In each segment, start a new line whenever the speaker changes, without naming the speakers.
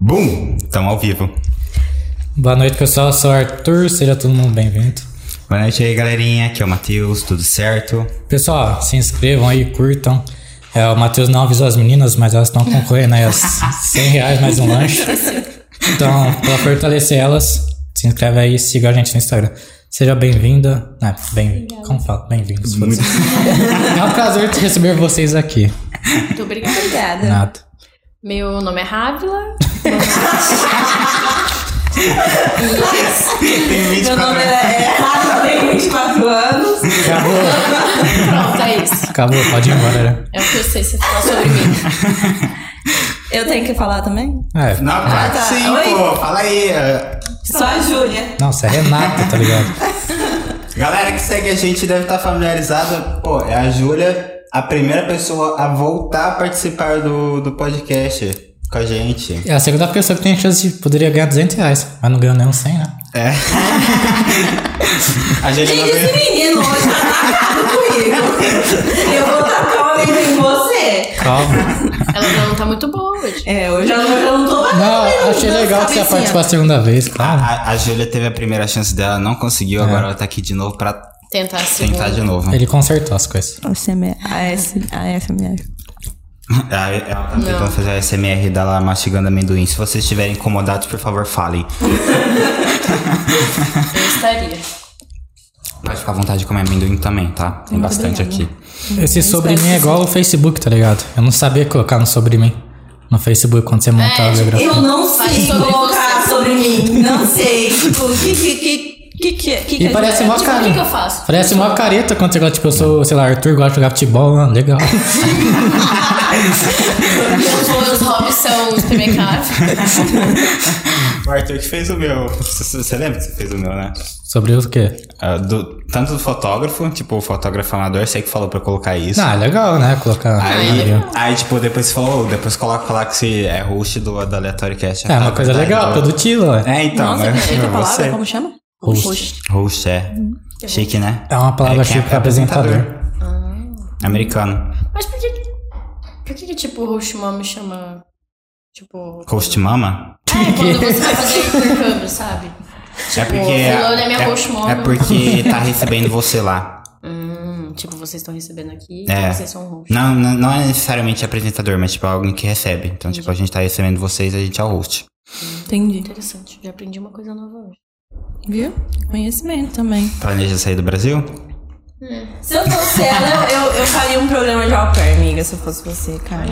Bum! Estamos ao vivo.
Boa noite, pessoal. Eu sou o Arthur. Seja todo mundo bem-vindo.
Boa noite aí, galerinha. Aqui é o Matheus, tudo certo?
Pessoal, se inscrevam aí, curtam. É, o Matheus não avisou as meninas, mas elas estão concorrendo aí aos 100 reais mais um lanche. Então, para fortalecer elas, se inscreve aí e siga a gente no Instagram. Seja bem-vinda. Ah, bem, como fala? Bem-vindos. foda-se. É um prazer te receber vocês aqui.
Muito obrigada.
Obrigada.
Nada.
Meu nome é Rávila.
Tem
Meu nome é Rafa, tenho 24 anos.
Acabou.
Pronto, é isso.
Acabou, pode ir embora. né?
É o que eu sei você falar sobre mim.
Eu tenho que falar também?
já. É.
Na parte,
tá.
sim,
Oi?
pô. Fala aí. ah,
Só a Júlia.
Nossa, é Renata, tá ligado?
Galera que segue a gente deve estar familiarizada. Pô, é a Júlia, a primeira pessoa a voltar a participar do, do podcast com a gente.
É a segunda pessoa que tem chance de poderia ganhar 200 reais, mas não ganhou nem um 100, né?
É. a gente não
Gente, esse
veio.
menino hoje tá atacado comigo. Eu vou tacar o menino em você.
Calma.
Ela já não tá muito boa hoje.
É, hoje eu não, eu não assim, tô mais
Não, achei legal que você ia participar a segunda vez, Ah, claro.
A, a Júlia teve a primeira chance dela, não conseguiu, agora ela tá aqui de novo pra
Tentar se.
tentar de novo.
Ele consertou as coisas.
é ASMR.
Ela ela tá tentando fazer a SMR dela mastigando amendoim. Se vocês estiverem incomodados, por favor, falem.
Eu estaria.
Pode ficar à vontade de comer amendoim também, tá? Tem bastante aqui.
Esse sobre mim é igual o Facebook, tá ligado? Eu não sabia colocar no sobre mim. No Facebook, quando você monta
É, tipo,
a biografia.
Eu não
Fale
sei
sobre
colocar
você.
sobre mim. Não sei. Tipo, que que que que que que é
E parece mó
Tipo, o que, que eu
cara.
faço?
Parece mó careta quando você gosta, tipo, eu sou, sei lá, Arthur, gosta de jogar futebol, ah, legal.
Os meus hobbies são supermercado.
O Arthur que fez o meu. Você lembra que você fez o meu, né?
Sobre o quê?
tanto do fotógrafo, tipo, o fotógrafo amador, sei que falou pra eu colocar isso.
Ah, legal, né? Colocar.
é.
Aí,
avião.
aí, tipo, depois você falou, "Ô, depois coloca lá que se é host do, do Aleatório Cast. né?
É uma coisa legal, produtiva, ué.
É, então,
Nossa,
né?
mas
perfeita
você.
palavra, é como chama?
Host.
Host, é. Chique, né?
É uma palavra
É, quem é
chique pra apresentador.
Americano.
Mas por que. Por que, que tipo, o host mom chama. Tipo.
Host mama?
É, quando você vai fazer intercâmbio, sabe?
É porque.
fulano é minha host mom.
é, porque tá recebendo você lá.
Hum, tipo, vocês estão recebendo aqui,
É.
então vocês são host.
Não, não, não é necessariamente apresentador, mas tipo alguém que recebe. Então, tipo, a gente tá recebendo vocês, a gente é o host.
Entendi.
Interessante, já aprendi uma coisa nova hoje.
Viu? Conhecimento também.
Planeja sair do Brasil?
Se eu fosse ela, eu, eu, eu faria um programa de au pair, amiga, se eu fosse você, cara.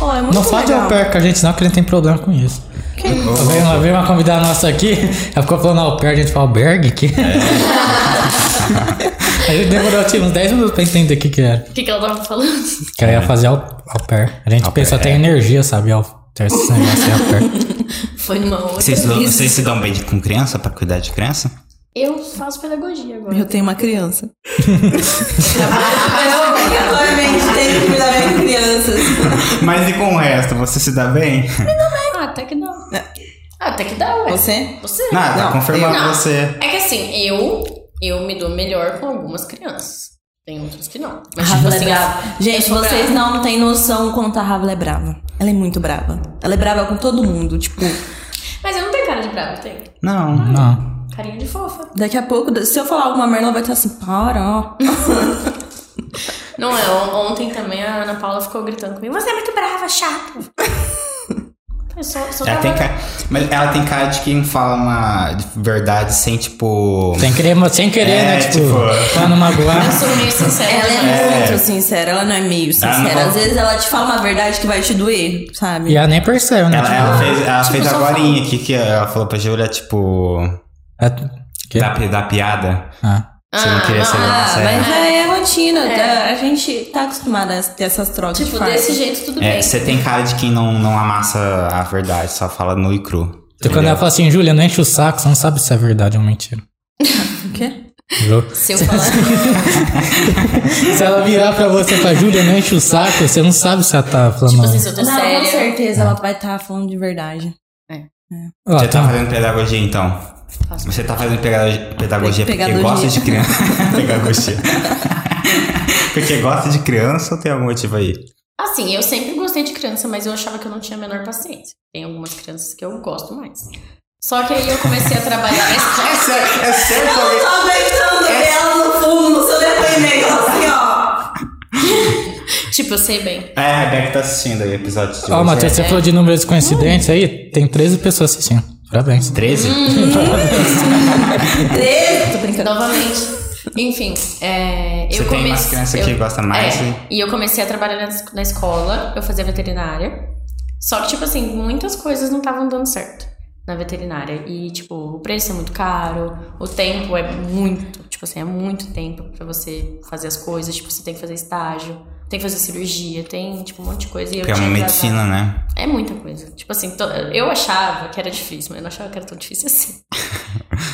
Oh, é muito
Não fala de
legal.
au pair com a gente, não, que ele tem problema com isso. Tá vendo? Ela veio uma convidada nossa aqui, ela ficou falando au pair, a gente fala albergue aqui.
É.
Aí ele demorou tipo, uns 10 minutos pra entender o que que era.
O que, que ela tava falando?
Que ela
É.
ia fazer au, au pair. A gente
Au
pensou
pair,
até em energia, sabe? Ao ter esse negócio de au pair.
Foi numa outra.
Vocês, se dão-
brisa.
vocês se dão bem de- com criança pra cuidar de criança?
Eu faço pedagogia agora.
Eu tenho uma criança. eu obrigatoriamente tenho que cuidar bem de crianças.
Mas e com o resto, você se dá bem?
Ah, até que dá. Ah, até que dá, ué.
Você?
Você?
Não, tá
Não,
confirmando
não.
você.
É que assim, eu, eu me dou melhor com algumas crianças. Tem outras que não. Mas tipo
Ravla é
assim,
brava. Gente, vocês não têm noção quanto a Ravla é brava. Ela é muito brava. Ela é brava com todo mundo. Tipo,
Mas eu não tenho cara de brava, tem.
Não.
Não.
Carinha de fofa.
daqui a pouco, se eu falar alguma merda, ela vai estar assim, para, ó.
Não é, on- ontem também a Ana Paula ficou gritando comigo, você é muito brava, chato. Eu só, só
Ela tem
tava-
cara, mas ela tem cara de quem fala uma verdade sem, tipo.
Sem querer, sem querer
É,
né? Tipo,
tipo-
pra não
Eu
magoar.
sou meio sincera.
Ela é,
né?
muito sincera, ela não é meio
Ah,
Ela não
sincera.
fala-
Às vezes ela te fala uma verdade que vai te doer, sabe?
E ela nem percebe, né?
Ela, ela fez, ela
Tipo,
fez
só
agora
fala.
aqui que ela falou pra Júlia, tipo.
Tipo, é- que-
Da, pi- da piada.
Ah.
É, Você não queria
Ah,
saber
Ah,
dessa
mas é, é rotina.
É.
tá? A gente tá acostumada a ter essas trocas.
Tipo,
de farsa.
desse jeito tudo
É,
bem.
você tem cara de quem não, não amassa a verdade, só fala nu e cru.
Então, quando ela fala assim, Júlia, não enche o saco, você não sabe se é verdade ou mentira.
O quê?
Entendeu?
Se eu falar. tipo
Se ela virar pra você e falar, Júlia, não enche o saco, você não sabe se ela tá falando.
tipo assim, se eu tô
Não, com
séria.
certeza ela vai estar falando de verdade.
Ó,
Você tá
tá-
fazendo pedagogia então?
Faço.
Você tá fazendo pedagogia, pedagogia porque
Pedagogia.
gosta de criança? pedagogia. porque gosta de criança ou tem algum motivo aí?
Assim, eu sempre gos- gostei de criança, mas eu achava que eu não tinha a menor paciência. Tem algumas crianças que eu gosto mais. Só que aí eu comecei a trabalhar na escola.
É certo, é certo alguém.
Tô aguentando ver ela no fundo, no seu depoimento, assim, ó.
Tipo, eu sei bem.
É, a Rebeca tá assistindo aí o episódio de
Ó,
hoje.
Matheus, você
É.
falou de número de coincidência aí? Tem 13 pessoas assistindo. Parabéns.
13?
Hum,
Três. Tô brincando.
Novamente. Enfim, é,
Você
eu
tem
comecei.
umas crianças
eu-
que gostam mais,
É,
e-
e eu comecei a trabalhar na, es- na escola, eu fazia veterinária. Só que, tipo assim, muitas coisas não estavam dando certo na veterinária. E, tipo, o preço é muito caro, o tempo é muito, tipo assim, é muito tempo pra você fazer as coisas. Tipo, você tem que fazer estágio, tem que fazer cirurgia, tem, tipo, um monte de coisa. E eu
Porque é uma
tinha atrasado.
medicina, né?
É muita coisa. Tipo assim, to- eu achava que era difícil, mas eu não achava que era tão difícil assim.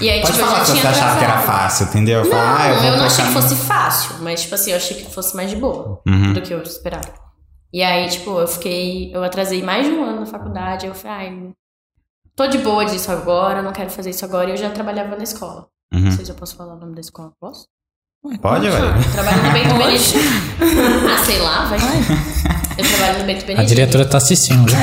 E aí,
Pode
tipo, eu
falar
já
que
tinha
você achava que era
atrasado.
fácil, entendeu?
Não,
Falar, ah, eu
eu,
vou
não achei que
colocar
fosse fácil, mas tipo assim, eu achei que fosse mais de boa
no- Uhum.
do que eu esperava. E aí, tipo, eu fiquei. Eu atrasei mais de um ano na faculdade, eu falei, ai, tô de boa disso agora, não quero fazer isso agora, e eu já trabalhava na escola. Não
Uhum.
sei se eu posso falar o nome da escola, posso?
Pode, velho?
Eu trabalho no Bento Benedito. Ah, sei lá, vai. Eu trabalho no Bento
A
Benedito.
diretora tá assistindo já.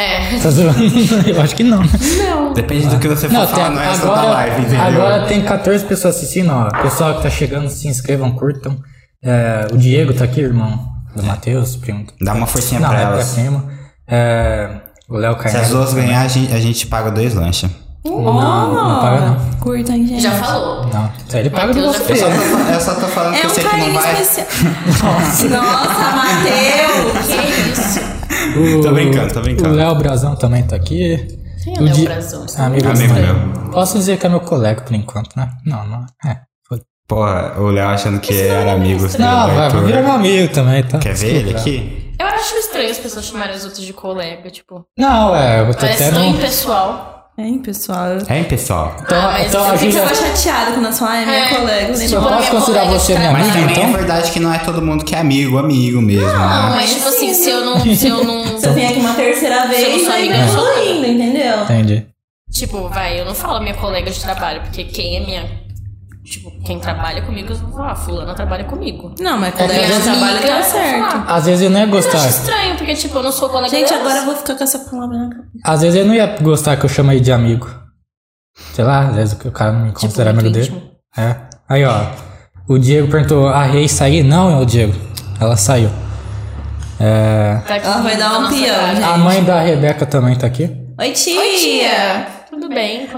É.
Tá zoando? Eu acho que não. né?
Não.
Depende do que você for
Não, tem,
falar no resto Tá da
agora,
live, entendeu?
agora tem 14 pessoas assistindo, ó. Pessoal que tá chegando, se inscrevam, curtam. É, o Diego tá aqui, irmão do Matheus, primo.
Dá uma forcinha
Não,
pra
é pra
elas.
cima. É, o Léo
Se
Carneiro.
as duas ganhar, a gente, a gente paga dois lanches.
Não, não paga não.
Curta, hein, gente.
Já falou.
é
Não, isso aí ele paga do né?
Matheus é
nosso
já
Eu só tô, eu
dinheiro.
só tô falando que
É
eu
um
sei que não
carinho
vai.
especial. Nossa, Matheus.
Que isso?
O-
Tô Tá brincando, tô brincando.
O Léo Brazão também tá aqui.
Quem é
O
Léo
Di- Ah,
Brazão?
Amigo,
Amigo
meu.
meu.
Posso dizer que é meu colega por enquanto, né? Não, não. É. foi.
Porra, o Léo achando que era amigo. do
Não, vai,
Arthur.
vai virar meu amigo também, tá?
é Quer ver ele aqui?
Eu acho estranho as pessoas chamarem os outros de colega, tipo.
Não, é, eu tô
Parece
até
tão
não.
impessoal.
Hein, pessoal.
É
Eu
Hein, pessoal?
Então,
mas
então a
você
fico
gente já-
chateada quando eu falo, ai, minha
É.
colega. né?
Só
Eu
lembra?
Tipo,
posso
minha
considerar
colega
você
de
minha
Mas
amiga,
também é
então?
verdade que não é todo mundo que é amigo, amigo mesmo,
Não,
né?
mas tipo assim,
sim,
se eu não. Se eu não
Se eu vim aqui uma terceira
não
vez,
sou
vai
amiga, eu sou
evoluindo, entendeu?
Entendi.
tipo, vai, eu não falo minha colega de trabalho, porque quem é minha. Tipo, quem trabalha comigo, eu vou falar, fulana trabalha comigo.
Não, mas
É,
colega
às
de
vezes
trabalho
amiga,
tá
eu vou
certo. Tá.
falar.
Às vezes eu não ia
Eu acho
gostar.
estranho, porque tipo, eu não sou colega
Gente,
delas.
agora eu vou ficar com essa palavra na cabeça.
Às vezes eu não ia gostar que eu chamo ele de amigo. Sei lá, às vezes o cara não me considera
Tipo muito
amigo dele. É. Aí, ó. O Diego perguntou, a Rei sair? Não, é o Diego. Ela saiu.
Tá aqui
Ela vai dar
na
um
nossa
pião,
cara.
gente.
A mãe da Rebeca também tá aqui.
Oi, tia.
Oi, tia! Tudo bem?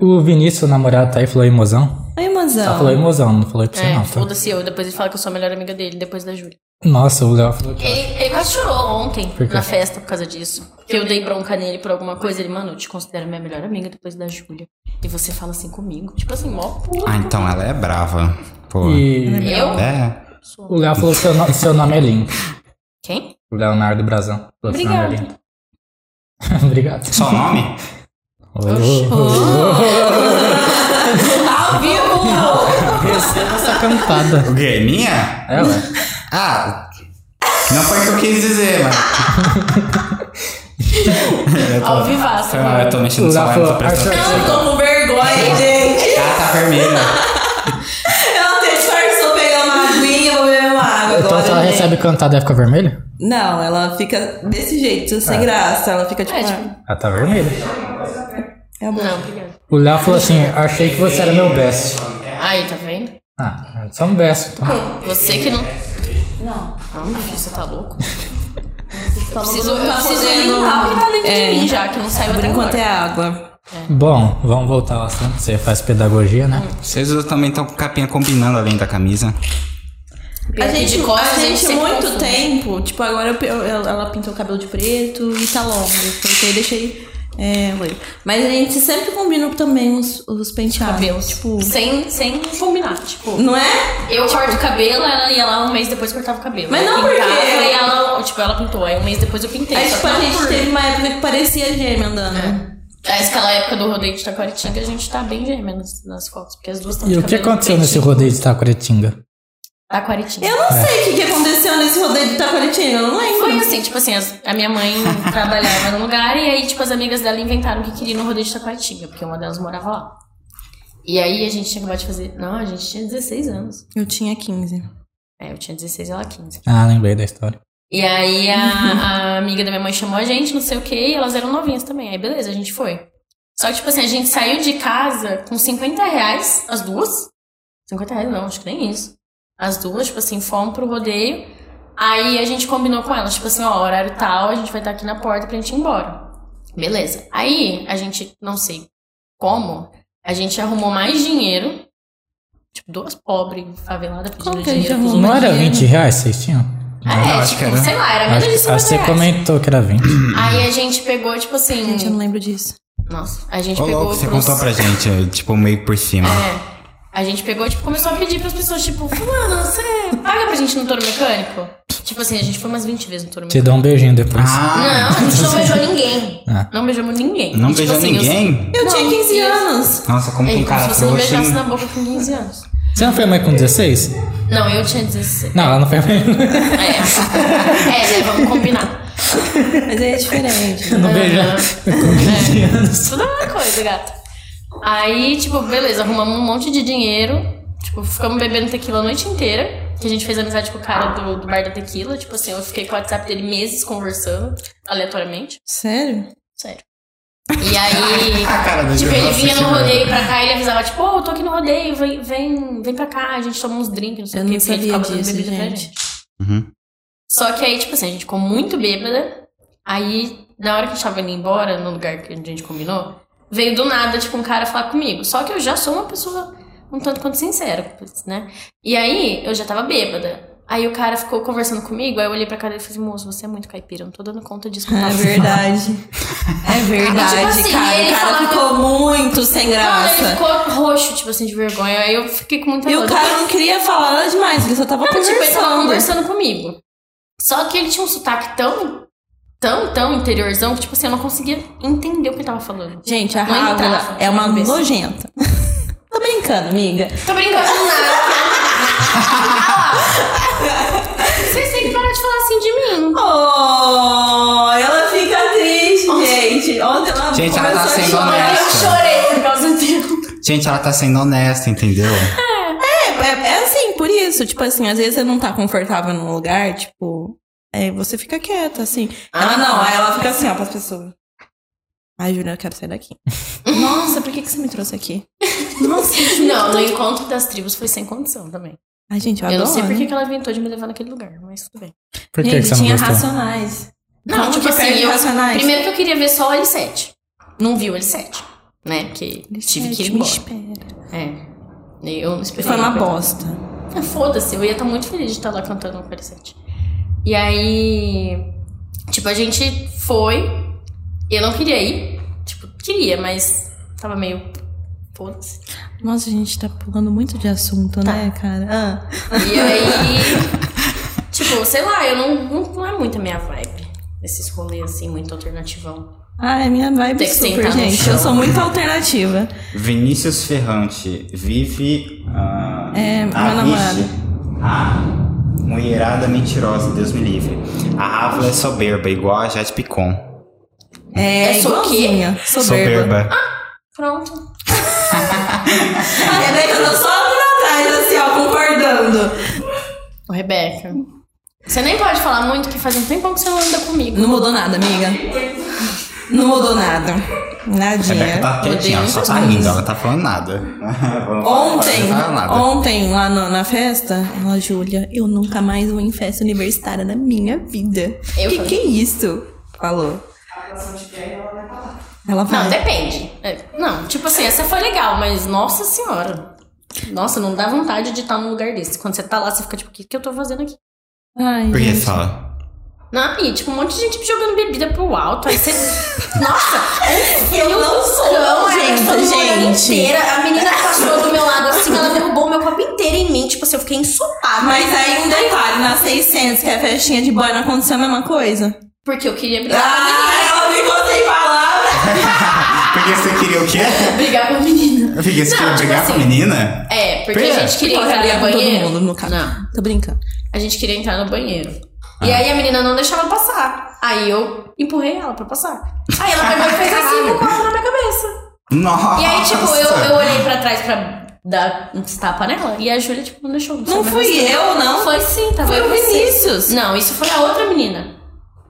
O Vinícius, o namorado, tá aí, falou imozão.
Oi,
Ela
mozão.
falou imozão, não falou aí pra você
É,
não, tá?
foda-se eu, depois ele fala que eu sou a melhor amiga dele, depois da Júlia.
Nossa, o Léo falou que...
Ele, ele quase chorou ontem
Por quê?
na festa por causa disso. Que eu dei bronca nele por alguma coisa. Ele, mano, eu te considero minha melhor amiga depois da Júlia. E você fala assim comigo. Tipo assim, mó puto.
Ah, então ela é brava. Pô.
E
Eu?
É.
o Léo falou que seu, no- seu nome é lindo.
Quem?
O Leonardo Brazão. falou que seu nome é
Obrigada.
lindo. Obrigado.
Só o nome?
Ao vivo!
Receba essa cantada.
O quê? Minha?
É, ué.
Ah, não foi o que eu quis dizer, mas. eu tô,
Ao vivaço.
Foi mal, então eu tô Tá mexendo no
Lá
celular, não tô
falou,
prestando
Arthur.
atenção.
Eu tô com vergonha, gente.
Ela tá vermelha.
Ela até disfarçou pegar uma aguinha, eu vou beber uma água
Então
agora,
se ela
gente.
recebe cantada, ela fica vermelha?
Não, ela fica desse jeito, sem graça. Ela fica tipo...
É,
É,
tipo-
Ela tá vermelha.
é bom.
Não, obrigada.
O Léo falou assim, achei que você era meu best.
Aí, tá vendo?
Ah, só um best, então.
Você que não.
Não.
Ah, meu Deus, você tá louco? Eu preciso,
Preciso,
eu preciso limpar o que
limpar
tá dentro de mim já, que não saiu
Por
até
enquanto
agora.
é água.
Bom, vamos voltar ao assunto. Você faz pedagogia, né?
Vocês dois também estão com capinha combinando além da camisa.
A
Pior que
gente,
de costas,
a gente
sempre
muito
confunde.
tempo, tipo, agora eu, eu- eu- ela pintou o cabelo de preto e tá longo. Porque eu deixei. É, loiro. Mas a gente sempre combina também os, os penteados.
Cabelos.
Tipo.
Sem, sem combinar, tipo.
Não é?
Eu corto o cabelo, ela ia lá um mês depois cortava o cabelo.
Mas não
Eu pintava,
porque-
Aí ela, tipo, ela pintou, aí um mês depois eu pintei.
Aí,
só
tipo, a
que não
gente
por- É,
teve uma É. época que parecia gêmea andando.
Essa aquela época do rodeio de Taquaritinga, a gente tá bem gêmea nas, nas fotos, porque as duas estão
E o que aconteceu nesse rodeio de Taquaritinga?
Taquaritinga.
Eu não sei o que, que aconteceu nesse rodeio de Taquaritinga, eu não lembro.
Foi assim, tipo assim, as- a minha mãe trabalhava num lugar e aí, tipo, as amigas dela inventaram que queria ir no rodeio de Taquaritinga, porque uma delas morava lá. E aí a gente tinha acabado de fazer. Não, a gente tinha 16 anos.
Eu tinha 15.
É, eu tinha 16 e ela 15.
Ah, lembrei da história.
E aí a, a amiga da minha mãe chamou a gente, não sei o que, e elas eram novinhas também. Aí beleza, a gente foi. Só que, tipo assim, a gente saiu de casa com 50 reais, as duas. 50 reais não, acho que nem isso. As duas, tipo assim, fomos pro rodeio. Aí a gente combinou com elas, tipo assim, ó, horário tal, a gente vai estar aqui na porta pra gente ir embora. Beleza. Aí a gente, não sei como, a gente arrumou mais dinheiro. Tipo, duas pobres faveladas pedindo
Como que a gente
dinheiro. pros
arrumou
outros.
Não era
Imagina.
20 reais vocês tinham?
Não,
É,
acho que
tipo,
era.
sei lá, era menos
Acho
de
que
50
você
reais.
comentou que era 20.
Aí a gente pegou, tipo assim.
Gente, eu não lembro disso.
Nossa, a gente
Ô,
pegou.
louco, você
pros-
contou pra gente, é, tipo, meio por cima.
É. A gente pegou, tipo, começou a pedir pras pessoas, tipo, fulano, você paga pra gente no touro mecânico? Tipo assim, a gente foi umas 20 vezes no touro
Te
mecânico.
dou um beijinho depois.
Ah,
Não, a gente não beijou ninguém.
Ah.
Não beijamos ninguém.
não
Tipo
beijou
assim,
ninguém?
Eu
Não,
tinha 15
eu-
anos.
Nossa, como
É,
que um
como
cara
se você não
trouxa,
beijasse
hein?
na boca com 15 anos.
Você não foi mãe com 16?
Não, eu tinha 16.
Não, ela não foi mãe.
É, é né, vamos combinar.
Mas aí é diferente.
Não beijou com 15 anos.
Tudo é uma coisa, gata. Aí, tipo, beleza, arrumamos um monte de dinheiro. Tipo, ficamos bebendo tequila a noite inteira. Que a gente fez amizade com o cara do, do bar da tequila. Tipo assim, eu fiquei com o WhatsApp dele meses conversando, aleatoriamente.
Sério?
Sério. E aí.
A cara do
tipo, ele
Jonas,
vinha
assim,
no
né?
rodeio pra cá e ele avisava, tipo, ô, eu tô aqui no rodeio, vem, vem, vem pra cá, a gente toma uns drinks, não sei
Eu
o que.
não sabia disso, gente.
Uhum.
Só que aí, tipo assim, a gente ficou muito bêbada. Aí, na hora que a gente tava indo embora, no lugar que a gente combinou, veio do nada, tipo, um cara falar comigo. Só que eu já sou uma pessoa um tanto quanto sincera, né? E aí, eu já tava bêbada. Aí o cara ficou conversando comigo, aí eu olhei pra cara dele e falei, moço, você é muito caipira, eu não tô dando conta disso que eu
É
tava
verdade. É verdade,
Tipo assim,
cara.
ele
O cara
falava-
ficou muito sem
Mano, ele
graça.
ficou roxo, tipo assim, de vergonha. Aí eu fiquei com muita
E o
dor.
cara não queria falar nada demais, ele só tava
Não, tipo, ele tava
conversando.
conversando comigo. Só que ele tinha um sotaque tão, tão, tão interiorzão que, tipo assim, eu não conseguia entender o que ele tava falando.
Gente, a
Não
Rávula
entrava,
é uma
cabeça.
nojenta. Tô brincando, amiga.
Tô brincando com nada. Vocês têm que parar de falar assim de mim.
Oh, ela fica triste, gente. Ontem ela
Gente, ela tá
começou a
sendo
chorar.
honesta.
Eu chorei por causa dele.
Gente, ela tá sendo honesta, entendeu?
É, é assim, por isso. Tipo assim, às vezes você não tá confortável num lugar, tipo... É, você fica quieta, assim. Ela
Ah.
não, aí ela fica assim, ó, pras pessoas. Ai, Júlia, eu quero sair daqui. Nossa, por que, que você me trouxe aqui? Nossa, Júlia, que
Não, no
tanto-
encontro das tribos foi sem condição também.
Ai, gente, eu,
Eu não
adoro.
sei por que que ela inventou de me levar naquele lugar, mas tudo bem.
Por que,
Gente,
que você não
tinha
gostou?
racionais.
Não,
Como
tipo
que
assim,
perde
eu,
racionais?
primeiro que eu queria ver só o L7. Não vi o L7, né? Porque tive que ir
me
embora.
espera.
É. Eu não esperei.
Foi uma
coitado.
bosta.
Ah, Foda-se, eu ia estar muito feliz de estar lá cantando no Pericete. E aí, tipo, a gente foi. Eu não queria ir. Tipo, queria, mas tava meio. Foda-se.
Nossa, a gente tá pulando muito de assunto, né, cara? Ah.
E aí. tipo, sei lá, eu não, não, não é muito a minha vibe. Esses rolês assim, muito alternativão.
Ai, minha vibe
Tem que
super,
sentar no
gente.
chão.
Eu sou muito alternativa.
Vinícius Ferrante vive ah,
É, meu
a
namorado.
vixe, a mulherada mentirosa, Deus me livre. A Ávila é soberba, igual a Jade Picon.
É,
Eu sou o quê?
igualzinha. Soberba.
Pronto.
É daí que eu tô só pra trás, assim, ó, concordando.
Ô, Rebeca. Você nem pode falar muito, que faz um tempão que você não anda comigo.
Não mudou nada, amiga. Não mudou nada.
Rebeca
Nadinha.
tá quietinha, ela só tá rindo, ela não tá falando nada. Vamos falar,
Ontem,
ela não fala nada.
ontem, lá na- na festa, ela, Júlia, eu nunca mais vou em festa universitária na minha vida.
Eu
que
falei.
que é isso? Falou. Ela
Não,
fala.
depende. É, não, tipo assim, essa foi legal, mas nossa senhora. Nossa, não dá vontade de estar num lugar desse. Quando você tá lá, você fica tipo, o que, que eu tô fazendo aqui?
Ai,
Por que
gente.
fala?
Não, e tipo, um monte de gente jogando bebida pro alto. Aí você. Nossa! um frio
Eu não
do
sou
cão,
nojenta,
era todo mundo olhando
gente.
Inteira. A menina passou do meu lado assim, ela derrubou o meu copo inteiro em mim. Tipo assim, eu fiquei ensopada.
Mas aí um detalhe, na 600, que é a festinha de boy, não aconteceu a mesma coisa?
Porque eu queria brigar com a menina.
Ah, ela ficou sem palavras.
Porque você queria o quê?
Brigar com a menina.
Porque você
Não,
queria
tipo
brigar com
assim,
a menina?
É, porque
Por quê?
a gente queria
Ficou
entrar
rebelde
no
com tipo, todo
banheiro.
mundo, no caso.
Não.
Tô brincando.
A gente queria entrar no banheiro. E
Ah.
aí a menina não deixava passar. Aí eu empurrei ela pra passar. Aí ela pegou e fez assim com o copo na minha cabeça.
Nossa!
E aí, tipo, eu, eu olhei pra trás pra,
dar uns tapa nela.
E a Júlia, tipo, não deixou.
Não fui eu, não.
Foi sim, tava
Foi o
você.
Vinícius.
Não, isso foi a outra menina.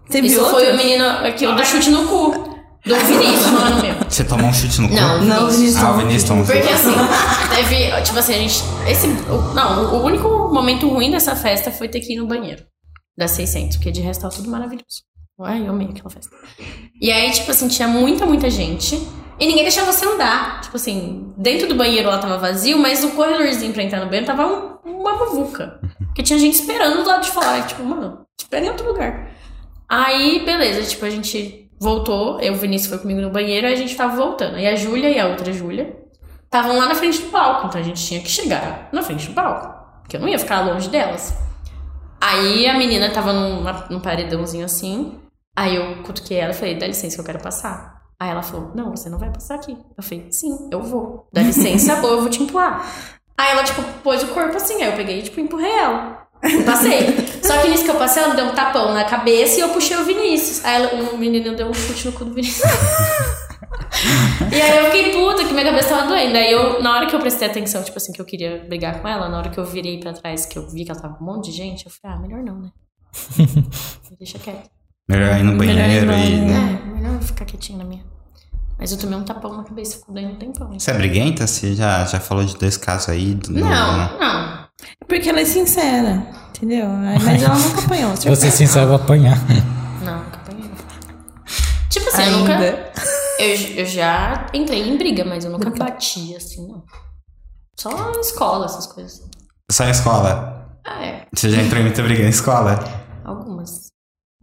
Você
isso
viu outro?
foi o menino aqui, o do chute no cu. Do Vinícius, mano meu.
Você tomou um chute no cu?
Não,
Não, Vinícius.
Ah, o Vinícius tomou um
Porque
chute.
assim, teve. Tipo assim, a gente. Esse, o- não, o único momento ruim dessa festa foi ter que ir no banheiro das 600, porque de resto tava tudo maravilhoso. Ai, eu amei aquela festa. E aí, tipo assim, tinha muita, muita gente. E ninguém deixava você andar. Tipo assim, dentro do banheiro lá tava vazio, mas o corredorzinho pra entrar no banheiro tava um- uma buvuca. Porque tinha gente esperando do lado de fora. Tipo, mano, espera em outro lugar. Aí, beleza, tipo, a gente voltou. Eu, o Vinícius foi comigo no banheiro, aí a gente tava voltando. Aí a Júlia e a outra Júlia estavam lá na frente do palco. Então a gente tinha que chegar na frente do palco. Porque eu não ia ficar longe delas. Aí a menina tava numa- num paredãozinho assim. Aí eu cutuquei ela e falei, dá licença que eu quero passar. Aí ela falou, não, você não vai passar aqui. Eu falei, sim, eu vou. Dá licença, ou eu vou te empurrar. Aí ela, tipo, pôs o corpo assim. Aí eu peguei e, tipo, empurrei ela. E Passei. Só que nisso que eu passei, ela me deu um tapão na cabeça e eu puxei o Vinícius. Aí ela- o menino deu um chute no cu do Vinícius. E aí eu fiquei puta que minha cabeça tava doendo. Aí eu, na hora que eu prestei atenção, tipo assim, que eu queria brigar com ela, na hora que eu virei pra trás, que eu vi que ela tava com um monte de gente, eu falei, ah, melhor não, né? Deixa quieto.
Melhor ir no banheiro e...
É,
né?
melhor eu ficar quietinha na minha. Mas eu tomei um tapão na cabeça, ficou doendo um tempão. hein?
Você é briguenta? Você já, já falou de dois casos aí? Do,
Não, não.
Porque ela é sincera, entendeu? Aí- Mas ela nunca apanhou.
Se eu ser sincero, eu vou apanhar.
Não, nunca apanhei. Tipo assim, eu nunca. Eu, eu já entrei em briga, mas eu nunca bati, assim, não. Só na escola, essas coisas.
Só em escola.
Ah, é.
Você já entrou em muita briga em escola?
Algumas.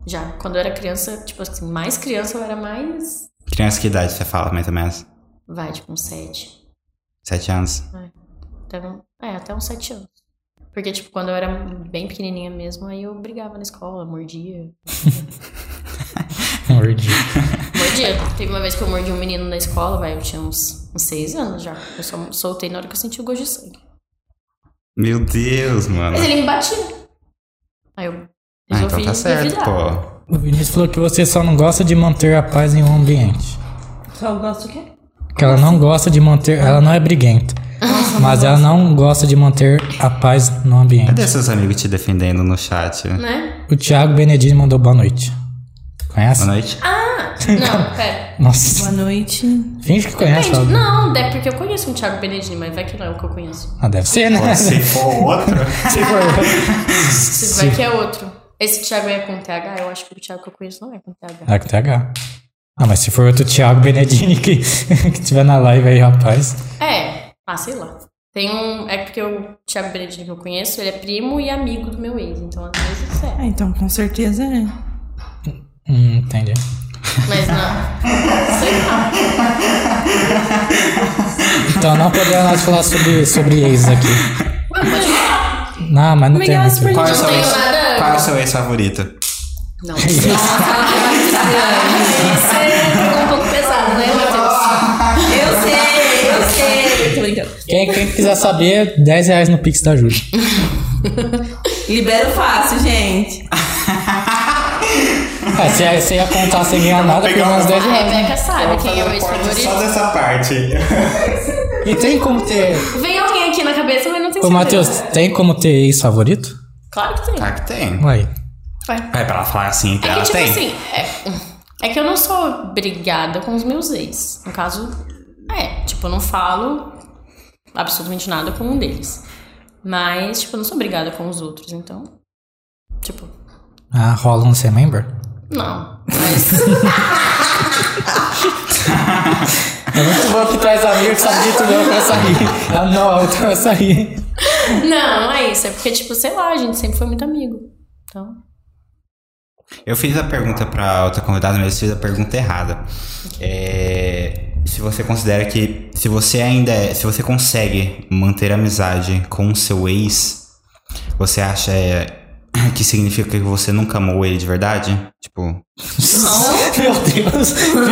Já. Quando eu era criança, tipo assim, mais criança eu era mais.
Criança que idade você fala, mais ou menos?
Vai, tipo, uns sete.
Sete anos.
Até um- é, até uns sete anos. Porque, tipo, quando eu era bem pequenininha mesmo, aí eu brigava na escola, mordia.
Mordi.
Mordia. Teve uma vez que eu mordi um menino na escola, vai, eu tinha uns, uns seis anos já. Eu só soltei na hora que eu senti o gosto de sangue.
Meu Deus, mano.
Mas ele me batia. Aí eu
Ah,
resolvi
então tá certo,
revidar.
pô.
O Vinícius falou que você só não gosta de manter a paz em um ambiente.
Só gosto do quê?
Que ela não gosta de manter. Ela não é briguenta. Mas ela não gosta de manter a paz no ambiente.
Cadê seus amigos te defendendo no chat?
Né?
O Thiago Benedini mandou boa noite. Conhece?
Hum.
Boa noite.
Ah, Não, pera.
Nossa.
Boa noite.
Finge que
Tá
conhece.
Gente,
Fala.
não, é porque eu conheço um Thiago Benedini, mas vai que não é o que eu conheço.
Ah, deve ser, né?
Pô, Se for outro.
Se for-
Se vai que é outro. Esse Thiago é com TH? Eu acho que o Thiago que eu conheço não é com TH.
É com TH. Ah, mas se for outro Thiago Benedini que, que tiver na live aí, rapaz.
É. Ah, sei lá. Tem um. É porque o Thiago Benedito que eu conheço, ele é primo e amigo do meu ex. Então às vezes é.
Ah, então com certeza é.
Hum, entendi.
Mas não. Sei lá.
Então não poderia nós falar sobre, sobre ex aqui.
Pode falar.
Não, mas não tem
Miguel,
muito.
super-
Qual é o
Não
seu
tenho
ex-
nada.
qual é o seu ex favorito?
Não. Nossa, tá esse ficou um pouco pesado, né, Matheus?
Eu sei, eu sei. Tô brincando.
Quem, quem quiser saber, 10 reais no Pix da Júlia.
Libero fácil, gente.
É, se é- se ia contar sem ganhar nada, pelo menos 10
A
reais.
Rebeca sabe quem é o meu ex
Só
favorito.
dessa parte.
E tem como ter.
Vem alguém aqui na cabeça, mas não tem
Ô, Matheus, tem como ter ex-favorito?
Claro que tem.
Tá que tem.
Uai.
Vai.
É pra ela falar assim,
É
ela
que, tipo
tem.
assim, é, é que eu não sou brigada com os meus ex. No caso, é, tipo, eu não falo absolutamente nada com um deles. Mas, tipo, eu não sou brigada com os outros, então. Tipo,
Ah, rola um ser member?
não. Mas.
É muito bom que traz amigo que sabe de tudo, eu quero sair. Ah, não, eu quero sair.
não, não é isso. É porque, tipo, sei lá, a gente sempre foi muito amigo. Então.
Eu fiz a pergunta pra outra convidada, mas eu fiz a pergunta errada. É, se você considera que se você ainda é, se você consegue manter a amizade com o seu ex, você acha é, que significa que você nunca amou ele de verdade? Tipo,
Meu Deus,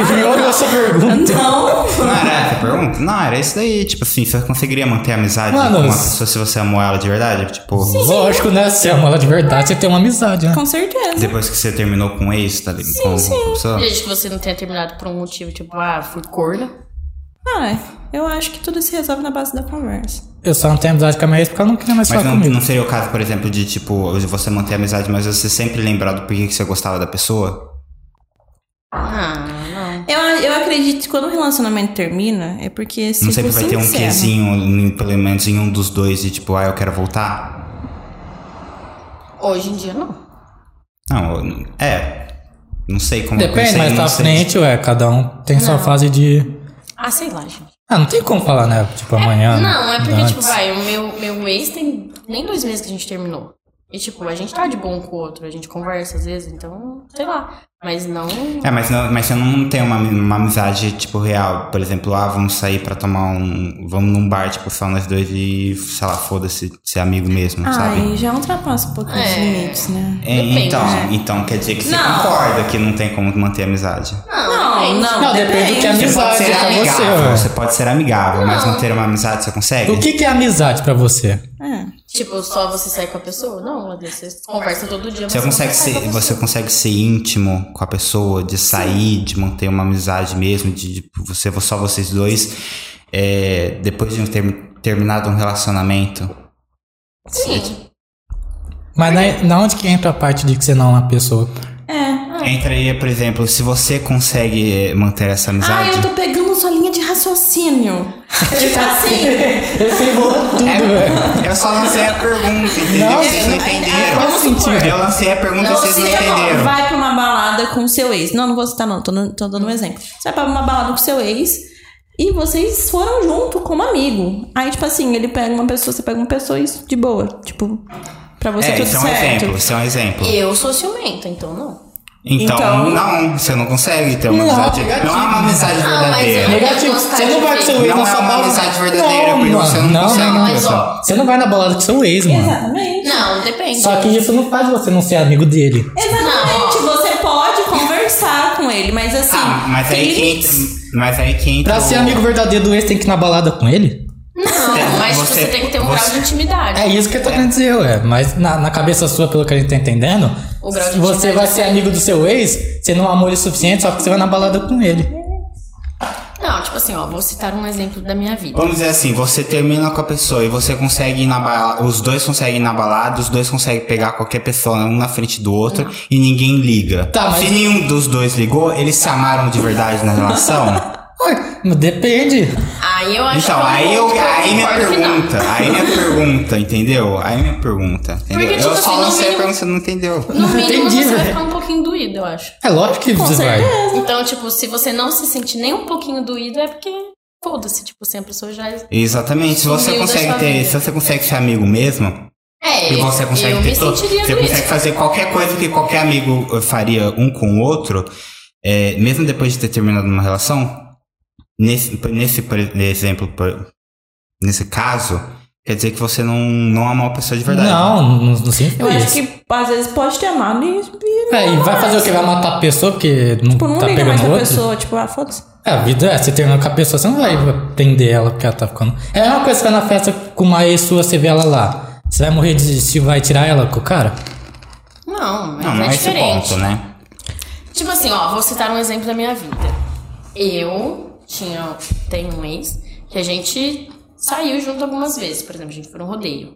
virou essa pergunta.
Não.
não era essa a pergunta? Não, era isso daí. Tipo assim, você conseguiria manter a amizade
Mano,
com uma
s-
pessoa se você amou ela de verdade? Tipo,
Lógico, né? Se ama ela de verdade, você tem uma amizade, né?
Com certeza.
depois que você terminou com o ex, tá ligado? Com, com a pessoa?
Desde que você não tenha terminado por um motivo, tipo, ah, fui corna.
Ah, eu acho que tudo se resolve na base da conversa.
Eu só não tenho amizade com a minha ex porque ela não queria mais
Mas
falar
não,
comigo.
não seria o caso, por exemplo, de tipo, você manter a amizade, mas você sempre lembrar do porquê que você gostava da pessoa?
Ah, não.
Eu, eu acredito que quando o relacionamento termina, é porque se
Não sempre vai ter um
encerra.
quezinho, em- pelo menos em um dos dois, de tipo, ah, eu quero voltar?
Hoje em dia não.
Não, eu- é. Não sei como não
Depende,
sei,
mas
não
pra
sei.
frente, ué, cada um tem sua fase de.
Ah, sei lá, gente.
Ah, não tem como falar, né? Tipo, amanhã.
Não, é porque,
antes.
tipo, vai, o meu, meu ex tem nem dois meses que a gente terminou. E, tipo, a gente tá de bom com o outro, a gente conversa às vezes, então, sei lá. Mas não.
É, mas, não, mas você não tem uma, uma amizade, tipo, real. Por exemplo, ah, vamos sair pra tomar um. Vamos num bar, tipo, só nós dois e, sei lá, foda-se, ser amigo mesmo, sabe?
Ai, já ultrapassa um pouco os
É.
limites, né?
É,
depende,
então,
né?
então quer dizer que você
Não.
concorda que não tem como manter a amizade.
depende.
Não, depende do que é
Você pode ser
amizade pra você,
amigável, você
ué.
pode ser amigável, mas não ter uma amizade você consegue?
O que, que é amizade pra você?
É.
Tipo, só você sair com a pessoa? Não, às vezes você conversa todo dia. mas
Você
não
consegue,
sai com
ser,
a pessoa.
você consegue ser íntimo com a pessoa, de sair, de manter uma amizade mesmo, de, de você só vocês dois, é, depois de um ter, terminado um relacionamento. tipo-
Sim.
Mas na, na onde que entra a parte de que você não é uma pessoa?
É.
Entraria, por exemplo, se você consegue é, manter essa
Ah,
amizade.
eu tô pegando sua linha de raciocínio. tipo assim.
Ele pegou tudo,
É.
É
velho.
Eu só lancei a pergunta, entendeu?
Não,
vocês não entenderam.
faz sentido.
Eu lancei a pergunta,
Ou
vocês não
se você
entenderam.
vai pra uma balada com seu ex. Não, não vou citar, não. Tô, no- tô dando um exemplo. Você vai pra uma balada com seu ex e vocês foram junto como amigo. Aí, tipo assim, ele pega uma pessoa, você pega uma pessoa e isso de boa. Tipo, pra você
É,
tudo
isso é um
certo.
exemplo, isso é um exemplo.
Eu sou ciumenta, então não.
Então,
Então-
não, você não consegue ter uma
Não,
amizade.
negativo.
Não é uma amizade
Não, mas
verdadeira.
eu-
Negativo. Você não vai com seu ex
Não
na
é
sua
uma
balada.
amizade verdadeira, porque
mano.
você não
não,
consegue,
não,
mas, ó,
Você não vai na balada com seu ex, mano.
Exatamente.
Não, tipo, depende.
Só que isso não faz você não ser amigo dele.
Tipo, Exatamente, você pode conversar com ele, mas assim.
Ah, mas
é
tem
aí que entra.
limites.
Mas aí que entra.
Pra ser
o-
amigo verdadeiro do ex, tem que ir na balada com ele?
Não, mas tipo,
Você-
você, tem que ter um
você-
grau de intimidade.
É isso que eu tô querendo dizer, ué. Mas na, na cabeça sua, pelo que a gente tá entendendo,
O grau de
se você
intimidade
vai
é
ser amigo do seu ex, você não amou ele o suficiente, só porque você vai na balada com ele.
É.
Não, tipo assim, ó, vou citar um exemplo da minha vida.
Vamos dizer assim, você termina com a pessoa e você consegue ir na balada, os dois conseguem ir na balada, os dois conseguem pegar qualquer pessoa um na frente do outro e ninguém liga.
Tá, mas-
Se nenhum dos dois ligou, eles se amaram de verdade na relação?
Ué, mas depende.
Aí eu acho
Então,
que.
aí, eu, aí minha
concordo que não.
pergunta, aí minha pergunta, entendeu? Aí minha pergunta, entendeu?
Porque,
eu
tipo
só
assim, no
lancei a
mínimo-
pergunta, você não entendeu.
No mínimo
Entendi,
você vai
velho.
ficar um pouquinho doído, eu acho.
É lógico que você vai.
Então, tipo, se você não se sentir nem um pouquinho doído, é porque foda-se, tipo, assim, a pessoa já.
Exatamente, se você
Sumiu da
consegue
sua
ter,
vida.
se você consegue ser amigo mesmo,
É,
e você consegue
eu
ter
me
todo-
sentiria
você
doído.
consegue fazer qualquer coisa que qualquer amigo eh, faria um com o outro, é, mesmo depois de ter terminado uma relação, nesse, nesse por exemplo, por- nesse caso, quer dizer que você não, não é uma pessoa de verdade.
Não, não, não significa
Eu acho
isso.
que às vezes pode ter amado e, e
É, e vai fazer o quê? Vai matar a pessoa porque não
tipo, não
tá
liga mais
pegando
pra
outro?
pessoa. Tipo, ah, foda-se.
É, a vida é, você terminou com a pessoa, você não vai prender ela porque ela tá ficando. É a mesma coisa que você vai na festa com uma ex sua, você vê ela lá. Você vai morrer de se vai tirar ela com o cara?
Não, mas
Não, não
é,
é esse
diferente.
ponto, né?
Tipo assim, ó, vou citar um exemplo da minha vida. Eu tinha, tenho um ex que a gente saiu junto algumas vezes, por exemplo, a gente foi num rodeio.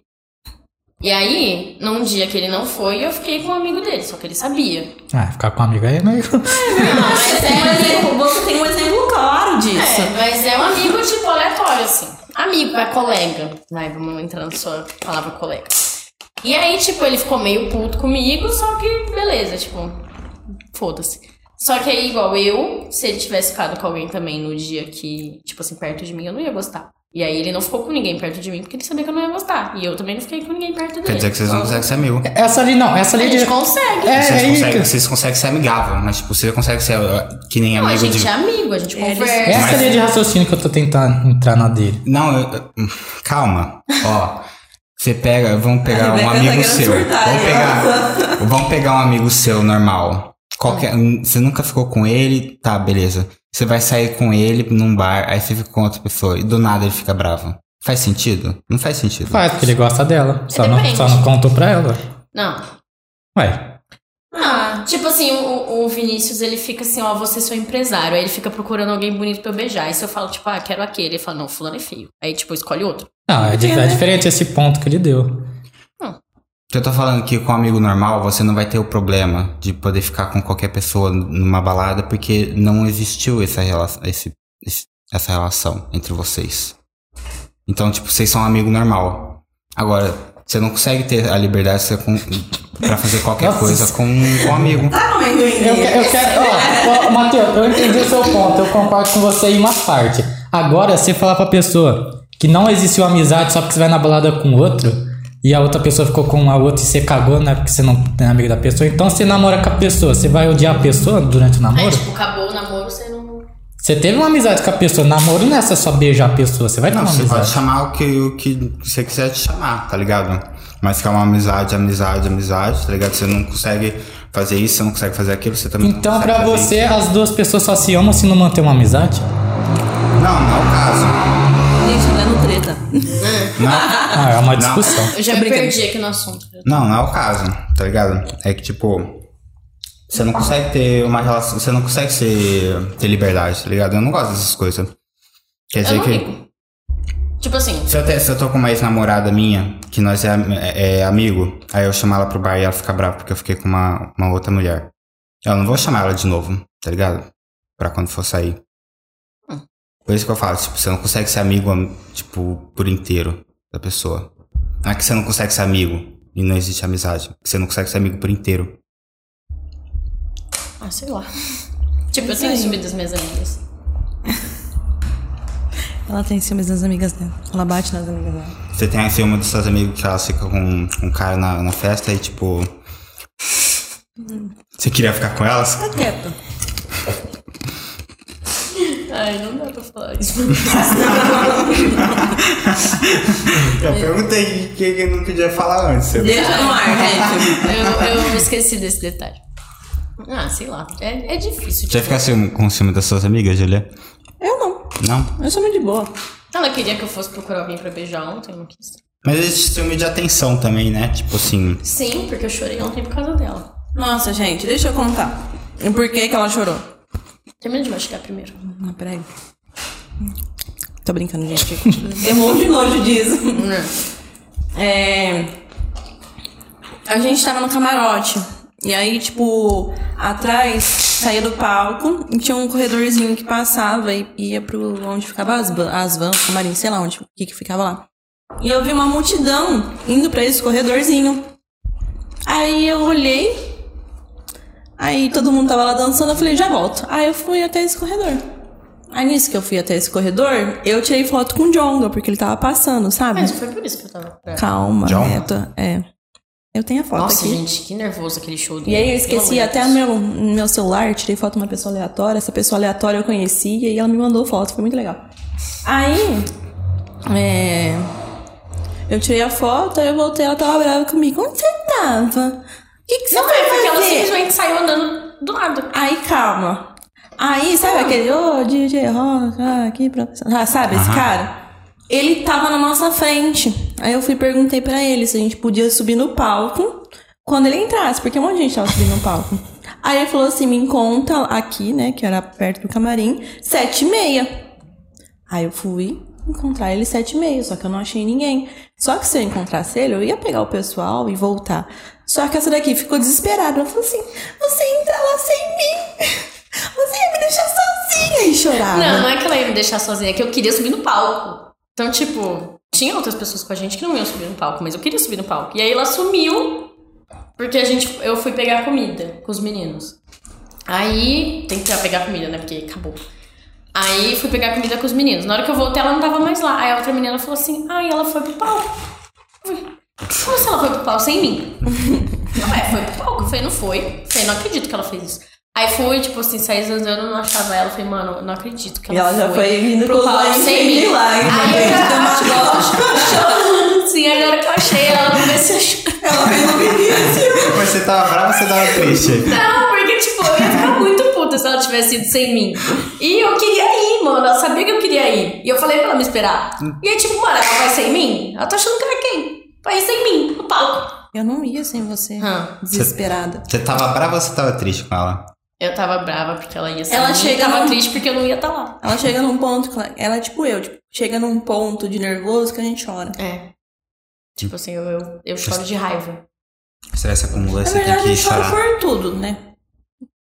E aí, num dia que ele não foi, eu fiquei com um amigo dele, só que ele sabia.
Ah, ficar com uma amiga aí é meio.
Você tem um exemplo, você tem um exemplo claro disso.
É, mas é um amigo, tipo, aleatório, assim. Amigo, é colega. Vai, vamos entrar na sua palavra colega. E aí, tipo, ele ficou meio puto comigo, só que beleza, tipo, foda-se. Só que aí, igual eu, se ele tivesse ficado com alguém também no dia que, tipo assim, perto de mim, eu não ia gostar. E aí ele não ficou com ninguém perto de mim porque ele sabia que eu não ia gostar. E eu também não fiquei com ninguém perto dele.
Quer dizer que vocês não
Então,
conseguem ser amigo.
Essa ali não, essa
A
ali.
gente
de-
consegue.
É,
Vocês,
é isso.
conseguem, vocês conseguem ser amigável, mas tipo, você consegue ser eh, que nem
Não, a
amigo
gente
de.
é amigo, a gente conversa.
Essa
Mas-
linha de raciocínio que eu tô tentando entrar na dele.
Não, eu- eu- hum, calma. Ó, você pega, vamos pegar
A
um
Rebeca tá
amigo
querendo
seu.
surtar,
Vamos
né?
pegar, vamos pegar um amigo seu normal. Qualquer, hum, você nunca ficou com ele, tá, beleza. Você vai sair com ele num bar, aí você fica com outra pessoa e do nada ele fica bravo. Faz sentido? Não faz sentido.
Faz, porque ele gosta dela. Só não,
depende.
só não contou pra ela.
Não.
Ué.
Ah, Tipo assim, o, o Vinícius, ele fica assim, ó, você sou empresário. Aí ele fica procurando alguém bonito pra eu beijar. Aí se eu falo, tipo, ah, quero aquele. Ele fala, não, fulano é feio. Aí, tipo, escolhe outro.
Não, é, di- é diferente esse ponto que ele deu.
Eu tô falando que com um amigo normal você não vai ter o problema de poder ficar com qualquer pessoa numa balada porque não existiu essa relação, esse, esse- essa relação entre vocês. Então, tipo, vocês são um amigo normal. Agora, você não consegue ter a liberdade você com, pra fazer qualquer
Nossa.
coisa com, com um amigo.
tá
Eu, que- eu quero. Ó, ó, Matheus, eu entendi o seu ponto, eu concordo com você em uma parte. Agora, você falar pra pessoa que não existiu amizade só porque você vai na balada com outro, e a outra pessoa ficou com a outra e você cagou, né? Porque você não é amigo da pessoa. Então você namora com a pessoa, você vai odiar a pessoa durante o
Aí,
namoro?
tipo, acabou o namoro, você não...
Você teve uma amizade com a pessoa, namoro não é só só beijar a pessoa, você vai ter
Não,
uma
você pode
amizade.
chamar o que, o que você quiser te chamar, tá ligado? Mas que é uma amizade, amizade, amizade, tá ligado? Você não consegue fazer isso, você não consegue fazer aquilo, você também não
Então,
consegue
pra
fazer
você, as duas pessoas só se amam se não manter uma amizade?
isso. Não, não é o caso.
Gente, dando treta.
Ah, é uma discussão.
Eu já
Tô
me
brincando.
perdi aqui no assunto.
Não, não é o caso, tá ligado? É que tipo. Você não consegue ter uma relação. Você não consegue ser, ter liberdade, tá ligado? Eu não gosto dessas coisas. Quer
Eu
dizer
não
que.
ligo. Tipo assim,
Se eu, te- se eu tô com uma ex-namorada minha, que nós é, am- é- é amigo, aí eu chamar ela pro bar e ela fica brava porque eu fiquei com uma, uma outra mulher. Eu não vou chamar ela de novo, tá ligado? Pra quando for sair. Por isso que eu falo, tipo, você não consegue ser amigo, am- tipo, por inteiro da pessoa. Não é que você não consegue ser amigo e não existe amizade. que Você não consegue ser amigo por inteiro.
ah, sei lá. Tipo, eu
Mas
tenho
aí-
subido as minhas amigas.
Ela tem ciúmes das amigas dela. Ela bate nas amigas dela.
Você tem assim uma dos seus amigos que ela fica com com um cara na, na festa e, tipo. Você queria ficar com elas?
Tá quieto.
Ai, não dá pra falar isso.
Eu perguntei o que que não podia falar antes. Você...
Deixa no ar, gente.
eu, eu esqueci desse detalhe. Ah, sei lá. É, é difícil.
Já
tipo,
fica ciúme- com ciúme das suas amigas, Julia?
Eu não.
Não.
Eu sou muito de boa.
Ela queria que eu fosse procurar alguém pra beijar ontem, eu não quis.
Mas existe ciúme de atenção também, né? Tipo assim.
Sim, porque eu chorei ontem por causa dela.
Nossa, gente, deixa eu contar. E por que que ela chorou?
Termina de mastigar primeiro.
Não, Ah, peraí. Tô brincando, gente. Eu morro um de nojo disso. É... A gente tava no camarote. E aí, tipo, atrás saía do palco e tinha um corredorzinho que passava e ia pro onde ficava as, van- as vans, camarim, sei lá onde, o que que ficava lá. E eu vi uma multidão indo pra esse corredorzinho. Aí eu olhei, aí todo mundo tava lá dançando, eu falei, já volto. Aí eu fui até esse corredor. Aí nisso que eu fui até esse corredor, eu tirei foto com o Jonga, porque ele tava passando, sabe?
Mas foi por isso que eu tava. pra-
Calma,
Djonga?
Neto. É. Eu tenho a foto
Nossa,
aqui.
gente, que nervoso aquele show dele.
E aí eu
Pelo
esqueci
amor de
até
Deus.
meu, meu celular, tirei foto de uma pessoa aleatória, essa pessoa aleatória eu conhecia e ela me mandou foto, foi muito legal. Aí, é, eu tirei a foto, aí eu voltei, ela tava brava comigo. Onde você tava? O que, que você
Não,
foi
é porque ela
fazer?"
simplesmente saiu andando do lado.
Aí, calma. Aí, sabe aquele, ô, DJ Rock, ah, aqui, professor. Ah, sabe, esse
Aham.
cara? Ele tava na nossa frente. Aí eu fui e perguntei pra ele se a gente podia subir no palco quando ele entrasse, porque um monte de gente tava subindo no palco. Aí ele falou assim, me encontra aqui, né, que era perto do camarim, sete e meia. Aí eu fui encontrar ele sete e meia, só que eu não achei ninguém. Só que se eu encontrasse ele, eu ia pegar o pessoal e voltar. Só que essa daqui ficou desesperada. Ela falou assim, você entra lá sem mim. Você ia me deixar sozinha. E chorava.
Não, não é que ela ia me deixar sozinha, é que eu queria subir no palco. Então, tipo, tinha outras pessoas com a gente que não iam subir no palco, mas eu queria subir no palco. E aí ela sumiu, porque a gente, eu fui pegar comida com os meninos. Aí, tem que ir lá pegar comida, né? Porque acabou. Aí fui pegar comida com os meninos. Na hora que eu voltei, ela não tava mais lá. Aí a outra menina falou assim: ai, ela foi pro palco. Eu falei, Como se ela foi pro palco sem mim? Não é, foi pro palco. Eu falei, não foi. Eu falei, não acredito que ela fez isso. Aí fui, tipo assim, saí zanzando, não achava ela. Eu falei, mano, não acredito que
E
ela,
ela já foi indo pro lado
sem mim.
lá. e
Aí
também
eu já-
deu né? uma gosta.
Sim, aí na hora que eu achei ela, eu comecei a chorar.
Ela fez um Vinícius.
Mas você tava bravo, você tava triste.
Não, porque, tipo, eu ia ficar muito puta se ela tivesse ido sem mim. E eu queria ir, mano. Ela sabia que eu queria ir. E eu falei pra ela é me esperar. E aí, tipo, mano, ela vai sem mim? Ela tá achando que vai quem? Vai ir sem mim, no palco.
Eu não ia sem você.
Hã.
Desesperada.
Você tava brava ou você tava triste com ela?
Eu tava brava porque ela ia sair.
Ela chega
tava
num-
triste porque eu não ia estar lá.
Ela chega num ponto, que ela- ela é tipo eu, tipo, chega num ponto de nervoso que a gente chora.
É. Tipo assim, eu, eu, eu choro de raiva.
Será que se acumula?
Na
Você tem
verdade,
que
eu choro
chorar.
por tudo, né?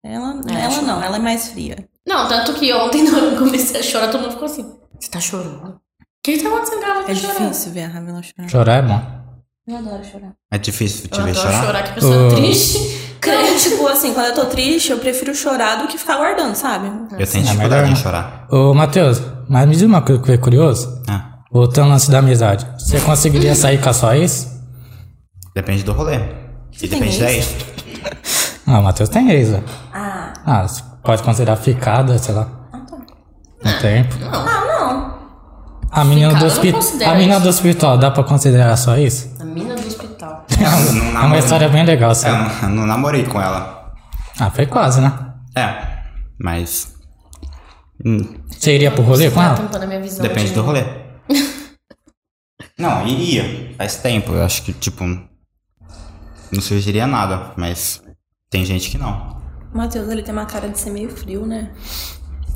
Ela,
É,
ela
chora.
não, ela é mais fria.
Não, tanto que ontem na hora que eu comecei a chorar, todo mundo ficou assim. Você tá chorando? O que tá acontecendo? Ela tá
É
chorando.
difícil ver a Ramila chorar.
Chorar é bom.
Eu adoro chorar.
É difícil
Eu
te ver
adoro
chorar?
chorar, que a pessoa
Ah.
é triste.
Não, tipo assim, quando eu tô triste, eu prefiro chorar do que ficar guardando, sabe?
Eu tenho
É
dificuldade
melhor.
em chorar.
Ô, Matheus, mas me diz uma coisa que eu fiquei curioso.
Ah,
Voltando ao lance da amizade. Você conseguiria sair com a sua ex?
depende do rolê.
Você
e
tem
depende da ex.
Ah, o Matheus tem ex, velho.
Ah,
Ah, você pode considerar ficada, sei lá. Um tempo.
ah não.
A menina,
Ficada
do
eu não
hospital,
considero
a menina
isso.
do hospital, dá pra considerar só isso?
Na mina do hospital.
É, eu não
É uma
namorei-
história bem
É,
legal,
eu
sabe?
não- eu não namorei com ela.
Ah, foi quase, né?
É, mas. hum,
Você iria pro rolê com
Tá
ela?
tampando a minha visão.
depende
de-
do rolê. não, iria. Faz tempo. Eu acho que, tipo. Não surgiria nada, mas. Tem gente que não.
O Matheus, ele tem uma cara de ser meio frio, né?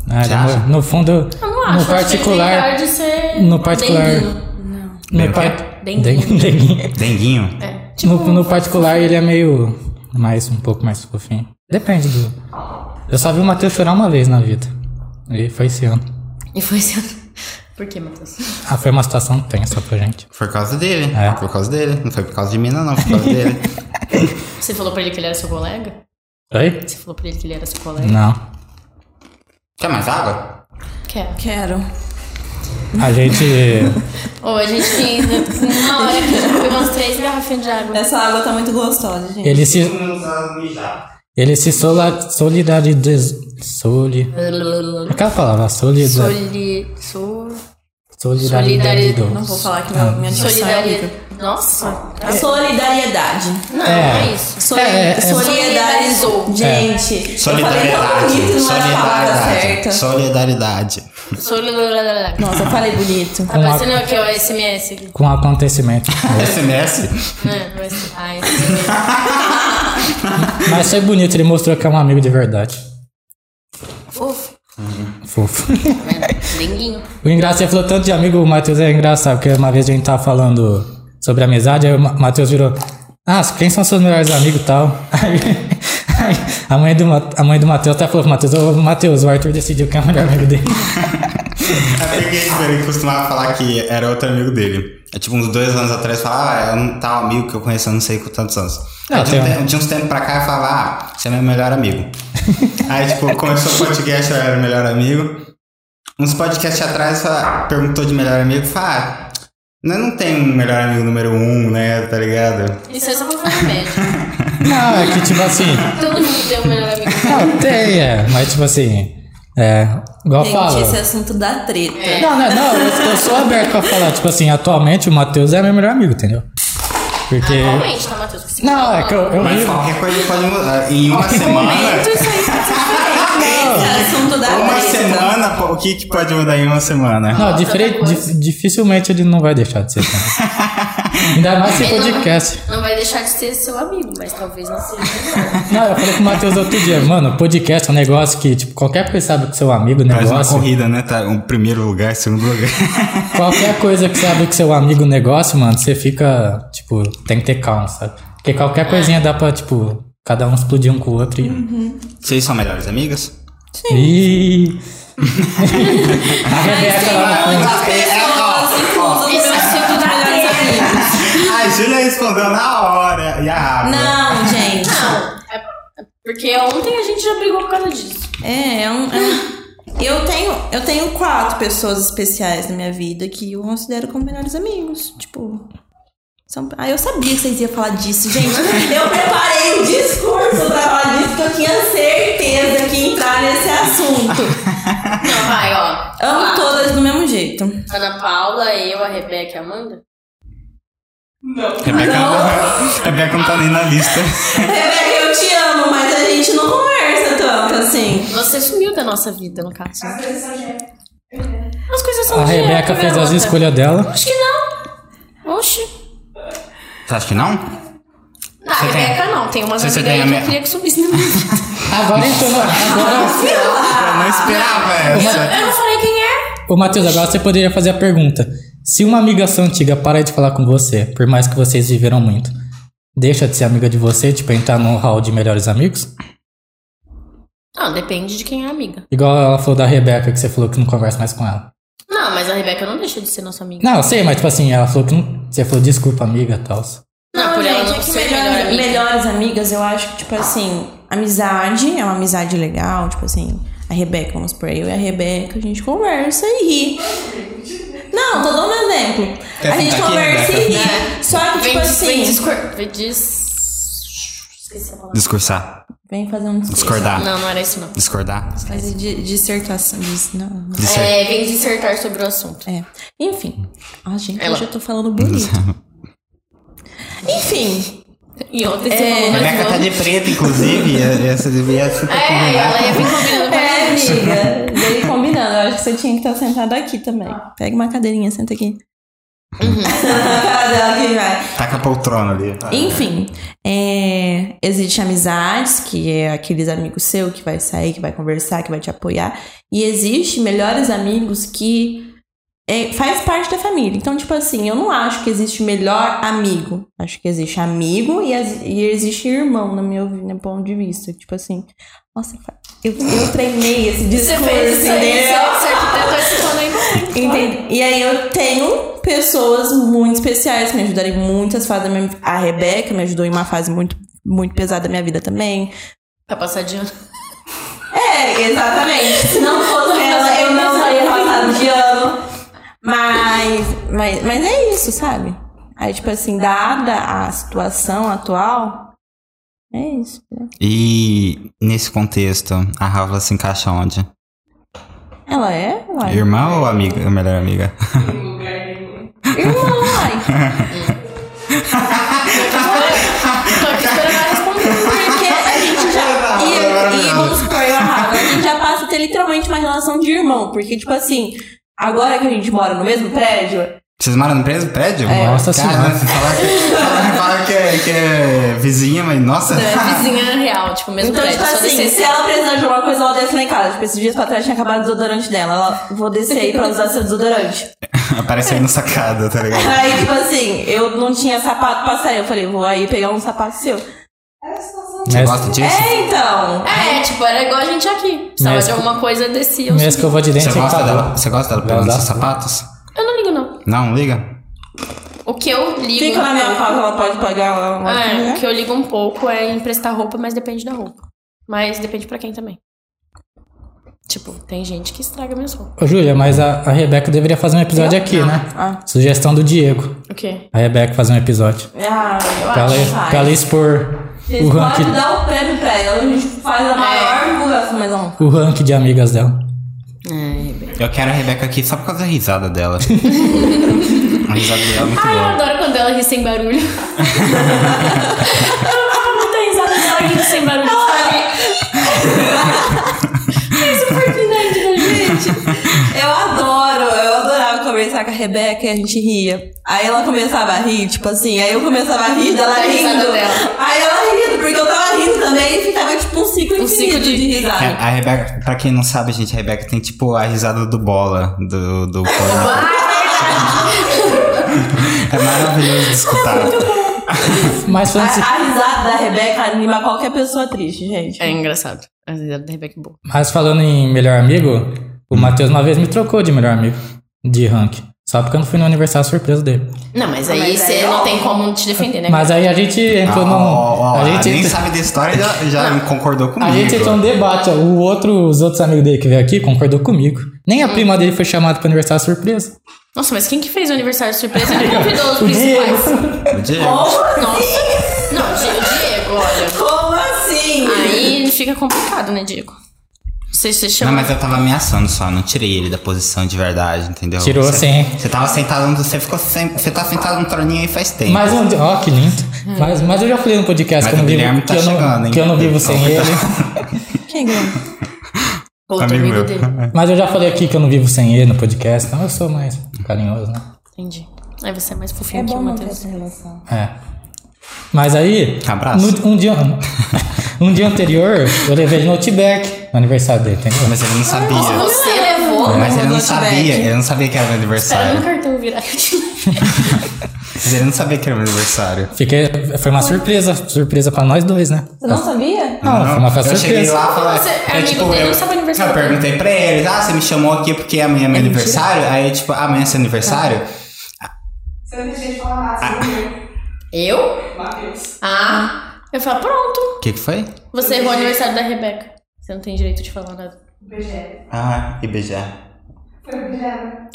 Ah,
Você
ele-
acha?
no fundo,
Eu não acho.
no particular,
Acho que ele tem cara de ser
no particular-
denguinho.
no, par...
Denguinho.
Denguinho.
Denguinho?
É.
no, no particular ele é meio mais um pouco mais fofinho. Depende do. Eu só vi o Matheus chorar uma vez na vida. E foi esse ano.
E foi assim. Por que, Matheus?
Ah, foi uma situação tensa pra gente.
Foi por causa dele.
É.
Foi por causa dele. Não foi por causa de mim, não, não. Foi por causa dele.
Você falou pra ele que ele era seu colega?
Oi?
Você falou pra ele que ele era seu colega?
Não.
Quer mais água?
Quer.
Quero.
A gente.
Ou a gente tem uma hora que a gente bebeu umas três garrafinhas de água.
Essa água tá muito gostosa, gente.
Ele se. Ele se sola, solidariz, soli, aquela palavra solidar,
Soli... Sol...
solidaridade.
solidari-
Não vou falar que
Ah.
meu, minha dicção é horrível.
Solidariedade. Nossa.
A solidariedade.
Não,
É.
não é isso.
Soli-
É, é, é.
Solidarizou. Gente, eu falei tão
Solidariedade.
bonito, não era a palavra
Solidariedade.
certa.
Solidariedade.
Solidariedade.
Nossa, eu falei bonito.
Tá parecendo aqui, ó, SMS. aqui.
com acontecimento.
SMS?
É, vai ser- Ai, SMS.
Mas foi bonito, ele mostrou que é um amigo de verdade.
Fofo.
Fofo.
Tá vendo? Denguinho.
O engraçado, você falou tanto de amigo, o Matheus é engraçado, porque uma vez a gente tava falando sobre amizade, aí o Ma- Matheus virou, ah, quem são seus melhores amigos e tal? Aí, aí a mãe do, Ma- a mãe do Matheus até falou pro Matheus, ô Matheus, o Arthur decidiu que é o melhor amigo dele.
É porque ele costumava falar que era outro amigo dele. É tipo uns dois anos atrás, falava, ah, é um tal amigo que eu conheço há não sei quantos anos. Aí
Ah,
de, um
tem um-
tempo, de uns tempos pra cá, eu falava, ah, você é meu melhor amigo. Aí, tipo, começou o podcast, eu era o melhor amigo. Uns podcasts atrás, fala- perguntou de melhor amigo, fala, ah, eu não tem um melhor amigo número um, né, tá ligado?
Isso é só pra fazer médico.
Não, é que tipo assim,
Todo mundo tem o melhor amigo.
não, tem, é, mas tipo assim, é, igual eu
Gente, é esse
falo.
assunto dá treta.
Não, não, não, eu, eu sou aberto pra falar, tipo assim, atualmente o Matheus é meu melhor amigo, entendeu? Porque...
Realmente, tá, Matheus? Você
Não,
tá
é que eu, eu
Mas qualquer coisa pode mudar. Em uma semana...
Esse assunto dá
Uma
treta.
semana, pô, o que, que pode mudar em uma semana?
Não,
Nossa,
diferen-
outra coisa.
dif- dificilmente ele não vai deixar de ser. fã. Ainda mais se
Ele não-
podcast.
Não vai deixar de ser seu amigo, mas talvez não seja.
Não, eu falei com o Matheus outro dia, mano, podcast é um negócio que, tipo, qualquer coisa sabe que seu amigo,
Faz uma
negócio.
corrida, né? Tá, um primeiro lugar, segundo lugar.
Qualquer coisa que sabe que seu amigo, negócio, mano, você fica, tipo, tem que ter calma, sabe? Porque qualquer coisinha dá pra, tipo, cada um explodir um com o outro e.
Vocês são melhores amigas?
Ih! A Rebeca
tá?
lá.
Esse assunto da treta.
A Júlia respondeu na hora. E a Rafa?
Não, gente.
Não, é porque ontem a gente já brigou por causa disso.
É, é um. é um- Eu tenho, eu tenho quatro pessoas especiais na minha vida que eu considero como melhores amigos. Tipo. São... Ah, eu sabia que vocês iam falar disso, gente. Eu preparei o discurso pra falar disso, que eu tinha certeza que ia entrar nesse assunto.
Não, vai, ó.
Amo todas do mesmo jeito.
Ana Paula, eu, a Rebeca e a Amanda.
Rebeca não. Rebeca não tá nem na lista.
Rebeca, É, eu te amo, mas a gente não conversa tanto assim.
Você sumiu da nossa vida, no caso. As coisas são gêmeas. As coisas são né,
A Rebeca
gêmeas,
fez as
garota.
escolhas dela.
Acho que não. Oxi.
Você acha que não?
Ah,
Você tem-
Rebeca não. Tem umas
Você- você tem
amigas aí
a
que
minha-
eu queria que subisse na minha vida.
Agora então, agora,
Eu não esperava essa.
Eu não falei quem é.
ô Matheus, agora você poderia fazer a pergunta. Se uma amiga sua antiga para de falar com você, por mais que vocês viveram muito, deixa de ser amiga de você, tipo, entrar no hall de melhores amigos?
Não, depende de quem é a amiga.
Igual ela falou da Rebeca, que você falou que não conversa mais com ela.
Não, mas a Rebeca não deixa de ser nossa amiga.
Não, eu sei, mas tipo assim, ela falou que não... Você falou desculpa, amiga, tal.
Não, por ela não
é que
ser
melhor-
melhor amiga.
melhores amigas, eu acho que, tipo assim, amizade é uma amizade legal, tipo assim, a Rebeca, vamos supor, eu e a Rebeca, a gente conversa e ri. Não, tô dando um exemplo.
Quer
a gente
sentar aqui,
conversa e
Rebeca?
ri. Só que,
É. Vem,
tipo assim.
vem, discor... vem dis... Esqueci a palavra.
Discursar.
Vem fazer um discurso.
Discordar.
Não, não era isso
Tá
não.
Discordar.
Fazer di- dissertação. dis- Não, não.
Disser...
É, vem dissertar sobre o assunto.
É. Enfim. Ah, gente,
Ela.
hoje eu tô falando bonito. Enfim.
E ontem você
É.
falou mais
Rebeca tá
novo.
de preto, inclusive. e Essa devia ser.
É, ela ia vir combinando com
É,
a gente.
amiga. Dei combinando. Eu acho que você tinha que estar sentado aqui também. Pega uma cadeirinha, senta aqui. Cara dela que vai.
Taca a poltrona ali.
Enfim, é, existe amizades, que é aqueles amigos seu que vai sair, que vai conversar, que vai te apoiar. E existe melhores amigos que é, faz parte da família. Então, tipo assim, eu não acho que existe melhor amigo. Acho que existe amigo e, as- e existe irmão, no meu, no meu ponto de vista. Tipo assim, nossa, eu, eu treinei esse
Você
discurso,
fez isso aí,
entendeu?
você arquitetou esse plano aí pra frente.
Entendi. E aí eu tenho pessoas muito especiais que me ajudaram em muitas fases da minha vida. A Rebeca me ajudou em uma fase muito, muito pesada da minha vida também.
Pra passar de ano.
É, exatamente. Se não fosse
ela, eu não teria passado
de ano. Mas, mas, mas é isso, sabe? Aí, tipo assim, dada a situação atual, é isso. né?
E nesse contexto, a Rafa se encaixa onde?
Ela é, uai.
Irmã ou amiga? Melhor amiga?
Irmã, uai.
Tô aqui esperando ela responder. né?
Porque a gente já. E, e vamos supor, eu e a Rafa, a gente já passa a ter literalmente uma relação de irmão. Porque, tipo assim, agora que a gente mora no mesmo prédio,
Vocês moram no mesmo prédio?
É. Nossa
Cara,
senhora.
você fala que, fala, fala que, é, que é vizinha, mas nossa.
É, vizinha real, tipo, mesmo
então,
prédio,
tipo
só
assim,
descer.
se ela precisar de alguma coisa, ela desce lá em casa. Tipo, esses dias pra trás tinha acabado o desodorante dela. Ela, vou descer aí pra usar seu desodorante.
Aparece aí no sacado, tá ligado?
É.
Aí, tipo assim, eu não tinha sapato pra sair. Eu falei, vou aí pegar um sapato seu.
Você
Mas-
gosta disso?
É, então.
É, tipo, era igual a gente aqui. Precisava
Mas-
de alguma coisa, descia. Eu,
Minha escova de dente
Você
acabou.
gosta dela? Você gosta dela pegando
Ela
seus
dá-
sapatos?
eu não ligo, não.
Não, liga.
O que eu ligo.
Fica na minha casa, ela pode pagar lá. uma- né?
É, o que eu ligo um pouco é emprestar roupa, mas depende da roupa. Mas depende pra quem também. Tipo, tem gente que estraga minhas roupas.
um. Ô, Júlia, mas a, a Rebeca deveria fazer um episódio aqui, né?
Ah.
Sugestão do Diego.
O quê?
A Rebeca fazer um episódio. Pra
Ah, eu acho que
ela,
faz.
pra ela expor o
Vocês
ranking,
podem dar o prêmio pra ela, a gente faz a maior divulgação, É. mas não.
o ranking de amigas dela.
Eu quero a Rebeca aqui só por causa da risada dela. a risada dela é muito
Ai, eu
boa.
adoro quando ela ri sem barulho. eu falo muita risada dela rindo sem barulho, sabe? Mas o Fortnite da gente.
é Eu adoro, eu adorava conversar com a Rebeca e a gente ria. Aí ela começava a rir, tipo assim, aí eu começava a rir dela
Da risada
rindo.
dela.
Aí ela rindo, porque eu tava rindo também e ficava tipo um ciclo
Um ciclo
infinito
de-
de, risada.
A a Rebeca, pra quem não sabe, gente, a Rebeca tem tipo a risada do bola, do, do porno. É maravilhoso de escutar.
Mas
A,
falando, se-
a risada da Rebeca anima qualquer pessoa triste, gente.
É engraçado. A risada da Rebeca é boa.
mas falando em melhor amigo,
Hum.
o Matheus uma vez me trocou de melhor amigo de ranking. Só porque eu não fui no aniversário surpresa dele.
Não, mas aí
Mas aí,
você
ó.
não tem como te defender, né?
Mas aí a gente entrou
Ó,
num.
Ah, ó, ó,
a
ela
gente,
nem
entrou-
sabe da história e já, já concordou comigo.
a gente entrou num debate. O outro, os outros amigos dele que veio aqui concordou comigo. Nem a prima dele foi chamada pra aniversário surpresa.
Nossa, mas quem que fez o aniversário de surpresa e não convidou os
O Diego.
principais?
O Diego.
Nossa. Não, Di- Diego, olha.
Como assim?
Aí fica complicado, né, Diego? Você, você
Não,
chama.
mas eu tava ameaçando só, não tirei ele da posição de verdade, entendeu?
Tirou,
você,
sim.
Você tava sentado, no- você ficou sempre, você tá sentado no troninho aí faz tempo.
Mas um. Ó, que lindo. Mas, mas eu já falei no podcast
Mas
que eu
o
não
Guilherme
vivo,
tá
que eu não,
chegando, hein?
que eu não vivo
Então,
sem
coitado.
ele.
Quem ganha?
Outro
Amigo
amigo,
meu.
dele.
Mas eu já falei aqui que eu não vivo sem ele no podcast, então eu sou mais carinhoso, né?
Entendi. Aí você é mais fofinho
É
que o
bom manter
Matheus.
essa relação.
É. Mas aí,
Abraço.
no- um, dia, um dia anterior, eu levei ele no Outback, no aniversário dele, entendeu?
Mas ele não sabia.
Você levou
Mas ele
no
não
Outback.
sabia, ele não sabia que era meu
Espera meu
aniversário.
cartão virar que eu te levo.
Mas ele não sabia que era meu aniversário.
Fiquei, foi uma surpresa, surpresa pra nós dois, né?
Você não sabia?
Não, foi uma
eu
surpresa.
cheguei lá e falei.
Você é
eu,
amigo
tipo,
dele,
eu,
sabe o
eu
aniversário dele.
perguntei pra ele, ah, você me chamou aqui porque amanhã é meu aniversário? Aí, tipo, ah, amanhã é seu aniversário?
Tá.
Você não deixa de falar nada, né? você
Eu?
não Matheus.
Ah. Eu falo, pronto.
O que, que foi?
Você errou o aniversário da Rebeca. Você não tem direito de falar nada.
Beijo.
Ah, IBGE.
Foi beijo.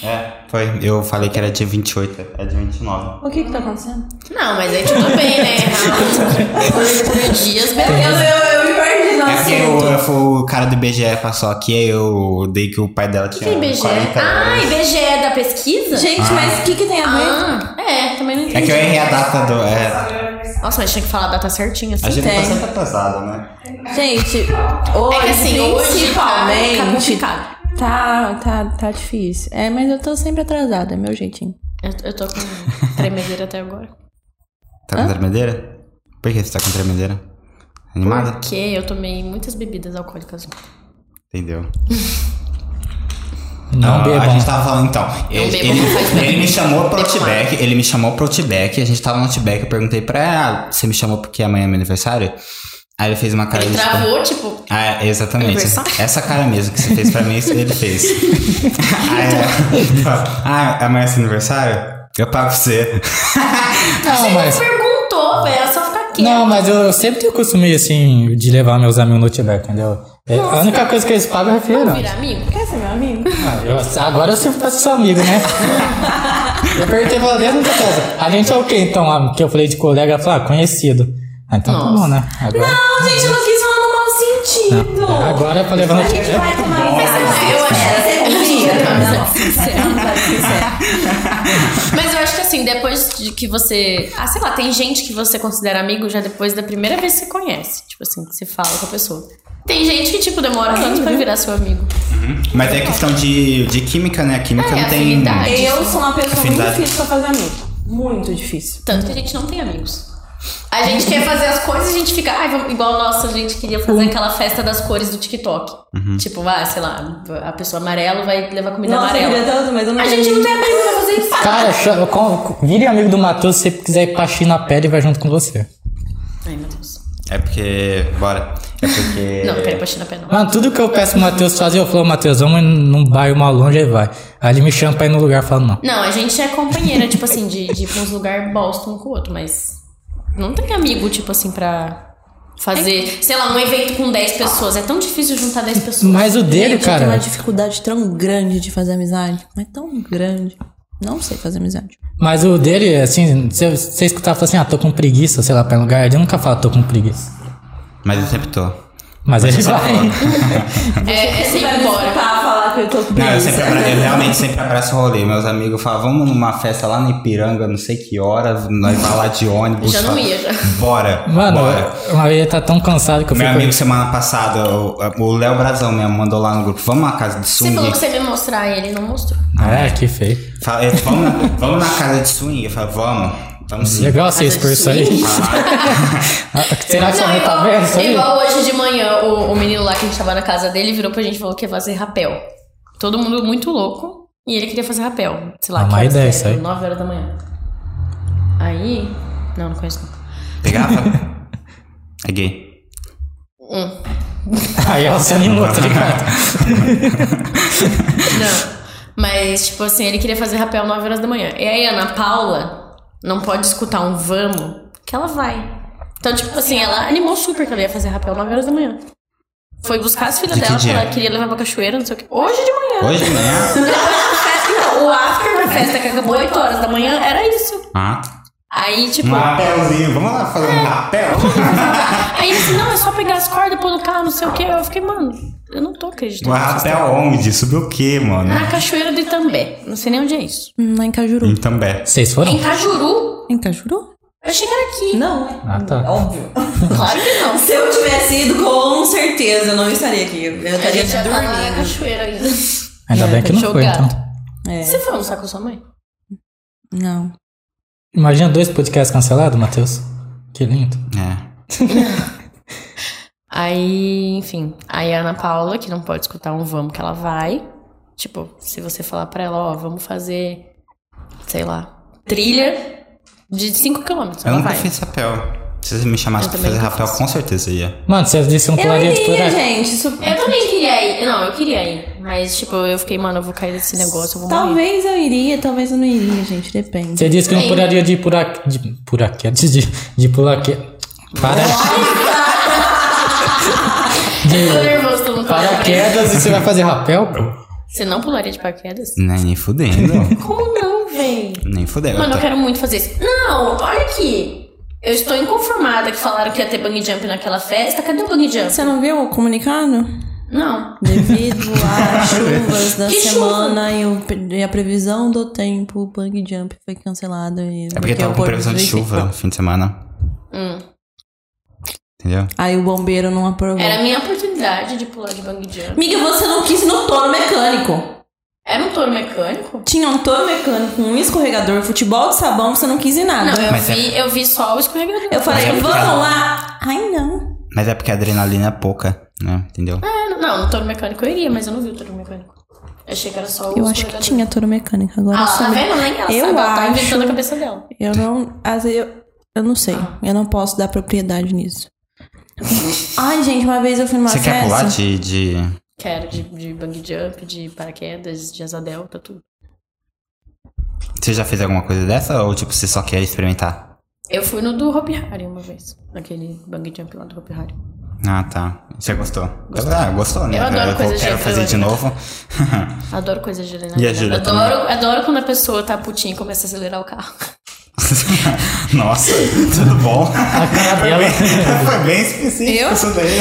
É, foi. Eu falei que era dia 28, é dia 29.
O que que tá acontecendo?
Não, mas aí tudo bem, né? Errar por dias, beleza.
eu me perdi no
É porque eu, eu fui o cara do IBGE passou aqui, aí eu dei que o pai dela
Que
tinha
IBGE?
40
Ah,
anos.
IBGE é da pesquisa?
Gente, mas o que que tem a ver?
Ah, é, também não
É
entendi.
que eu errei a data do. É,
Nossa, mas tinha que falar a data certinha, assim.
a gente tá
Tem.
sempre atrasado, né?
Gente,
É
hoje
que assim, hoje tá- tá
principalmente
complicado.
tá, tá, tá difícil. É, mas eu tô sempre atrasada, é meu jeitinho.
Eu, eu tô com tremedeira até agora.
Tá com tremedeira? Por que você tá com tremedeira? Animada?
Porque eu tomei muitas bebidas alcoólicas.
Entendeu?
Não
Ah,
bebam.
A gente tava falando então. Ele,
bebam, não faz
ele,
bem.
ele me chamou pro
Bebam
Outback, ele me chamou pro Outback, a gente tava no Outback, eu perguntei pra ela, ah, você me chamou porque amanhã é meu aniversário? Aí ele fez uma cara
Ele
de tipo,
travou, tipo,
Ah, exatamente.
Aniversário?
Essa cara mesmo que você fez pra mim, isso ele fez. ah, é. ah, amanhã é seu aniversário? Eu pago pra você. tá
Não, mas...
perguntou, velho. É só ficar quieto.
Não, mas eu sempre tenho o costume, assim, de levar meus amigos no Outback, entendeu? É, a única coisa que eles pagam é
Vamos
refrigerante.
virar amigo?
Quer ser É meu amigo?
Ah, eu- agora eu sempre faço seu amigo, né? eu perguntei pra dentro da casa. A gente é o quê, então? Ah, Que eu falei de colega, ela falou, ah, conhecido. Ah, então tá
Nossa.
bom, né? Agora,
Não, gente, eu não quis falar no mau sentido.
agora é pra levar no
A gente
Outback.
vai tomar um risada.
Eu acho
Era ser mentira.
Não,
é
Mas eu acho que assim, depois de que você. Ah, sei lá, tem gente que você considera amigo já depois da primeira vez que você conhece. Tipo assim, que você fala com a pessoa. Tem gente que, tipo, demora anos pra virar seu amigo.
Mas é questão de, de química, né? A química
É,
não tem.
afinidade.
Eu sou uma pessoa muito
Afinidade.
difícil pra fazer amigo. Muito difícil.
Tanto que a gente não tem amigos. A gente quer fazer as coisas e a gente fica. Ai, vamos- igual nossa, a gente queria fazer aquela festa das cores do TikTok. Tipo, ah, sei lá, a pessoa amarela vai levar comida
Nossa, é eu
amarela.
queria tanto, mas eu não
A gente não tem amigo pra fazer isso.
Cara, cho- com- vire amigo do Matheus se você quiser ir pra China a pé, ele vai junto com você.
Ai, meu Deus.
É porque. Bora. É porque.
Não, peraí, baixinha na pé não.
Mano, tudo que eu peço pro Matheus fazer, eu falo, Matheus, vamos num bairro mal longe, ele vai. Aí ele me chama pra ir no lugar, eu falo, não.
Não, a gente é companheira, tipo assim, de, de ir pra uns lugares bosta um com o outro, mas não tem amigo, tipo assim, pra fazer, sei lá, um evento com 10 pessoas. É tão difícil juntar 10 pessoas.
Mas o dele,
Gente, Eu tenho
cara.
uma dificuldade tão grande de fazer amizade. Mas tão grande. Não sei fazer amizade.
Mas o dele, assim, se você escutar falar assim, ah, tô com preguiça, sei lá, pra ir no lugar, ele nunca fala, tô com preguiça.
Mas eu sempre tô.
Mas ele vai.
É, é
Você
sempre
vai me
embora.
escutar falar que eu tô com
Não, eu,
preguiça. é
sempre abra- eu realmente sempre abraço o rolê. Meus amigos falam, vamos numa festa lá na Ipiranga, não sei que hora, nós vai lá de ônibus.
Já não
fala,
ia, já.
Bora.
Mano,
bora.
uma vez ele tá tão cansado que eu
Meu
fico.
amigo, semana passada, o o Léo Brazão mesmo mandou lá no grupo: Vamos na casa de
Você
swing?
falou que você ia me mostrar e ele não mostrou.
Ah, que feio.
Fala, ele, vamos, na, vamos na casa de swing? Eu falo: Vamos, vamos sim.
Legal vocês
Casa
por
de
isso aí.
swing.
Ah, Será que sua mãe tá
igual,
vendo isso aí?
igual hoje de manhã, o, o menino lá que a gente tava na casa dele virou pra gente e falou que ia fazer rapel. Todo mundo muito louco e ele queria fazer rapel. Sei lá,
Ah,
que
má
horas
ideia
que
isso
era,
aí.
9 horas da manhã. Aí. Não, não conheço não.
Pegava? É gay.
Aí ela se animou, tá ligado?
Não. Mas, tipo assim, ele queria fazer rapel 9 horas da manhã. E aí, a Ana Paula não pode escutar um vamos, que ela vai. Então, tipo assim, ela animou super que ela ia fazer rapel 9 horas da manhã. Foi buscar as filhas
De que
dela, que
dia?
ela queria levar pra cachoeira, não sei o quê. Hoje de manhã.
Hoje né? de manhã?
Festa, então, o after da festa que acabou 8 horas da manhã era isso.
Ah,
Aí, tipo,
um rapelzinho, vamos lá fazer um rapel?
aí ele disse, não, é só pegar as cordas, pôr no carro, não sei o quê. Eu fiquei, mano, eu não tô
Um
acreditando.
rapel onde? Subiu o quê, mano?
Na cachoeira de Itambé. Não sei nem onde é isso.
Hum, Lá em Cajuru.
Em També.
Vocês foram?
Em Cajuru,
Em Cajuru?
eu achei que era aqui.
Não.
Ah, tá.
Óbvio.
Claro que não.
Se eu tivesse ido, com certeza eu não estaria aqui. Eu
A gente
estaria
já tá lá na
dormindo.
cachoeira ainda. Você
Ainda bem que não foi,
Jogado.
então.
É.
foi almoçar com sua mãe?
Não.
Imagina dois podcasts cancelados, Matheus. Que lindo.
É.
Aí, enfim, aí a Ana Paula, que não pode escutar um vamos que ela vai. Tipo, se você falar pra ela, ó, vamos fazer, sei lá, trilha de 5 km,
Eu
ela
nunca
vai.
fiz rapel. Se vocês me chamassem
Eu
pra
também
fazer
nunca
rapel,
fiz.
com certeza ia.
Mano, vocês disseram que
Eu
Laria de
iria,
Coragem.
gente. Isso...
Eu também queria ir. Não, eu queria ir. Mas, tipo, eu fiquei, mano, eu vou cair desse negócio, eu vou morrer.
Talvez eu iria, talvez eu não iria, gente. Depende.
Você disse que não
Sim.
pularia de puraque. De puraque. De, de pulaque. Para.
Eu tô
de
nervoso, todo mundo
paraquedas e você vai fazer rapel, pô?
Você não pularia de paraquedas?
Nem, nem fudendo.
Como não, véi?
nem fudendo.
Mano,
Eu
eu
tô-
quero muito fazer isso. Não, olha aqui. Eu estou inconformada que falaram que ia ter bungee jump naquela festa. Cadê o bungee jump?
Você não viu o comunicado?
Não.
Devido às chuvas da
Que
semana e, o pre- e a previsão do tempo, o Bang Jump foi cancelado. E
É porque tava com
o
previsão de
prefeito-
chuva no fim de semana.
Hum.
Entendeu?
Aí o bombeiro não aprovou.
Era a minha oportunidade de pular de bungee jump.
Amiga, você não quis no touro mecânico.
Era um touro mecânico?
Tinha um touro mecânico, um escorregador, futebol de sabão, você não quis em nada.
Não, eu
Mas
vi, eu vi só o escorregador.
é Eu falei,
Mas é
vamos
porque-
lá. Ai, não.
Mas é porque a adrenalina é pouca, né? Entendeu?
Ah, não, no touro mecânico eu iria, mas eu não vi o touro mecânico. Eu achei que era só o
Eu acho que
escorregador.
tinha touro mecânico agora.
Ah,
eu
lá, tá
soube.
vendo? Nem ela
Eu
sabe, ela tá
acho-
inventando a cabeça dela.
Eu não. Às vezes eu, eu não sei.
Ah.
Eu não posso dar propriedade nisso. Ai, gente, uma vez eu fui numa
Você
é
festa.
quer pular de. de...
Quero de, de bungee jump, de paraquedas, de asa delta, tudo.
Você já fez alguma coisa dessa? Ou tipo, você só quer experimentar?
Eu fui no do Hopi Hari uma vez. Naquele bungee jump lá do Hopi Hari.
Ah, tá. Você gostou? Ah, gostou, né?
Eu adoro coisa de
quero fazer de novo.
Adoro coisa de adrenalina.
E a Júlia
adoro, adoro quando a pessoa tá putinha e começa a acelerar o carro.
Nossa, tudo bom?
A cara dela.
Foi bem específico
Eu?
isso daí.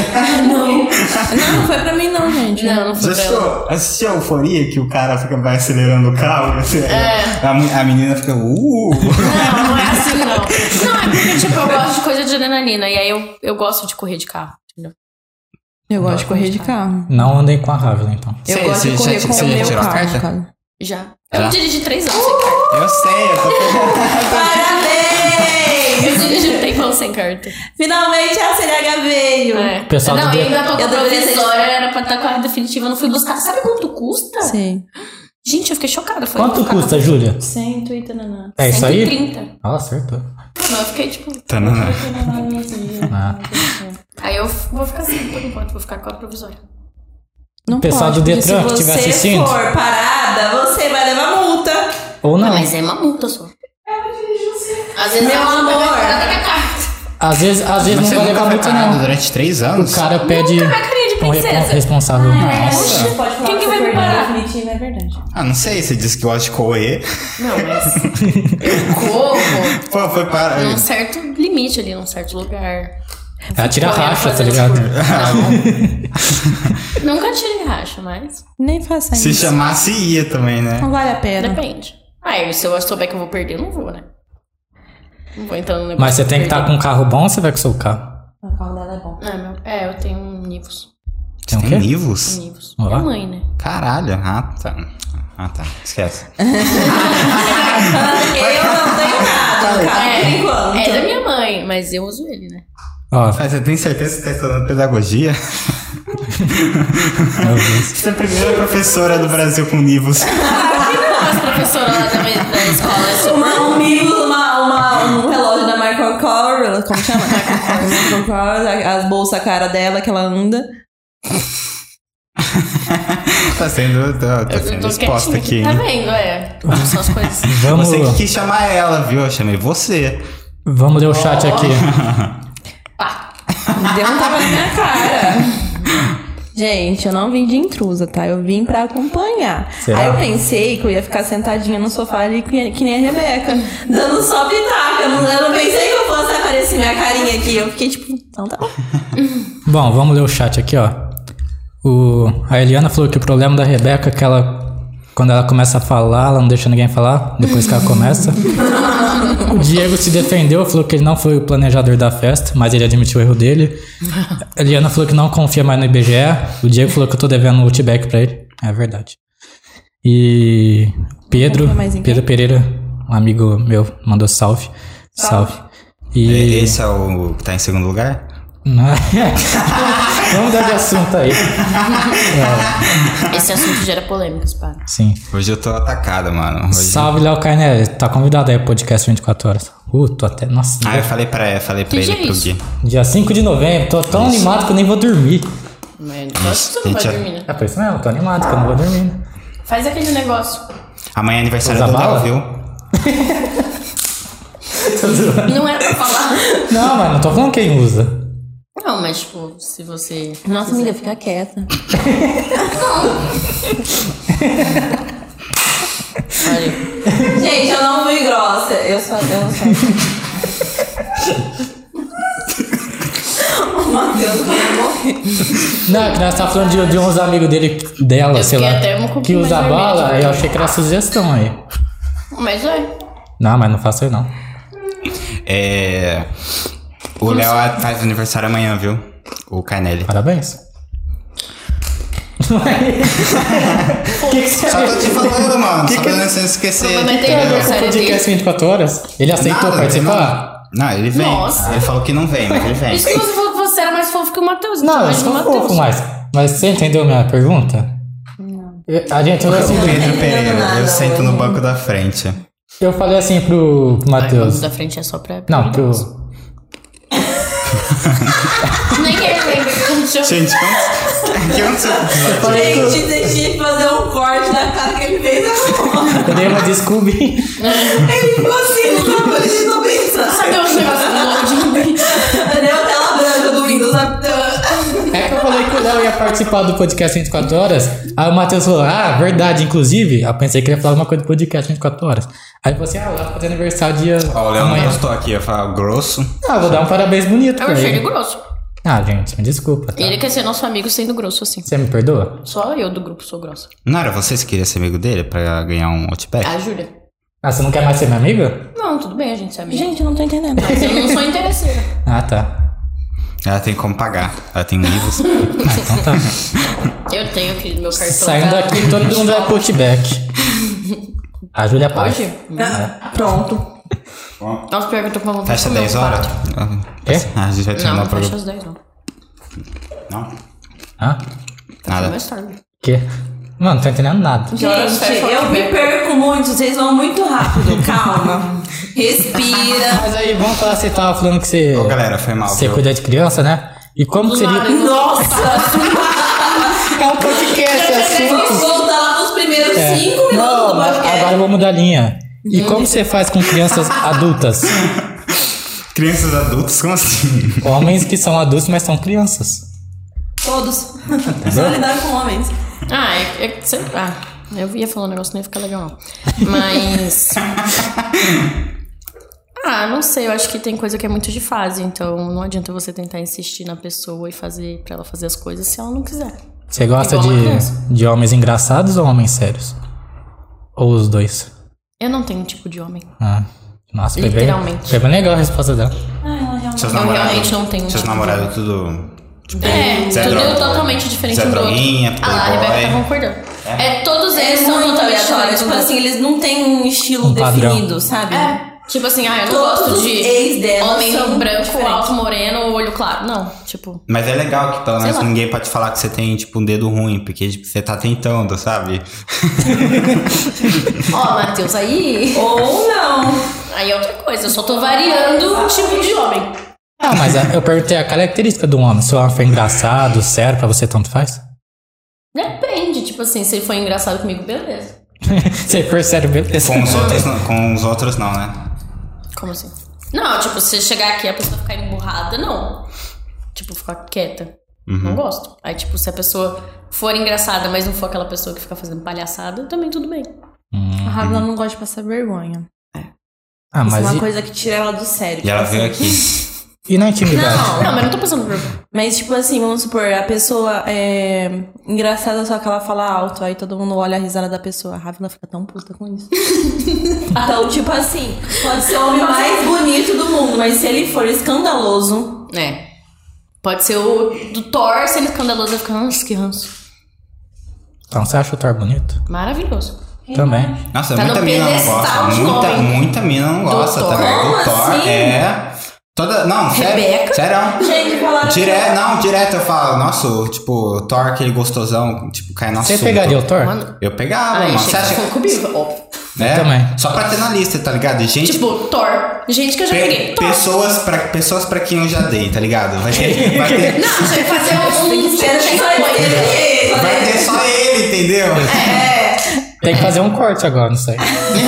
Não, não foi pra mim, não, gente.
Não, não
Já
foi pra ela.
assistiu, assistiu a euforia que o cara fica vai acelerando o carro?
É.
e você- a, mu- a menina fica. Uh!
Não, não é assim, não. Não, é porque, tipo, eu gosto de coisa de adrenalina. E aí eu, eu gosto de correr de carro. entendeu?
Eu gosto de correr de carro.
Não andem com a Ravel, então.
Eu
Cê-
gosto
cê
de
já
correr
ti-
com
cê
o
já
meu
tirou a
carro,
carta?
cara.
Já.
Já?
Eu dirigi três anos sem carta.
Eu sei, eu tô
Parabéns!
Eu dirigi um tempão sem carta.
Finalmente a CDH veio!
É.
Pessoal
não,
do
e
D-
ainda tô com
Eu
a
deveria ter-
provisória, era pra estar com a definitiva, eu não fui buscar. Sabe quanto custa?
Sei.
Gente, eu fiquei chocada. Foi
Quanto custa, Júlia?
100 e tananã.
É isso aí?
130.
Ah, acertou.
Não, eu fiquei, tipo...
Tanana.
Ah.
Aí eu f- vou ficar assim, por enquanto, vou ficar com a provisória.
Não
Pessoal
pode,
do
porque
Detran que
se
estiver
você
assistindo.
for parada, você vai levar multa.
Ou não.
Mas é uma multa só. Às vezes
Meu
é uma multa
amor.
mais cara do que a carta.
Às vezes, às vezes
Mas você
não vai
nunca
levar
foi né?
muito,
parado
não.
durante três anos?
O cara pede
carinha de
pra um repon-
princesa.
responsável.
Ah,
Nossa.
Pode
Quem que vai me parar?
Definitiva é verdade.
Ah, não sei, você disse que gosta de correr.
Não, mas... Eu corro
Pô, foi para.
num certo limite ali, num certo lugar.
é.
Ela tira
Correndo,
racha, tá
fazendo
ligado?
esforço. Não. Nunca tirei racha, mas...
Nem faça
Se
isso.
chamasse, ia também, né?
Não vale a pena.
Depende. Aí, se eu souber que eu vou perder, eu não vou, né? Não vou entrar no negócio.
Mas você tem que
de
estar com um carro bom ou você vai com o seu carro?
A cordada é bom.
perder. Ah, meu- É, eu tenho um Nivus.
Tem É o
Tem
quê?
livros?
Um Nivus.
Olá.
Minha mãe, né?
Caralho, ah tá. Ah tá, esquece.
Eu não tenho nada, cara, por enquanto.
É da minha mãe, mas eu uso ele, né?
Ó,
Mas você tem certeza que você tá estudando pedagogia?
meu Deus.
Você é a primeira professora do Brasil com livros.
As professoras lá da, minha- da escola são
Uma, um livro, uma, uma- um relógio da Michael Kors, como chama? Michael Kors, a- as bolsas cara dela que ela anda.
tá sendo, tá, tá sendo exposta aqui,
Tá
hein?
vendo, é. São as coisas.
Vamos,
Você que quis chamar ela, viu? Eu chamei você.
vamos ler o chat aqui.
Deu um tapa na minha cara. Gente, eu não vim de intrusa, tá? Eu vim pra acompanhar.
Será?
Aí eu pensei que eu ia ficar sentadinha no sofá ali que, que nem a Rebeca, dando só pitaca. Eu não, eu não pensei que eu fosse aparecer minha carinha aqui. Eu fiquei tipo, então tá bom.
Bom, vamos ler o chat aqui, ó. O, a Eliana falou que o problema da Rebeca é que ela. Quando ela começa a falar, ela não deixa ninguém falar, depois que ela começa. O Diego se defendeu, falou que ele não foi o planejador da festa, mas ele admitiu o erro dele. A Eliana falou que não confia mais no IBGE. O Diego falou que eu tô devendo um outback pra ele. É verdade. E Pedro,
Confia mais em quem?
Pedro Pereira, um amigo meu, mandou salve. Salve. E.
E- Esse é o que tá em segundo lugar?
Vamos mudar de assunto aí.
Esse assunto gera polêmicas, pá.
Sim.
Hoje eu tô atacado, mano. Hoje...
Salve, Léo Carnelli. Tá convidado aí pro podcast 24 horas. Uh, tô até. Nossa,
Ah, eu falei pra, falei pra
Que
ele
dia é
pro
isso?
Gui.
dia 5 de novembro. Tô tão animado que eu nem vou dormir.
Mas eu não gosto que tu não
Gente,
vai
é-
dormir, né?
É por isso mesmo, tô animado que eu não vou dormir. né?
Faz aquele negócio.
Amanhã é aniversário
Usa
do Léo,
bala?
viu?
Não era pra falar.
Não, mas não tô falando quem usa.
Não, mas tipo, se você.
Nossa, amiga, fica quieta.
Olha,
Gente, eu não fui grossa. Eu só. Eu só. o Matheus morrer.
Não, é que nós tá falando de, de uns amigos dele, dela,
Eu
sei lá.
fiquei até um pouquinho
que
mais
usa
vermelha,
bala, aí eu
vermelha.
achei que era sugestão aí.
mas é.
Não, mas não faço aí não.
É. O Léo faz aniversário amanhã, viu? O Canelli.
Parabéns. O que, que você
Só tô te falando, mano.
Que
só
que-
pra você não esquecer.
Provavelmente tem
entendeu?
aniversário.
podcast 24 horas? Ele aceitou
Nada,
participar?
Não, não, ele vem.
Nossa.
Ele falou que não vem, mas ele vem.
Isso que você falou que você era mais fofo que o Matheus. então
Não, eu sou
imagina o
um
Matheus.
pouco mais. Mas você entendeu minha pergunta? Não. A gente falou assim,
O Pedro
entendendo
Pereira,
nada
eu sento no
hoje.
banco da frente.
eu falei assim pro pro
Ai, o mundo
Matheus.
da frente é só pra.
Não, pro.
Nem ele lembra.
Gente, quantos. que aconteceu?
Gente, deixei de fazer um corte na cara que ele fez agora.
Eu dei uma descobri.
Ele ficou assim, não tô acreditando nisso.
Cadê os negócios um do Lorde?
Cadê a tela branca do Windows?
É que eu falei que o Léo ia participar do podcast 24 horas. Aí o Matheus falou, ah, verdade, inclusive. Eu pensei que ele ia falar uma coisa do podcast 24 horas. Aí você, ah, o Léo tá fazendo aniversário dia.
Ó, Ah, o Léo não tá.
amanhã."
gostou aqui, eu falo grosso.
Ah, eu vou dar um parabéns bonito
Eu
pra
achei ele
ele.
É grosso.
Ah, gente, me desculpa. tá?
Ele quer ser nosso amigo sendo grosso assim.
Você me perdoa?
Só eu do grupo sou grossa.
Não era vocês que queriam ser amigo dele pra ganhar um Outback?
A Júlia.
Ah, você não quer mais ser minha amiga?
Não, tudo bem, a gente se amiga.
Gente, eu não tô entendendo.
Mas eu não sou interesseira.
Ah, tá.
Ela tem como pagar. Ela tem livros.
Ah, então tá.
Eu tenho aqui meu cartão.
Saindo
tá?
daqui, todo mundo vai putback. A Júlia Paz.
Hoje?
Pronto.
Nossa, pior que eu tô com vontade
Fecha
de comer um
10 horas?
pato.
Quê?
Ah, a gente vai
Não,
terminar
não
o programa.
fecha às 10 não.
Não?
Hã? É.
Nada.
Mais tarde.
Quê? Mano, não tô entendendo nada.
Gente, eu me perco muito, vocês vão muito rápido. Calma. Respira.
Mas aí, vamos falar, você tava falando que você.
Ô, galera, foi mal,
Você
viu?
cuida de criança, né? E como que seria.
nada.
Nossa!
É um podcast,
Vamos voltar lá nos primeiros
É.
cinco minutos
Não,
do
mas
podcast.
agora eu vou mudar a linha. E como você faz com crianças adultas?
Crianças adultas, como assim?
Homens que são adultos, mas são crianças.
Todos. Só lidar com homens.
Ah, é, é, sei lá. Eu ia falar um negócio, não ia ficar legal, não. Mas. ah, não sei, eu acho que tem coisa que é muito de fase, então não adianta você tentar insistir na pessoa e fazer pra ela fazer as coisas se ela não quiser.
Você gosta
Igual uma criança.
de, de homens engraçados ou homens sérios? Ou os dois?
Eu não tenho um tipo de homem.
Ah, nossa, foi bem,
Literalmente.
foi bem legal a resposta dela.
Seus
Eu
namorados.
realmente não tenho
Seus
tipo de-
namorados, tudo.
É,
Zé
tudo
Droga.
totalmente diferente
Zé
um do outro.
Droguinha,
Ah lá, a
Playboy.
Rebeca tá concordando. É, todos eles
Eles
são
são muito
totalmente
aleatórios.
diferentes.
Tipo assim, eles não têm um estilo
Um padrão.
definido, sabe?
É, tipo assim, ah, eu não
Todos
gosto
os
de
ex dela são
homem branco,
diferentes.
alto, moreno, olho claro. Não, tipo,
Mas é legal que pelo
Sei
menos
lá.
ninguém pode falar que você tem, tipo, um dedo ruim, porque tipo, você tá tentando, sabe?
ó, Matheus, aí.
Ou não.
Aí é outra coisa, eu só tô variando o tipo de homem.
Não, Ah, mas a- eu perguntei a característica do homem. Se o homem foi engraçado, sério, pra você tanto faz?
Depende, tipo assim, se ele foi engraçado comigo, beleza.
Se for sério, beleza.
Com os outros, não- com os outros não, né?
Como assim? Não, tipo, se chegar aqui e a pessoa ficar emburrada, não. Tipo, ficar quieta. Não gosto. Aí, tipo, se a pessoa for engraçada, mas não for aquela pessoa que fica fazendo palhaçada, também tudo bem.
A Rafa não gosta de passar vergonha.
Ah,
Isso é
mas
uma
e,
coisa que tira ela do sério.
E ela veio aqui.
e na intimidade?
Não.
Não, mas não tô passando por.
Mas, tipo assim, vamos supor, a pessoa é engraçada só que ela fala alto, aí todo mundo olha a risada da pessoa. A Ravila fica tão puta com isso. então, tipo assim, pode ser o homem mais bonito do mundo, mas se ele for escandaloso.
É. Pode ser o do Thor sendo escandaloso e ficar, nossa, que ranço.
Então, você acha o Thor bonito?
Maravilhoso.
Também.
Nossa,
Tá no
muita mina não
pedestal
gosta.
de
Muita,
homem.
muita mina não gosta
Thor.
também.
Como
Do Thor
assim?
é. Toda. Não, sério.
Rebeca?
Sério.
Gente, falaram.
Direto, não, direto eu falo, nossa, tipo, o Thor, aquele gostosão, tipo, cai na
Você pegaria o Thor?
Mano.
Eu pegava,
Ai,
mano.
gente,
Ah, Você acha
foi comigo, óbvio.
né?
também.
Só pra ter na lista, tá ligado? Gente,
Tipo, Thor. Gente que eu já
pe-
peguei. Thor.
pessoas, pra, pessoas pra quem eu já dei, tá ligado? Vai ter, vai ter,
Não, você vai fazer um.
Tem que ser, tipo tem que ser.
vai ter só ele, entendeu?
Tem que fazer um corte agora, não sei.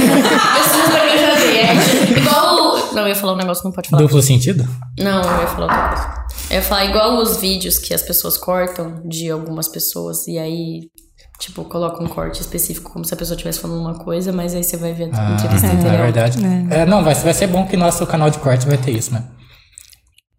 Pessoas pra mim eu já dei. É, tipo, igual. o- Não, eu ia falar um negócio que não pode falar.
Duplo sentido?
Não, eu ia falar outra coisa. Eu ia falar igual os vídeos que as pessoas cortam de algumas pessoas e aí, tipo, coloca um corte específico como se a pessoa estivesse falando uma coisa, mas aí você vai ver
Ah,
a entrevista
é
na
inteira.
verdade. É, não, vai, vai ser bom que nosso canal de corte vai ter isso, né?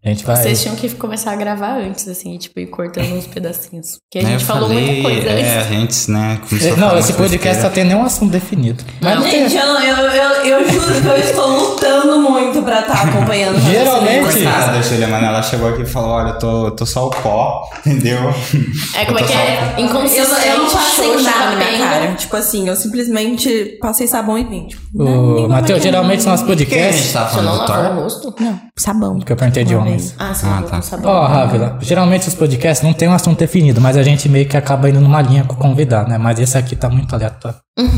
A gente vai.
Vocês tinham que começar a gravar antes, assim, e, tipo, ir cortando uns pedacinhos. Porque a
Né,
gente falou muita coisa
é,
antes.
a gente, né, começou a falar
É, Não,
umas
esse podcast só
besteiras.
tem nenhum assunto definido. Mas não tem.
Gente, eu, não- eu, eu, eu juro que eu estou lutando muito pra estar acompanhando.
Geralmente-
Coitada, Julia, mano, ela chegou aqui e falou, olha, eu tô, tô só o pó, entendeu?
É, como é
Eu tô
que é?
Eu,
Inconsistente,
eu não passei
xoxa,
nada na minha
capenga.
cara. Tipo assim, eu simplesmente passei sabão em mim. Tipo,
O Matheus, geralmente nosso
O que a gente
podcast.
tava
Você
falando
não
do
lavou o
Thor?
rosto?
não, sabão.
Que eu perguntei de
Uma
homens.
Ah, você lavou
tá.
com sabão.
Ó, Rávila, geralmente os podcasts não tem um assunto definido, mas a gente meio que acaba indo numa linha com o convidado, né? Mas esse aqui tá muito aleatório.
vez.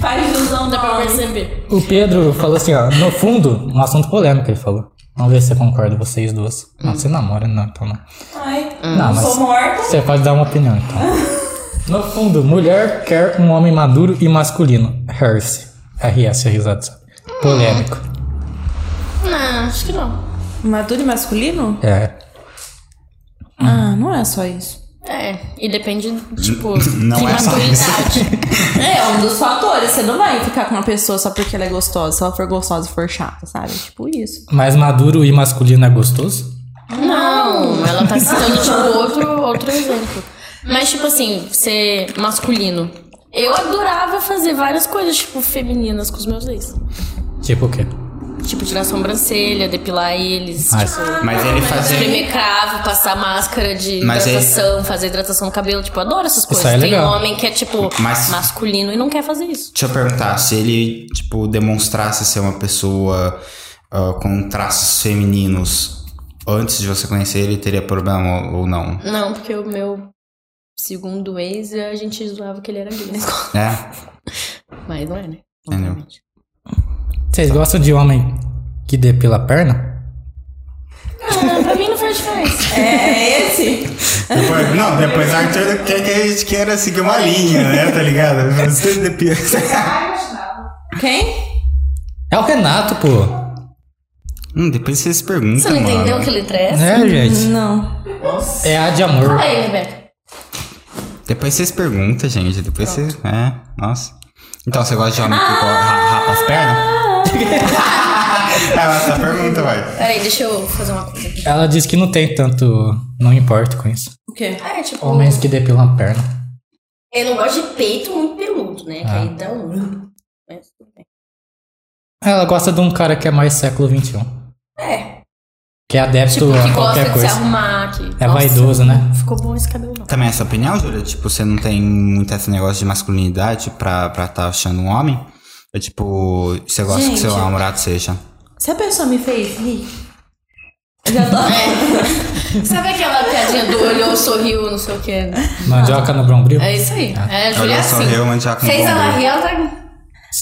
Faz ilusão
Dá
da
pra perceber.
O Pedro falou assim, ó, no fundo, um assunto polêmico ele falou. Vamos ver se você concorda, vocês duas. Não, você namora, não, então não.
Ai, Hum.
Não, mas-
sou morta.
Você pode dar uma opinião, então. No fundo, mulher quer um homem maduro e masculino. Herse. RS, risado. sabe? Polêmico.
Não, acho que não.
Maduro e masculino?
É.
Ah, não é só isso.
É, e depende, tipo,
Não
de
é só
maturidade.
É um dos fatores. Você não vai ficar com uma pessoa só porque ela é gostosa. Se ela for gostosa e for chata, sabe? Tipo isso.
Mas maduro e masculino é gostoso?
Não, ela tá citando, tipo, outro, outro exemplo. Mas, tipo assim, ser masculino. Eu adorava fazer várias coisas, tipo, femininas com os meus ex.
Tipo o quê?
Tipo, tirar a sobrancelha, depilar eles,
Ah,
tipo,
Mas ele fazia...
espremer cravo, passar máscara de
Mas aí-
hidratação, fazer hidratação no cabelo. Tipo, eu adoro essas coisas.
aí é
Tem
legal.
homem que é, tipo,
Mas-
masculino e não quer fazer isso.
Deixa eu perguntar, se ele, tipo, demonstrasse ser uma pessoa ah, com traços femininos antes de você conhecer ele, teria problema ou, ou não?
Não, porque o meu segundo ex, a gente zoava que ele era gay na escola.
É?
Mas não é, né?
Entendeu.
Obviamente.
Vocês gostam de homem que depila a perna?
Ah, pra mim não faz diferença.
É esse?
Depois- não, depois a Arthur quer que a gente queira seguir uma linha, né? Tá ligado? Você depila.
Ai, imaginava.
Quem?
É o Renato, pô.
Hum, depois vocês perguntam,
Você não
mano.
entendeu o que ele traz?
É, gente.
Não.
É a de amor.
Aí, Rebeca.
Depois vocês perguntam, gente. Depois vocês... É, nossa. Então, você gosta de homem que ra- rapa as pernas? Ela só pergunta, vai.
Peraí, deixa eu fazer uma coisa aqui.
Ela diz que não tem tanto. Não importa com isso.
O quê?
Ah, é tipo.
Homens que depilam a perna.
Eu não gosto de peito muito peludo, né?
Ah.
Que aí dá um. Mas tudo bem.
Ela gosta de um cara que é mais século XXI.
É.
Que é adepto
Tipo, que
a
gosta
qualquer
de se
coisa.
arrumar aqui.
É vaidoso, né?
Ficou bom esse cabelo, não.
Também é sua opinião, Júlia? Tipo, você não tem muito esse negócio de masculinidade pra estar tá achando um homem? É tipo, você gosta que seu
Gente.
namorado seja.
Se a pessoa me fez rir, eu já tô. É.
Sabe aquela piadinha do olhou, sorriu, não sei o que?
Mandioca no brombril.
É isso aí.
Ah,
É, a Julia é
Olha só, eu,
assim.
mas já com
Fez ela
né?
bombril.
rir, ela tá.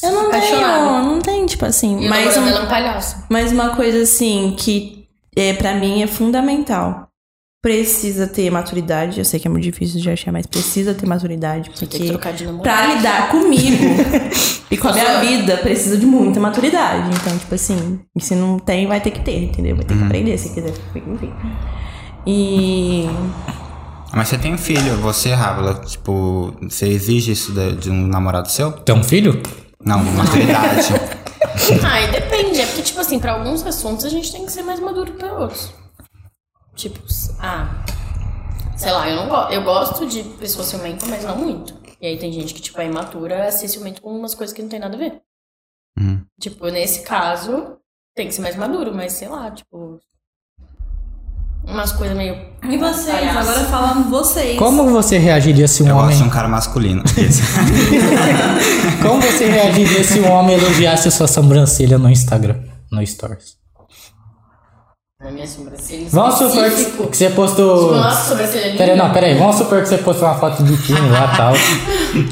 Eu não
Apaixonada.
tenho, não tem, tipo assim.
E o
Mas,
namorado
um,
dela é um palhaço.
mas uma coisa assim que é, pra mim é fundamental. Precisa ter maturidade. Eu sei que é muito difícil de achar, mas precisa ter maturidade.
Você tem que tá,
Porque
trocar de namorado.
pra lidar comigo e com a minha vida, precisa de muita maturidade. Então, tipo assim, e se não tem, vai ter que ter, entendeu? Vai ter
Uhum.
que aprender se quiser. Enfim. E.
Mas você tem um filho, você, Rábula, tipo, você exige isso de, de um namorado seu?
Tem um filho?
Não, maturidade.
Ah, e depende. É porque, tipo assim, pra alguns assuntos a gente tem que ser mais maduro que pra outros. Tipo, s- ah, sei lá, eu não go eu gosto de pessoa ciumenta, mas não muito. E aí tem gente que, tipo, é imatura, é ser ciumento com umas coisas que não tem nada a ver.
Hum.
Tipo, nesse caso, tem que ser mais maduro, mas sei lá, tipo. Umas coisas meio.
E vocês?
Palhaço.
Agora falando vocês.
Como você reagiria se um
eu
homem.
gosto de um cara masculino.
Como você reagiria se um homem elogiasse sua sobrancelha no Instagram? No Stories.
na minha sobrancelha. em
Vamos supor
específico.
que que você
Tipo,
postou.
nossa, sobrancelha é
Peraí,
linda.
não, peraí. Vamos supor que você postou uma foto de biquíni lá e tal.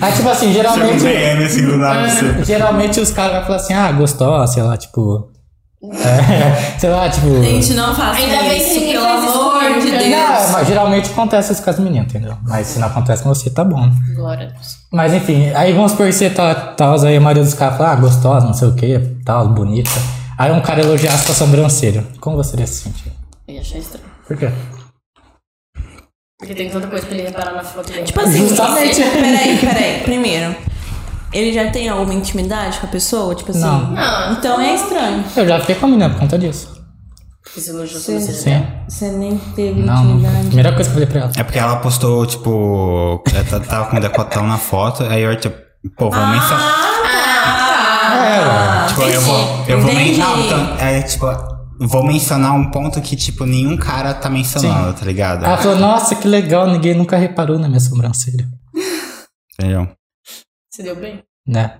Aí, tipo assim,
é
Chama um
geralmente.
PM assim do nada. você-
Geralmente os caras falam assim, ah, gostou, sei lá, tipo. É, sei lá, tipo.
Gente, não faça
Ainda bem que
isso,
ninguém
pelo
faz isso
amor
comigo,
de
né?
Deus.
Não, mas geralmente acontece isso com as meninas, entendeu? Mas se não acontece com você, tá bom. né?
Glória a Deus.
Mas enfim, aí vamos supor que você tá, tá aí a maioria dos caras fala, ah, gostosa, não sei o que, tal, bonita. Aí um cara elogiar sua sobrancelha. Como você iria se sentir?
Eu ia achar estranho.
Por quê?
Porque tem tanta coisa pra ele reparar na foto dele.
Tipo assim,
Justamente.
peraí, peraí. Primeiro, ele já tem alguma intimidade com a pessoa? Tipo assim.
Não.
Não.
Então é estranho.
Eu já fiquei com a menina por conta disso.
Esse elogio sobre é você.
Sim.
Você nem teve
Não, não. Primeira coisa que eu falei pra ela.
É porque ela postou, tipo, ela tá- tava com o decotão na foto, aí eu, tipo, pô,
Ah,
vou aumentar.
É, ué.
tipo, eu vou, eu vou
tá. entendi.
mencionar. então, é, tipo, vou mencionar um ponto que, tipo, nenhum cara tá mencionando, tá ligado?
Ah.
Ela falou, nossa, que legal, ninguém nunca reparou na minha sobrancelha.
Entendeu?
Se deu bem?
Né?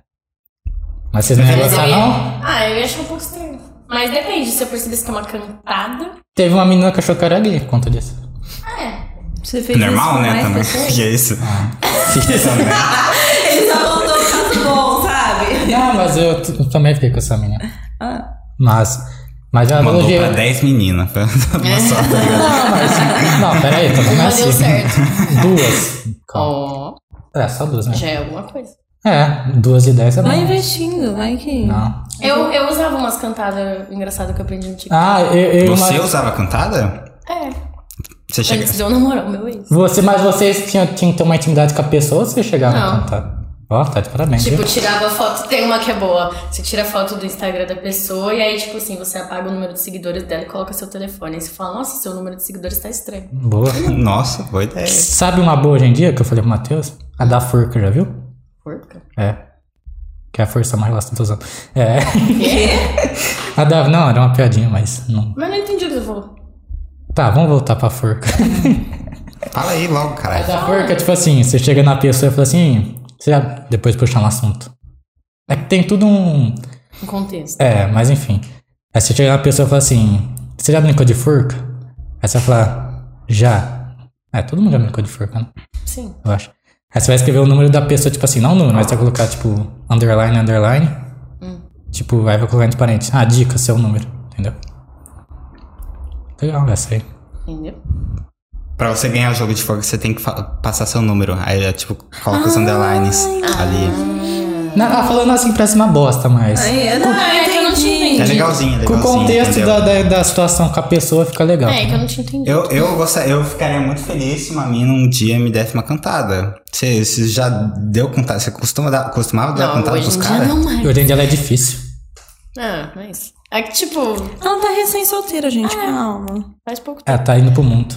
Mas vocês não iam
Mas eu
gostar,
ia-
não?
Ah, eu ia achar um pouco estranho. Mas depende, se eu percebesse que é uma cantada.
Teve uma menina que achou que eu era gay por conta disso.
Ah, é.
Você fez
Normal,
isso com
né,
mais
também.
pessoas? Ah. tá
Que é isso? né?
Ele só contou o caso bom, sabe?
Ah,
Não, mas eu t- eu também fiquei com essa menina.
Ah.
Mas. Mas ela
Mandou
elogiou.
pra 10 meninas. pra- pra mostrar, tá ligado?
Não, mas. Não, peraí, tá bem
Mas deu
assim.
certo.
Duas. Calma.
Ó,
É, só duas, né?
já é alguma coisa.
É, duas e dez é bom.
Vai investindo, vai que.
Não.
Eu, eu usava umas cantadas engraçadas que eu aprendi no TikTok.
Ah, eu. eu
Você é
uma-
usava cantada?
É.
Você chega.
Antes de eu namorar o meu ex.
Você, mas vocês tinham, tinham que ter uma intimidade com a pessoa ou você chegava a
Não.
cantar? Ó, tá de parabéns,
Tipo,
viu?
tirava foto, tem uma que é boa. Você tira foto do Instagram da pessoa e aí, tipo assim, você apaga o número de seguidores dela e coloca seu telefone. Aí você fala, nossa, seu número de seguidores tá estranho.
Boa.
Nossa, boa ideia.
Sabe uma boa hoje em dia que eu falei pro Matheus? A da forca, já viu?
Porca.
É. Que é a força mais relação dos usando. É.
Quê?
A da. Não, era uma piadinha, mas. Não.
Mas não entendi o que você falou.
Tá, vamos voltar pra forca.
Fala aí logo,
A
caralho.
da forca, tipo assim, você chega na pessoa e fala assim. Você já depois puxar um assunto. É que tem tudo um.
Um contexto.
É, mas enfim. Aí você chega na pessoa e fala assim: Você já brincou de forca? Aí você vai falar: Já. É, todo mundo já brincou de forca, né?
Sim.
Eu acho. Aí você vai escrever o número da pessoa, tipo assim, não o número, mas você vai colocar, tipo, underline, underline. Tipo, aí vai colocar entre parênteses. Ah, dica, seu número. Entendeu? Legal essa aí.
Entendeu?
Pra você ganhar o jogo de fogo, você tem que fa- passar seu número. Aí, é, tipo, coloca os underlines ali.
Não, ah, falando assim, parece uma bosta, mas.
Ai, eu não,
é que eu não tinha
entendi.
É
entendido.
legalzinho, é legalzinho.
Com o contexto
entendeu?
da, da, da situação com a pessoa fica legal.
É, que eu não tinha entendido.
Eu, eu, gostaria, eu ficaria muito feliz se uma mina um dia me desse uma cantada. Você, você já deu cantada? Você costuma dar, costumava dar
Não,
cantada
hoje
pros
em dia
caras?
não mais.
Hoje em dia ela é difícil.
Ah, mas... É que, tipo,
Ela tá recém-solteira, gente, calma.
faz pouco tempo.
Ela tá indo pro mundo.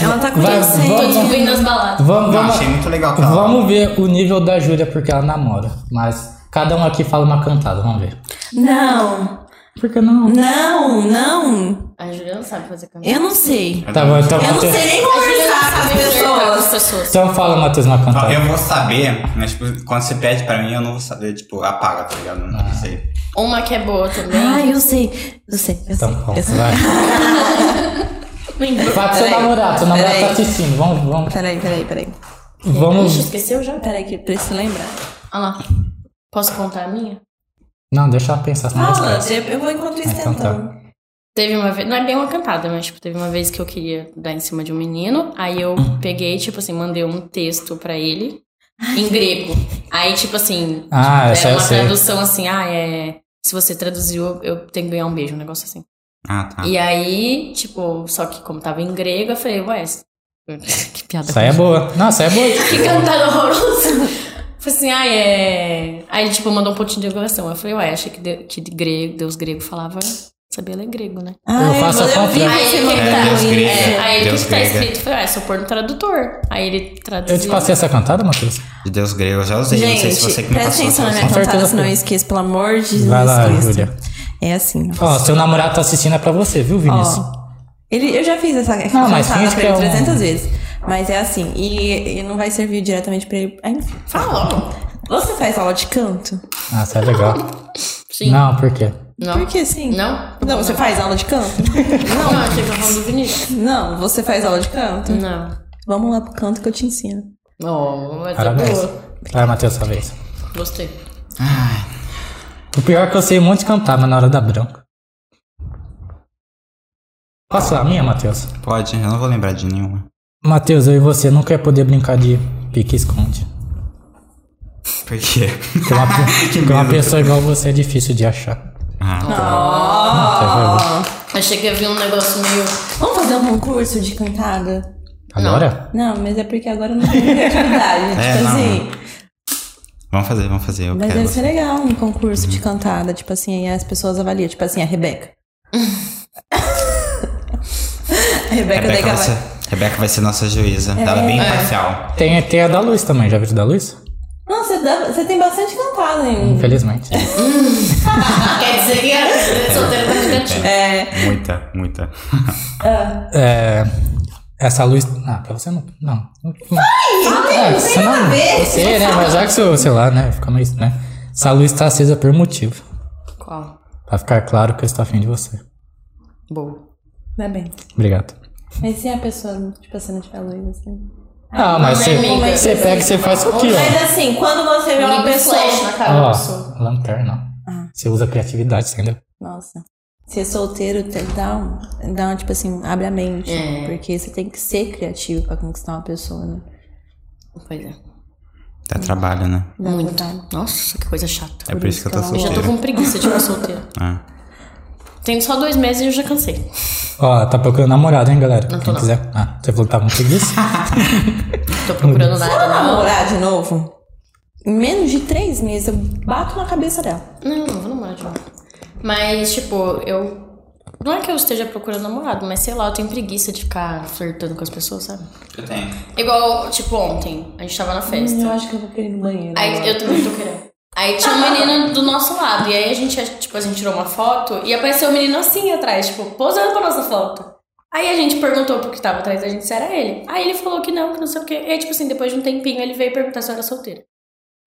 Ela tá com
Vai,
16.
vamos-
Tô, tipo, indo nas baladas.
Vamos,
Não,
vamos,
achei muito legal. Pra ela.
vamos ver o nível da Júlia, porque ela namora. Mas cada um aqui fala uma cantada, vamos ver.
Não,
Por que não?
não, não.
A Juliana sabe fazer cantada.
Eu não sei.
Tá bom, então,
Eu não
Matheus,
sei nem
A Juliana
conversar com as
sabe conversar com as
pessoas.
pessoas.
então fala, Matheus, uma
Não,
cantada.
Eu vou saber, mas tipo, quando você pede pra mim, eu não vou saber, tipo, apaga, tá ligado? Não
Ah.
sei.
Uma que é boa também.
Ah, eu sei. Eu sei, eu sei.
Então, bom,
Eu sei.
vai. Fala pro seu
Peraí.
namorado, seu namorado tá
Peraí.
assistindo. Vamos, vamos,
Peraí, peraí, peraí.
Ixi,
vamos.
esqueceu já?
Peraí, que preciso lembrar.
Olha lá. Posso contar a minha?
Não, deixa ela pensar. é- senão ela
Fala,
esquece.
eu vou enquanto isso
Ah, então tá.
tentando.
Teve uma vez, não é bem uma cantada, mas tipo, teve uma vez que eu queria dar em cima de um menino, aí eu peguei, tipo assim, mandei um texto pra ele em grego. Aí tipo assim,
Ah, essa
era
eu
uma
sei.
tradução assim, ah, é, se você traduziu, eu- eu tenho que ganhar um beijo, um negócio assim.
Ah, tá.
E aí, tipo, só que como tava em grego, eu falei, ué, que piada.
Essa aí é boa. Não, essa aí é boa.
Que cantada horrorosa. Falei assim, ah, é. Aí, tipo, mandou um pontinho de interrogação. Eu falei, ué, achei que, de- que de grego, Deus grego falava. Sabia ler grego, né?
Eu faço a
Ah, é, eu vi
contra-
você
Aí ele
mandando
tá-
Deus
isso.
grega.
É, aí ele
Deus
que tá
grega.
escrito, eu falei, ué, só pôr no tradutor. Aí ele traduziu.
Eu te passei essa cantada, Matheus?
De Deus grego, eu já usei. não sei
Gente,
se você que me
presta
passou.
atenção na
eu
minha
só-
Com certeza
cantada, senão
foi.
eu esqueço, pelo amor de Jesus
Vai lá,
Cristo.
Júlia.
É assim, ó.
Ó, seu namorado tá assistindo é pra você, viu, Vinícius?
Ó, ele, eu já fiz essa
Não, mas
cantada
finge
pra
que
ele
é um-
300 vezes. Mas é assim, e, e não vai servir diretamente pra ele. Ah, Enfim.
Fala.
Você faz aula de canto?
Ah, essa é legal.
Sim.
Não, por quê?
Não.
Por que assim?
Não?
Não, você faz aula de canto?
Não, eu achei que eu tava falando do Vinícius.
Não, você faz aula de canto?
Não.
Vamos lá pro canto que eu te ensino.
Oh, mas é
Parabéns.
boa.
Vai, Matheus, essa vez.
Gostei.
O pior é que eu sei muito cantar, mas na hora da branca. Posso falar a minha, Matheus?
Pode, eu não vou lembrar de nenhuma.
Matheus, eu e você nunca ia poder brincar de pique-esconde.
Por quê?
Porque uma, porque uma
medo.
pessoa igual você é difícil de achar.
Ah,
Quer ver?
Achei que havia um negócio meio.
Vamos fazer um concurso de cantada?
Agora?
Não, mas é porque agora eu não tem criatividade.
É,
tipo
não.
assim.
vamos fazer, vamos fazer. Eu
Mas
quero.
deve ser legal um concurso de cantada. Tipo assim, aí as pessoas avaliam. Tipo assim, a Rebeca. a Rebeca
Rebeca, vai
daí que ela vai.
ser, Rebeca vai ser nossa juíza. Ela é bem imparcial.
Tem, tem a da luz também, já viu da luz?
Nossa, você, dá- você tem bastante cantada, hein?
Infelizmente.
Quer dizer que era despedida de solteiro tá negativa.
É.
Muita, muita.
É, essa luz. Ah, pra você não. Não. É, você não. Você, né? Mas já que seu, sei lá, né? Fica mais. né? Essa luz tá acesa por motivo.
Qual?
Pra ficar claro que eu estou afim de você.
Boa.
Dá bem.
Obrigado.
Mas se a pessoa, tipo assim, não tiver luz, assim.
Ah, mas
não,
você,
amiga.
você pega e você faz isso aqui, ó.
Mas assim, quando você vê uma
Liga o
pessoa.
flash na cara da pessoa. Ah.
Ó, lanterna. Você usa criatividade, entendeu?
Nossa. Ser solteiro te- dá um, dá um, tipo assim, abre a mente.
É.
Porque você tem que ser criativo pra conquistar uma pessoa, né?
Pois é.
Dá trabalho, né?
Dá
Muito.
vontade.
Nossa, que coisa chata.
É por isso que eu tô
que
Eu já tô
solteiro.
com preguiça de ficar solteira.
Ah.
Tenho só dois meses e eu já cansei.
Ó, tá procurando namorado, hein, galera?
Não tô
Quem
não.
quiser. Ah, você falou que tava com preguiça?
Tô procurando nada, não.
Namorar de novo? Em menos de três meses, eu bato na cabeça dela.
Não, não vou namorar de novo. Mas, tipo, eu. Não é que eu esteja procurando namorado, mas sei lá, eu tenho preguiça de ficar flertando com as pessoas, sabe?
Eu tenho.
Igual, tipo, ontem, a gente tava na festa.
Eu acho que eu vou querer ir no banheiro.
Aí É, eu também tô querendo. Aí tinha um menino do nosso lado. E aí a gente, tipo, a gente tirou uma foto e apareceu um menino assim atrás, tipo, posando pra nossa foto. Aí a gente perguntou pro que tava atrás da gente se era ele. Aí ele falou que não, que não sei o quê. E aí, tipo assim, depois de um tempinho ele veio perguntar se eu era solteira.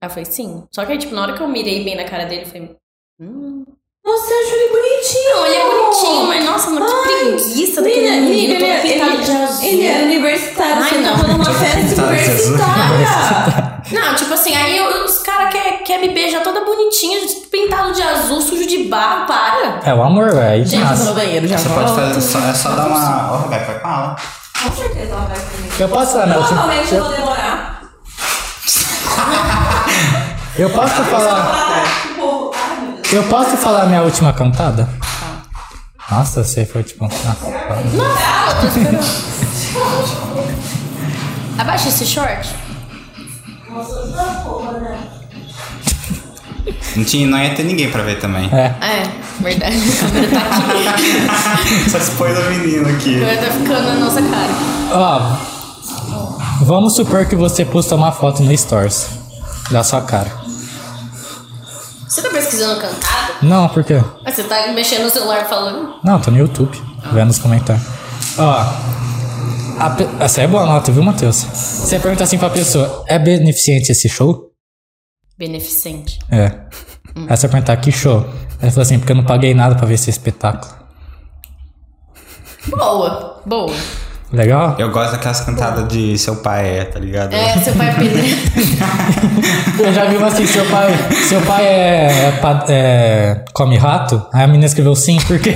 Aí eu falei, sim. Só que aí, tipo, na hora que eu mirei bem na cara dele, eu falei, hum.
Você acha ele bonitinho?
Não, ele é bonitinho, mas nossa, mano, que preguiça daquele
Menina,
menino
menina,
todo
ele,
pintado de azul.
ele é universitário,
Ai,
você
não.
tava numa festa
Pintado de azul.
universitária.
Não, tipo assim, aí eu- os caras querem quer me beijar toda bonitinha, pintado de azul, sujo de barro, para.
É o amor, velho. aí que
Gente, eu vou
nasce.
no banheiro, já
Você
volto.
pode fazer, só, é só dar uma. Ô, Rebeca, vai com ela.
Com certeza ela vai comigo.
Eu posso falar, meu?
Provavelmente eu
Eu,
vou demorar.
eu posso falar. tipo, Eu posso falar minha última cantada? Tá. Nossa, você foi tipo. Nossa,
Abaixa esse short.
Não, tinha, não ia ter ninguém pra ver também.
é.
É, verdade. A câmera tá aqui.
Só expôs o menino
A
aqui.
câmera tá ficando na nossa cara.
ah, Ó, vamos supor que você posta uma foto no Stories da sua cara.
Você tá pesquisando cantado?
Não, por quê?
Mas Você tá mexendo no celular falando.
Não, tô no YouTube, vendo os comentários. Ó, a pe- essa é boa nota, viu, Matheus? Você pergunta assim pra pessoa: é beneficente esse show?
Beneficente.
É. Aí você perguntar: que show? Ela fala assim: porque eu não paguei nada pra ver esse espetáculo.
Boa, boa.
Legal?
Eu gosto daquelas cantadas de seu pai, é, tá ligado?
É, seu pai é pedreiro.
Eu já vi uma assim, seu pai, seu pai é, é pa- é- come rato? Aí a menina escreveu sim, por quê?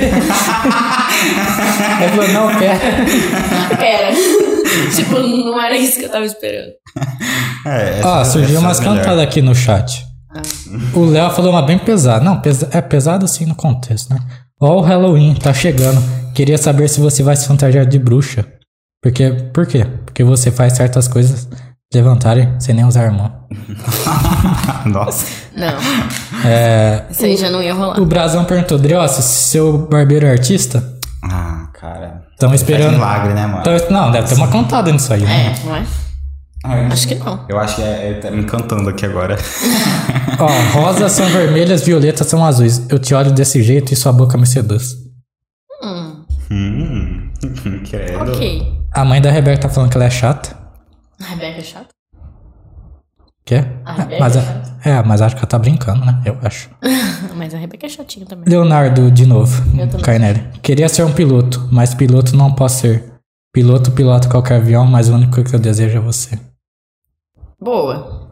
Aí falou, não, pera.
Pera. tipo, não era isso que eu tava esperando.
É, essa-
Ó, Ah, surgiu
essa é
umas
melhor.
cantadas aqui no chat. O Léo falou uma bem pesada. Não, pesa- é pesado sim no contexto, né? Ó, o Halloween, tá chegando. Queria saber se você vai se fantasiar de bruxa. Porque, por quê? Porque você faz certas coisas levantarem sem nem usar a mão.
Nossa.
Não. É. Isso aí já não ia rolar.
O Brazão perguntou, Driossa, seu barbeiro é artista?
Ah, cara.
Estão
Faz
esperando.
milagre, né, mano?
Então, não, deve ter uma cantada nisso aí, né?
É, não é?
Ah,
Acho que não.
Eu acho que é, ele tá me encantando aqui agora.
Ó, rosas são vermelhas, violetas são azuis. Eu te olho desse jeito e sua boca me seduz.
Hum,
Hum, credo.
ok.
A mãe da Rebeca tá falando que ela é chata.
A Rebeca é chata.
Quê?
Ah,
É, mas, é, é, mas acho que ela tá brincando, né? Eu acho.
Mas a Rebeca é chatinha também.
Leonardo, de novo.
Eu também.
Carnelli. Queria ser um piloto, mas piloto não posso ser. Piloto pilota qualquer avião, mas o único que eu desejo é você.
Boa.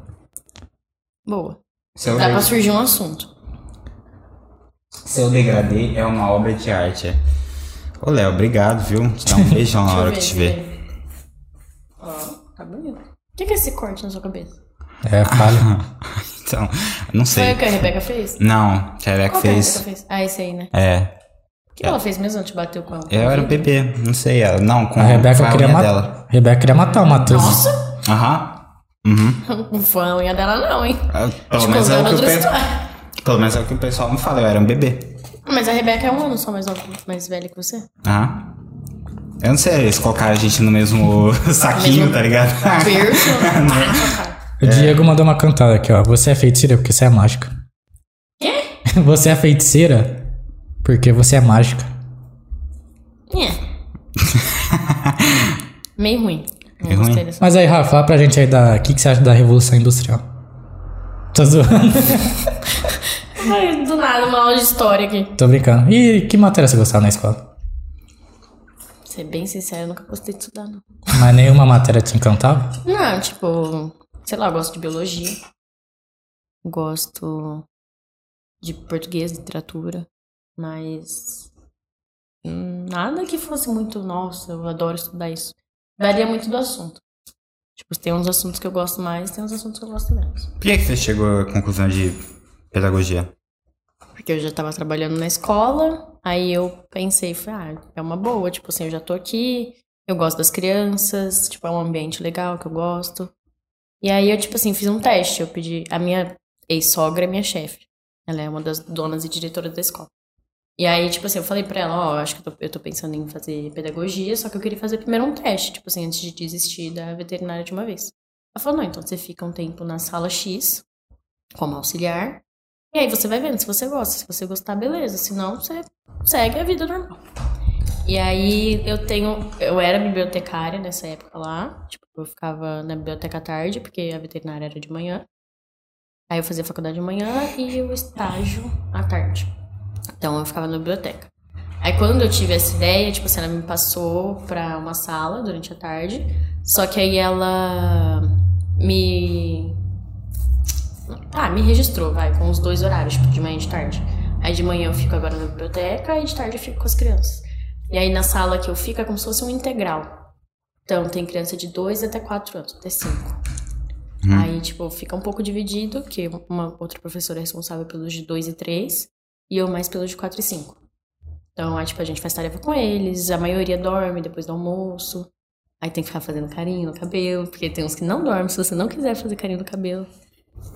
Boa.
Seu,
Dá
de-
pra surgir um assunto.
Seu degradê é uma obra de arte. Ô, Léo, obrigado, viu? Te dá um beijão na hora que te ver.
Ó, tá bonito. O que que é esse corte na sua cabeça?
É, falha.
Então, não
Foi
sei.
o que a Rebeca fez?
Não, que a Rebeca
Qual que a Rebeca
fez.
fez? Ah, esse aí, né?
É.
O que ela fez mesmo? Ela Te bateu com a.
Eu era bebê, não sei ela. Não, com
A
com
Rebeca
a
queria
unha dela.
matar. Rebeca queria matar o Matheus.
Nossa!
Aham. Uhum.
Não foi a unha dela, não, hein?
Ah, Pelo
Te
menos é o
contando
que eu
outra
pe-
história.
Pelo menos é o que o pessoal me fala, eu era um bebê.
Mas a Rebeca é um ano só mais, nova- mais velha que você.
Aham. Eu não sei, eles colocaram a gente no mesmo saquinho,
Mesmo-
tá ligado?
Perso. Ah,
O Diego mandou uma cantada aqui, ó. Você é feiticeira porque você é mágica. Quê? Você é feiticeira porque você é mágica.
É. Meio ruim. Não
Meio
gostei
ruim.
dessa.
Mas aí, Rafa, fala pra gente aí da. O que, que você acha da Revolução Industrial? Tô zoando.
Ai, do nada, uma aula de história aqui.
Tô brincando. E que matéria você gostava na escola?
Pra Ser bem sincero, eu nunca gostei de estudar, não.
Mas nenhuma matéria te encantava?
Não, tipo, sei lá, eu gosto de biologia. Gosto de português, literatura, mas hum, nada que fosse muito, nossa, eu adoro estudar isso. Varia muito do assunto. Tipo, tem uns assuntos que eu gosto mais, tem uns assuntos que eu gosto menos.
Por que, que você chegou à conclusão de pedagogia?
Porque eu já tava trabalhando na escola, aí eu pensei, falei, ah, é uma boa, tipo assim, eu já tô aqui, eu gosto das crianças, tipo, é um ambiente legal que eu gosto. E aí eu, tipo assim, fiz um teste, eu pedi, a minha ex-sogra é minha chefe, ela é uma das donas e diretoras da escola. E aí, tipo assim, eu falei pra ela, ó, eu acho que eu tô, eu tô pensando em fazer pedagogia, só que eu queria fazer primeiro um teste, tipo assim, antes de desistir da veterinária de uma vez. Ela falou, não, então você fica um tempo na sala X, como auxiliar, e aí você vai vendo se você gosta. Se você gostar, beleza. Se não, você segue a vida normal. E aí eu tenho. Eu era bibliotecária nessa época lá. Tipo, eu ficava na biblioteca à tarde, porque a veterinária era de manhã. Aí eu fazia faculdade de manhã e o estágio à tarde. Então eu ficava na biblioteca. Aí quando eu tive essa ideia, tipo assim, ela me passou pra uma sala durante a tarde. Só que aí ela me ah, me registrou, vai, com os dois horários, tipo, de manhã e de tarde. Aí de manhã eu fico agora na biblioteca e de tarde eu fico com as crianças. E aí na sala que eu fico é como se fosse um integral. Então tem criança de dois até quatro anos, até cinco. Aí, tipo, fica um pouco dividido, que uma outra professora é responsável pelos de dois e três e eu mais pelos de quatro e cinco. Então, aí, tipo, a gente faz tarefa com eles, a maioria dorme depois do almoço. Aí tem que ficar fazendo carinho no cabelo, porque tem uns que não dormem se você não quiser fazer carinho no cabelo.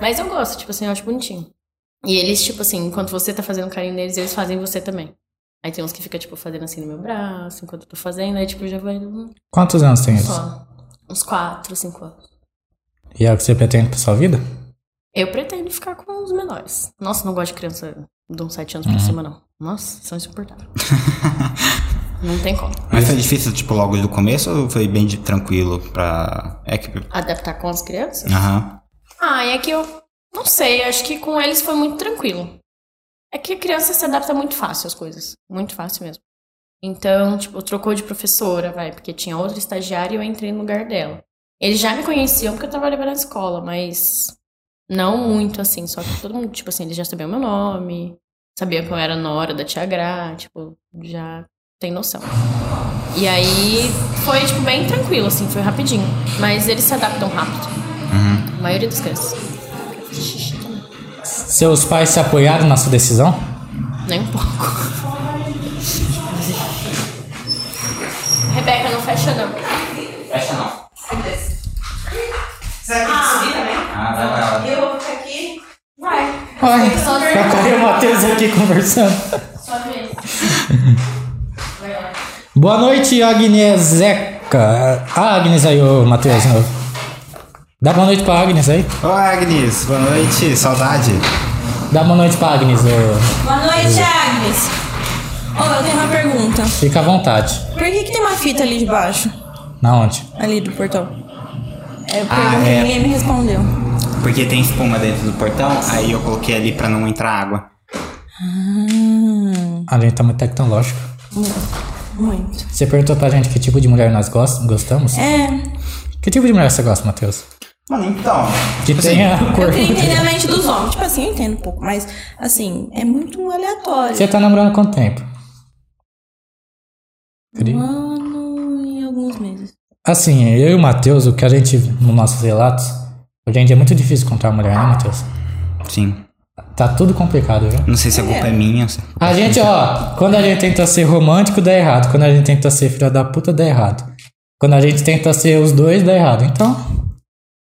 Mas eu gosto, tipo assim, eu acho bonitinho. E eles, tipo assim, enquanto você tá fazendo carinho neles, eles fazem você também. Aí tem uns que fica, tipo, fazendo assim no meu braço, enquanto eu tô fazendo, aí, tipo, já vai hum,
Quantos anos tem isso?
só. Uns quatro, cinco anos.
E é o que você pretende pra sua vida?
Eu pretendo ficar com os menores. Nossa, não gosto de criança de uns sete anos pra cima, não. Nossa, são insuportáveis. não tem como.
Mas foi difícil, tipo, logo do começo ou foi bem de- tranquilo pra. É que.
Adaptar com as crianças?
Aham.
Ah, é que eu não sei, acho que com eles foi muito tranquilo. É que a criança se adapta muito fácil às coisas, muito fácil mesmo. Então, tipo, trocou de professora, vai, porque tinha outra estagiária e eu entrei no lugar dela. Eles já me conheciam porque eu trabalhava na escola, mas não muito assim, só que todo mundo, tipo assim, eles já sabiam meu nome, sabiam que eu era nora da tia Gra, tipo, já tem noção. E aí foi, tipo, bem tranquilo, assim, foi rapidinho. Mas eles se adaptam rápido. A maioria dos crianças.
Seus pais se apoiaram na sua decisão?
Nem um pouco. Rebeca, não fecha não.
Essa não.
Será que eu subir também?
Ah, vai pra ela.
Eu vou ficar aqui. Vai.
Ai,
Só
tá correndo o Matheus aqui conversando.
Só vez. Vai lá.
Boa noite, Agnes Zeca. Ah, Agnes aí, ô Matheus. de novo. Dá boa noite pra Agnes aí.
Ô, Agnes, boa noite, saudade.
Dá boa noite pra Agnes. ô.
Boa noite, Agnes. Ô, eu tenho uma pergunta.
Fica à vontade.
Por que, que tem uma fita ali de baixo?
Na onde?
Ali do portão. É, pergunta
é.
que ninguém me respondeu.
Porque Porque tem espuma dentro do portão, aí eu coloquei ali pra não entrar água.
Ah,
Além tá muito tecnológico.
muito.
Você perguntou pra gente que tipo de mulher nós gos- gostamos?
É,
Que tipo de mulher você gosta, Matheus?
Mano, então.
Que
tipo
tem
assim,
a cor.
eu queria entender a mente dos homens. Tipo assim, eu entendo um pouco, mas assim, é muito aleatório.
Você tá namorando há quanto tempo? Queria-
Um ano e alguns meses.
Assim, eu e o Matheus, o que a gente, nos nossos relatos, hoje em dia é muito difícil encontrar mulher, né, Matheus?
Sim.
Tá tudo complicado, viu?
Não sei se a culpa é, minha. se-
A gente, ó, quando a gente tenta ser romântico, dá errado. Quando a gente tenta ser filha da puta, dá errado. Quando a gente tenta ser os dois, dá errado. Então,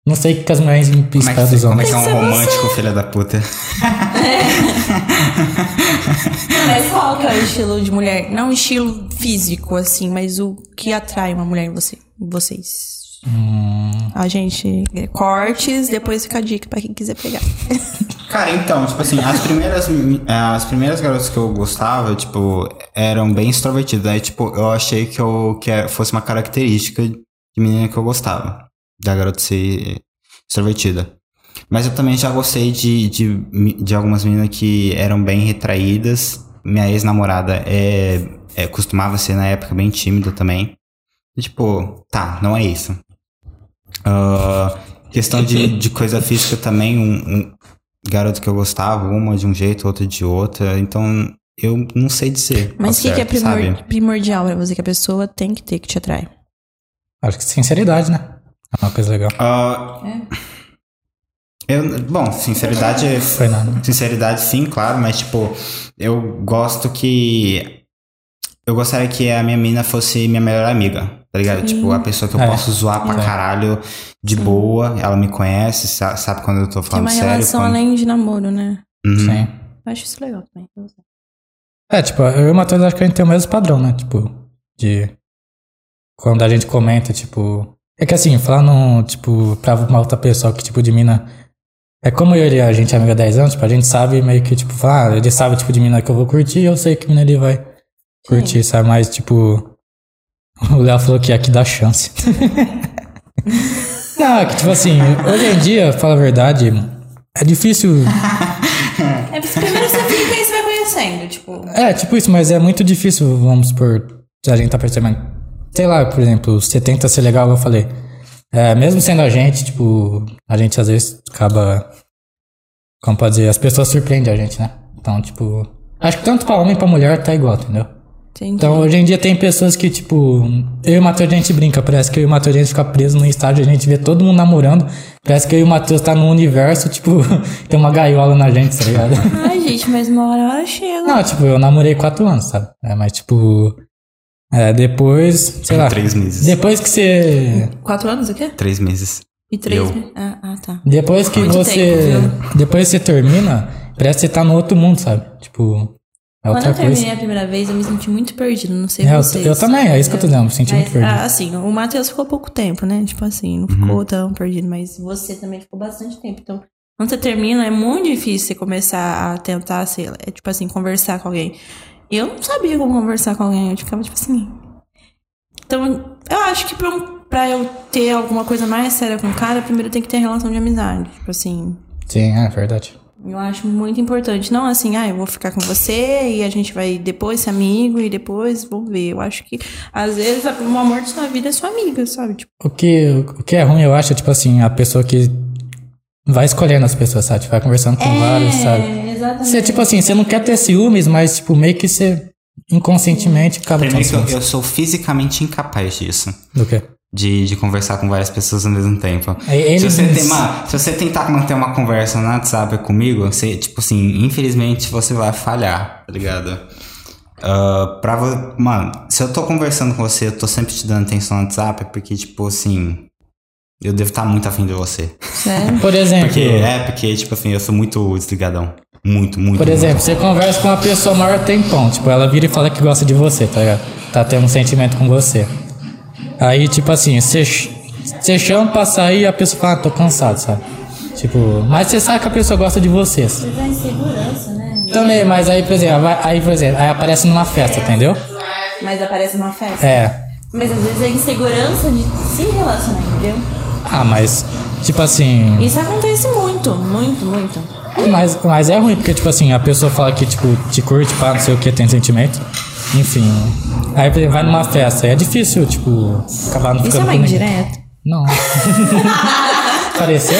não sei o que as mulheres
Como é,
empiscam
que,
dos
como é
homens.
que é um
Tem que ser
romântico, filha da puta?
Mas qual que é o estilo de mulher? Não o estilo físico, assim, mas o que atrai uma mulher em você, em vocês? A gente. é, Cortes, depois fica a dica pra quem quiser pegar.
Cara, então, tipo assim, as primeiras, meni- as primeiras garotas que eu gostava, tipo, eram bem extrovertidas. Aí, tipo, eu achei que, eu, que era- fosse uma característica de menina que eu gostava. Da garota ser extrovertida. Mas eu também já gostei de, de, mi- de algumas meninas que eram bem retraídas. Minha ex-namorada é, é, costumava ser, na época, bem tímida também. E, tipo, tá, não é isso. Ah, questão de, de coisa física também, um- um, garoto que eu gostava, uma de um jeito, outra de outra. Então, eu não sei dizer.
Mas o
Tá
ao
que, que é
certo,
primor-
sabe?
primordial pra você que a pessoa tem que ter que te atrai?
Acho que sinceridade, né? É uma coisa legal.
Ah, eu, bom, sinceridade. é
Foi
Hum.
nada.
Sinceridade, sim, claro, mas tipo, eu gosto que. Eu gostaria que a minha mina fosse minha melhor amiga, tá ligado? Tipo, a pessoa que eu
É.
posso zoar pra
É.
caralho de boa, ela me conhece, sa- sabe quando eu tô
Tá
Que é
falando
uma
sério.
relação
quando-
além de namoro, né?
Uhum.
Sim.
Eu acho isso legal também.
É, tipo, eu e o Matheus acho que a gente tem o mesmo padrão, né? Tipo, de. Quando a gente comenta, tipo. É que assim, falando, tipo, pra uma outra pessoa que, tipo, de mina. É como eu e ele, a gente é amigo há 10 anos, tipo, a gente sabe meio que, tipo, fala, ah, ele sabe o tipo de mina que eu vou curtir, eu sei que mina ele vai curtir, sabe? Mas, tipo. O Léo falou que aqui dá chance. Não, é que, tipo assim, hoje em dia, fala a verdade, é difícil
É porque primeiro você fica e você vai conhecendo, tipo.
É, tipo isso, mas é muito difícil, vamos supor, se a gente tá percebendo. Sei lá, por exemplo, você tenta ser legal, eu falei. É, mesmo sendo a gente, tipo, a gente às vezes acaba. Como pode dizer, as pessoas surpreendem a gente, né? Então, tipo. Acho que tanto pra homem pra mulher tá igual, entendeu?
Entendi.
Então, hoje em dia tem pessoas que, tipo, eu e o Matheus a gente brinca, parece que eu e o Matheus a gente fica preso no estádio, a gente vê todo mundo namorando, parece que eu e o Matheus tá num universo, tipo, tem uma gaiola na gente, tá ligado?
Ai, gente, mas uma hora, uma hora chega.
Não, tipo, eu namorei quatro anos, sabe? É, mas, tipo. É, depois. Sei lá.
Três meses.
Depois que você.
Quatro anos o quê?
Três meses.
E três?
Eu.
né? Ah, ah, tá.
Depois que
Muito
você.
tempo,
depois que você termina, parece que você tá no outro mundo, sabe? Tipo. É
Quando
outra
eu terminei
coisa.
a primeira vez, eu me senti muito perdida, não sei
É, eu-
vocês.
eu também, é isso que eu tô dizendo, me senti
Mas,
muito perdido.
ah, assim, o Matheus ficou pouco tempo, né? Tipo assim, não ficou tão perdido, mas você também ficou bastante tempo. Então, quando você termina, é muito difícil você começar a tentar, sei lá, é, tipo assim, conversar com alguém. Eu não sabia como conversar com alguém, eu ficava tipo assim. Então, eu acho que pra, um- pra eu ter alguma coisa mais séria com o cara, primeiro tem que ter relação de amizade. Tipo assim,
Sim, é verdade.
eu acho muito importante. Não assim, ah, eu vou ficar com você e a gente vai depois ser amigo e depois vou ver. Eu acho que, às vezes, a- o amor de sua vida é sua amiga, sabe? Tipo,
O que, o que é ruim, eu acho, é, tipo assim, a pessoa que vai escolhendo as pessoas, sabe? Tipo, vai conversando com
É,
vários, sabe?
exatamente.
Você, tipo assim, você não quer ter ciúmes, mas, tipo, meio que você inconscientemente acaba tendo
Primeiro que eu,
ciúmes.
eu sou fisicamente incapaz disso.
Do quê?
de, de conversar com várias pessoas ao mesmo tempo.
Aí ele
se, você
diz-
tem- mano, se você tentar manter uma conversa no WhatsApp comigo, você, tipo assim, infelizmente você vai falhar, tá ligado? Ah, pra vo- Mano, se eu tô conversando com você, eu tô sempre te dando atenção no WhatsApp, porque, tipo assim. Eu devo estar muito afim de você.
Sério?
Por exemplo.
Porque, é, porque, tipo assim, eu sou muito desligadão. Muito, muito.
Por
muito.
exemplo, você conversa com uma pessoa maior tempão, tipo, ela vira e fala que gosta de você, tá ligado? Tá tendo um sentimento com você. Aí, tipo assim, você, ch- você chama pra sair e a pessoa fala, ah, tô cansado, sabe? Tipo, mas você sabe que a pessoa gosta de você. Você tá insegurança, né? Também, mas aí, por exemplo, vai- aí, por exemplo, aí aparece numa festa, entendeu?
Mas aparece uma festa.
É.
Mas às vezes é insegurança de se relacionar, entendeu?
Ah, mas, tipo assim.
Isso acontece muito. Muito, muito, muito.
Mas, mas é ruim, porque, tipo assim, a pessoa fala que, tipo, te curte, pá, não sei o que, tem sentimento. Enfim. Aí, por exemplo, vai numa festa. Aí é difícil, tipo, acabar não
Isso é
ficando
uma
com ninguém.
indireta?
Não. Pareceu?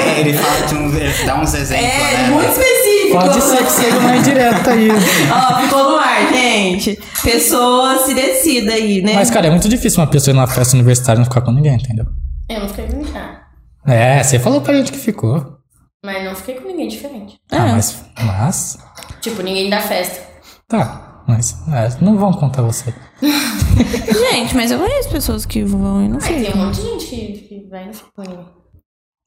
É, ele fala de uns, ele dá uns exemplos,
É,
né?
É, específico.
Pode ser que seja uma indireta aí.
Ó, ficou no ar, gente. Pessoa se decida aí, né?
Mas, cara, é muito difícil uma pessoa ir numa festa universitária e não ficar com ninguém, entendeu?
Eu não fiquei com ninguém. Ah,
É, você falou pra gente que ficou.
mas não fiquei com ninguém diferente.
Ah, mas. Mas.
Tipo, ninguém da festa.
Tá. Mas. é, não vão contar você.
Gente, mas eu conheço pessoas que vão e não
Aí
sei.
tem um monte de gente que, que vai no fica com ninguém.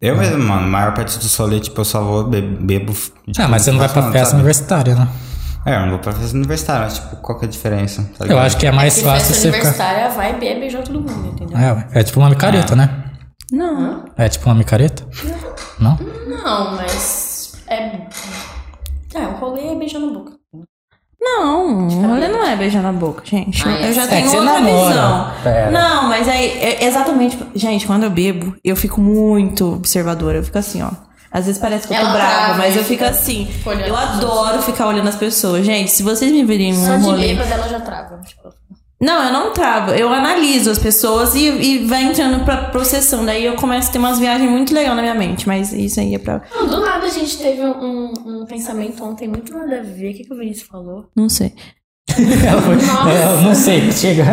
Eu mesmo, mano, a maior parte do solê, tipo, eu só vou be bebo. tipo,
Ah, mas você não vai pra
faço
festa
nada,
universitária, né?
sabe? É, eu não vou pra festa universitária, mas, tipo, qual que é a diferença? tá
Eu
ligado?
acho que é mais
Se
fácil
festa
você ficar.
universitária, vai, bebe e beijou todo mundo, entendeu?
É, ué, é tipo uma micareta, né?
um- Não.
É tipo uma micareta? Não?
Não, mas é. Ah, o rolê é beijar na boca.
Não, rolê não é beijar na boca, gente.
Ah, é.
eu já
É
tenho
que você
outra
namora.
visão.
Pera.
Não, mas aí, é- exatamente. Gente, quando eu bebo, eu fico muito observadora. Eu fico assim, ó. Às vezes parece que eu tô
Ela
brava,
trava,
mas eu
né?
fico assim.
Fica olhando
Eu
as pessoas.
adoro ficar olhando as pessoas. Gente, se vocês me virem em
Só
um
de
rolê.
bêbada ela já trava. tipo.
Não, eu não travo. Eu analiso as pessoas e, e vai entrando pra processão. Daí eu começo a ter umas viagens muito legais na minha mente. Mas isso aí é pra.
Não, do nada a gente teve um, um pensamento ontem muito nada a ver. O que, que o Vinícius falou?
Não sei.
É, eu não sei, chega.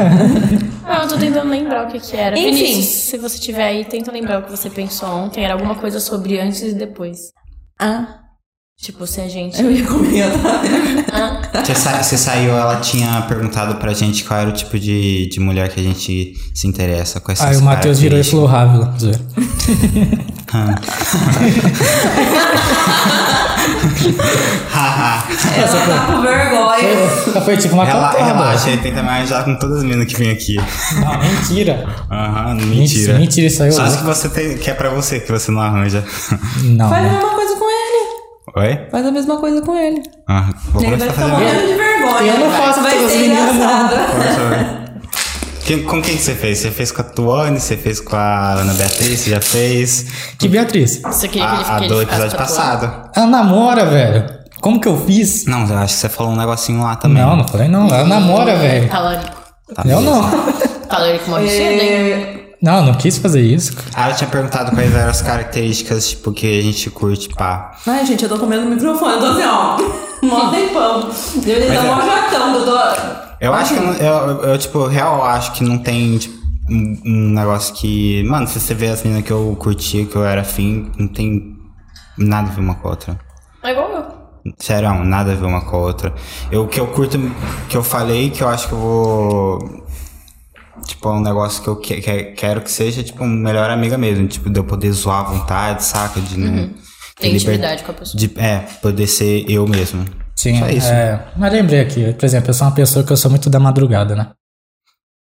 Ah, eu tô tentando lembrar o que, que era.
Enfim.
Vinícius, se você tiver aí, tenta lembrar o que você pensou ontem. Era alguma coisa sobre antes e depois.
Ah,
Tipo, se a gente.
eu ia comentar.
Você, sa- você saiu, ela tinha perguntado pra gente qual era o tipo de, de mulher que a gente se interessa, quais são
Aí
as
o Matheus virou e
características.
falou Rávila. zoeira.
Haha.
Ela tá com vergonha.
Foi- Foi tipo uma
Ela,
cantada.
relaxa, ele tenta me ajudar com todas as meninas que vêm aqui.
Não, mentira.
Aham,
Mentira,
mentira.
mentira, isso aí eu
Só
ouvi.
as que você tem, que é pra você, que você não arranja.
Não.
Faz a mesma coisa com ele.
Oi?
Faz a mesma coisa com ele.
Ah, vou
Ele
começar
vai
a
ficar
fazer.
morrendo de vergonha.
Eu não faço
vai
todas as
ser
meninas, não.
engraçado.
Quem- com quem que você fez? Você fez com a Tuane, você fez com a Ana Beatriz, você já fez.
Que Beatriz.
Você queria
Ah,
que ele
A, a
que ele
do
ficasse
episódio
tatuado?
passado.
Ela namora, velho. Como que eu fiz?
Não, eu acho que você falou um negocinho lá também.
Não, não falei não. Ela namora, velho.
Talarico.
Tá
Eu
beleza.
não.
Talarico morre cedo,
É.
hein?
Não, não quis fazer isso.
Ah, eu tinha perguntado quais eram as características, tipo, que a gente curte, pá.
Ai, gente, eu tô comendo o microfone. Eu tô assim, ó. Mó tempão. Eu
Mas
tô
é-
mó jatão. Eu tô...
Eu acho que, eu, não- eu, eu, tipo, real, acho que não tem, tipo, um, um negócio que... Mano, se você vê as meninas que eu curtia, que eu era afim, não tem nada a ver uma com a outra.
É igual eu.
Sério, nada a ver uma com a outra. Eu, o que eu curto, que eu falei, que eu acho que eu vou. Tipo, é um negócio que eu que- que- quero que seja, tipo, uma melhor amiga mesmo. Tipo, de eu poder zoar à vontade, saca? De não. ter
Uhum. Tem
liber-
intimidade com a pessoa.
de- é, poder ser eu mesmo.
Sim,
Só isso.
é. Mas lembrei aqui, por exemplo, eu sou uma pessoa que eu sou muito da madrugada, né?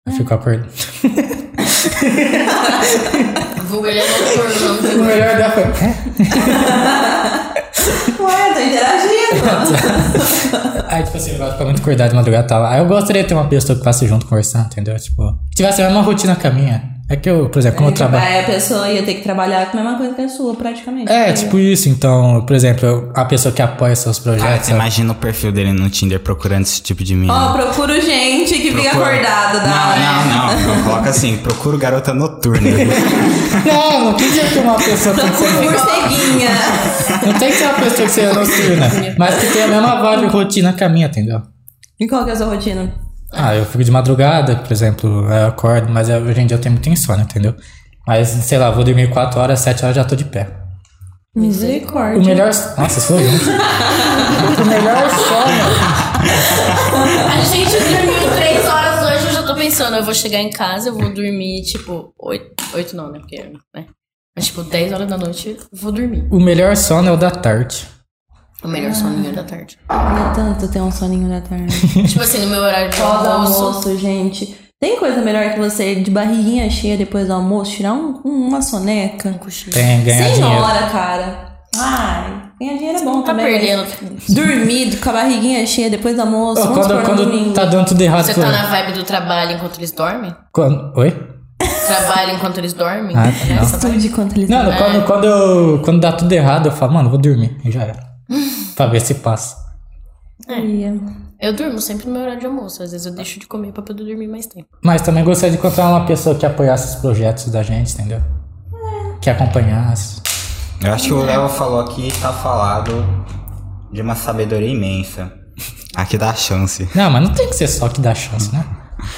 Eu fico acordado.
Vulga ele é noturno, não
O melhor dela foi. "Hã?"
Ué, tô interagindo.
Aí, tipo assim, eu gosto de ficar muito acordado de madrugada e tal. Aí eu gostaria de ter uma pessoa que passe junto conversando, entendeu? Tipo, que tivesse a mesma rotina que a minha. É que eu, por exemplo, como eu trabalho.
Tipo, Aí a pessoa ia ter que trabalhar com a mesma coisa que a sua, praticamente.
É, tipo isso. Então, por exemplo, eu- a pessoa que apoia seus
Cara,
projetos.
você
sabe?
imagina o perfil dele no Tinder procurando esse tipo de
Ó,
menina.
procuro gente que fica
Procura-
acordada da hora.
Não, não, não. Coloca assim, procuro garota noturna.
Não, não quis dizer que uma pessoa tem que ser.
Morceguinha.
Não tem que ser uma pessoa que seja noturna. Mas que tenha a mesma vibe e rotina que a minha, entendeu?
E qual que é a sua rotina?
Ah, eu fico de madrugada, por exemplo, aí eu acordo, mas eu- hoje em dia eu tenho muito insônia, entendeu? Mas, sei lá, vou dormir 4 horas, 7 horas já tô de pé. O
Misericórdia.
melhor. Nossa, foi junto. o melhor sono.
A gente dormiu três horas hoje, eu já tô pensando, eu vou chegar em casa, eu vou dormir, tipo, oito, oito não, né, porque, né, mas tipo, 10 horas da noite, eu vou dormir.
O melhor sono é o da tarde.
O melhor soninho da tarde.
Não é tanto ter um soninho da tarde.
Tipo assim, no meu horário de
Pós
almoço,
almoço, gente. Tem coisa melhor que você de barriguinha cheia depois do almoço, tirar um- uma soneca.
Um
Tem É, ganhar
Sem
dinheiro.
hora, cara. Ai, ganhar dinheiro é bom
tá
também.
perdendo,
Dormido, com a barriguinha cheia depois do
Ô,
almoço. vamos
quando tá-
supor, no
quando
domingo.
tá dando tudo errado.
você tá na vibe do trabalho enquanto eles dormem?
quando- Oi?
Trabalha enquanto eles dormem.
Ah,
né?
não.
Essa vai-
Estude quanto eles
Não,
não.
não, quando, quando, eu- quando dá tudo errado, eu falo, mano, vou dormir. Aí já era. pra ver se passa.
Eu durmo sempre no meu horário de almoço. Às vezes eu deixo de comer pra poder dormir mais tempo.
Mas também gostaria de encontrar uma pessoa que apoiasse os projetos da gente, entendeu?
É.
Que acompanhasse.
Eu acho que o Léo falou aqui, tá falado de uma sabedoria imensa. Aqui dá chance.
Não, mas não tem que ser só que dá chance, né?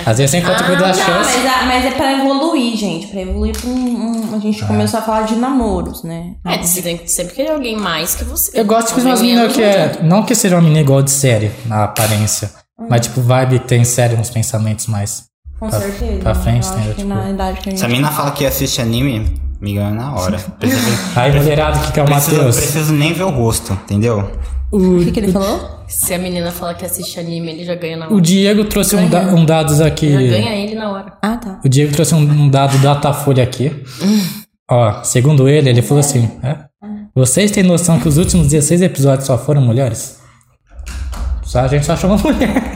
Às vezes você encontra que dá chance.
Ah, Mas, a- mas é pra evoluir, gente. Pra evoluir pra um, um- A
É.
gente começou a falar de namoros, né?
É, você tem que sempre querer alguém mais que você.
Eu gosto que os
Alguém
meus meninos
menos
que é. Não que seja uma menina igual de série, na aparência.
Hum.
Mas, tipo, vibe que tem série uns pensamentos mais.
Com
Pra-
certeza.
pra frente,
Eu
né,
acho que
tipo-
na idade que a
Se a
gente.
mina fala que assiste anime, me ganha na hora. Preciso,
Aí, mulherado, o que, que é o
preciso,
Matheus?
preciso nem ver o rosto, entendeu?
O que, que ele falou?
Se a menina falar que assiste anime, ele já ganha na hora.
O Diego trouxe um, da- um dados aqui.
Já ganha ele na hora.
Ah, tá.
O Diego trouxe um, um dado da Datafolha aqui. Ó, segundo ele, ele falou assim: é? Vocês têm noção que os últimos 16 episódios só foram mulheres? Só a gente só chama mulher.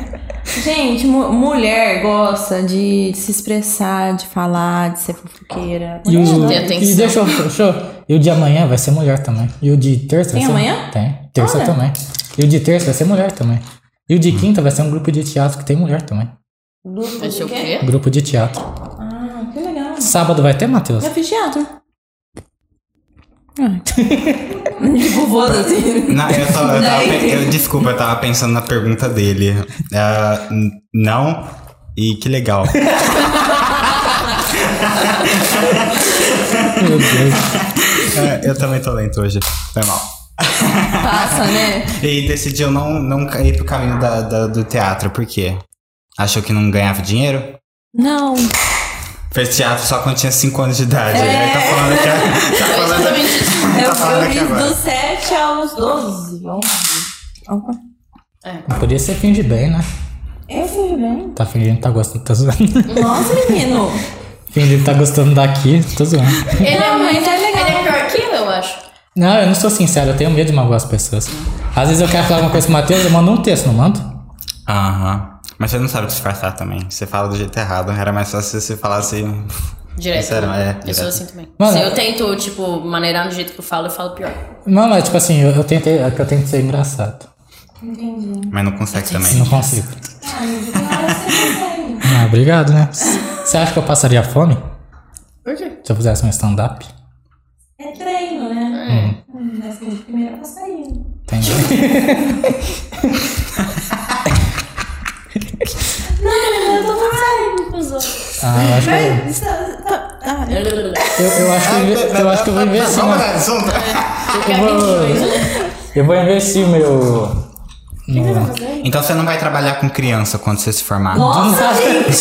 Gente, mu- mulher gosta de se expressar, de falar, de ser fofoqueira.
E, o,
Tem atenção.
e deixa eu. deixa eu- E o de amanhã vai ser mulher também. E o de terça vai
Tem
ser.
amanhã?
Tem. Terça
Olha.
também. E o de terça vai ser mulher também. E o de quinta vai ser um grupo de teatro que tem mulher também.
Grupo
Vai ser o quê?
Grupo de teatro.
Ah, que legal.
Sábado vai ter, Matheus?
Já fiz teatro. Tipo, foda-se.
Não, eu, tava, eu, tava
Daí-
pe- eu- desculpa, eu tava pensando na pergunta dele. Ah, n- não? E que legal.
Meu Deus.
É, eu também tô lento hoje. Foi mal.
Passa, né?
E decidi eu não, não cair pro caminho da- da- do teatro, por quê? Achou que não ganhava dinheiro?
Não.
Fez teatro só quando tinha 5 anos de idade.
É.
Aí tá falando que. Tá falando,
Exatamente isso.
tá falando
Eu, eu
aqui
fiz
agora.
dos 7 aos 12. 11. Opa.
Podia ser fingir bem, né?
Eu fui É, bem.
Tá fingindo que tá gostando, tá zoando.
Nossa, menino.
Fingindo que tá gostando daqui, tô zoando.
Ele é
Não, mas
muito.
é legal.
Ele é pior que eu, eu acho.
Não, eu não sou sincero, eu tenho medo de magoar as pessoas. Às vezes eu quero falar alguma coisa com o Matheus, eu mando um texto, não mando?
é. Aham. Mas você não sabe disfarçar também. Você fala do jeito errado. Era mais fácil se você assim, falasse.
Direto.
Sério, é,
Eu
direto.
sou assim também.
Mano,
Se
é-
eu tento, tipo, maneirar no jeito que eu falo, eu falo pior.
Não, mas tipo assim, eu, eu tentei, é que eu tento ser engraçado.
Mas não consegue
Eu
também.
não consigo.
tá
Ah, obrigado, né? Você acha que eu passaria fome
Por quê?
se eu fizesse um stand-up? Hum.
É treino, né?
É.
Assim, de primeira passarinho.
Entendi.
Eu tô passando com os outros.
Ah, eu acho que eu, eu, eu acho que eu, inve- eu acho que eu vou investir.
Vamos
na-
mudar de assunto?
Eu vou, eu vou investir o meu. no-
Então você não vai trabalhar com criança quando você se formar.
Nossa, gente! o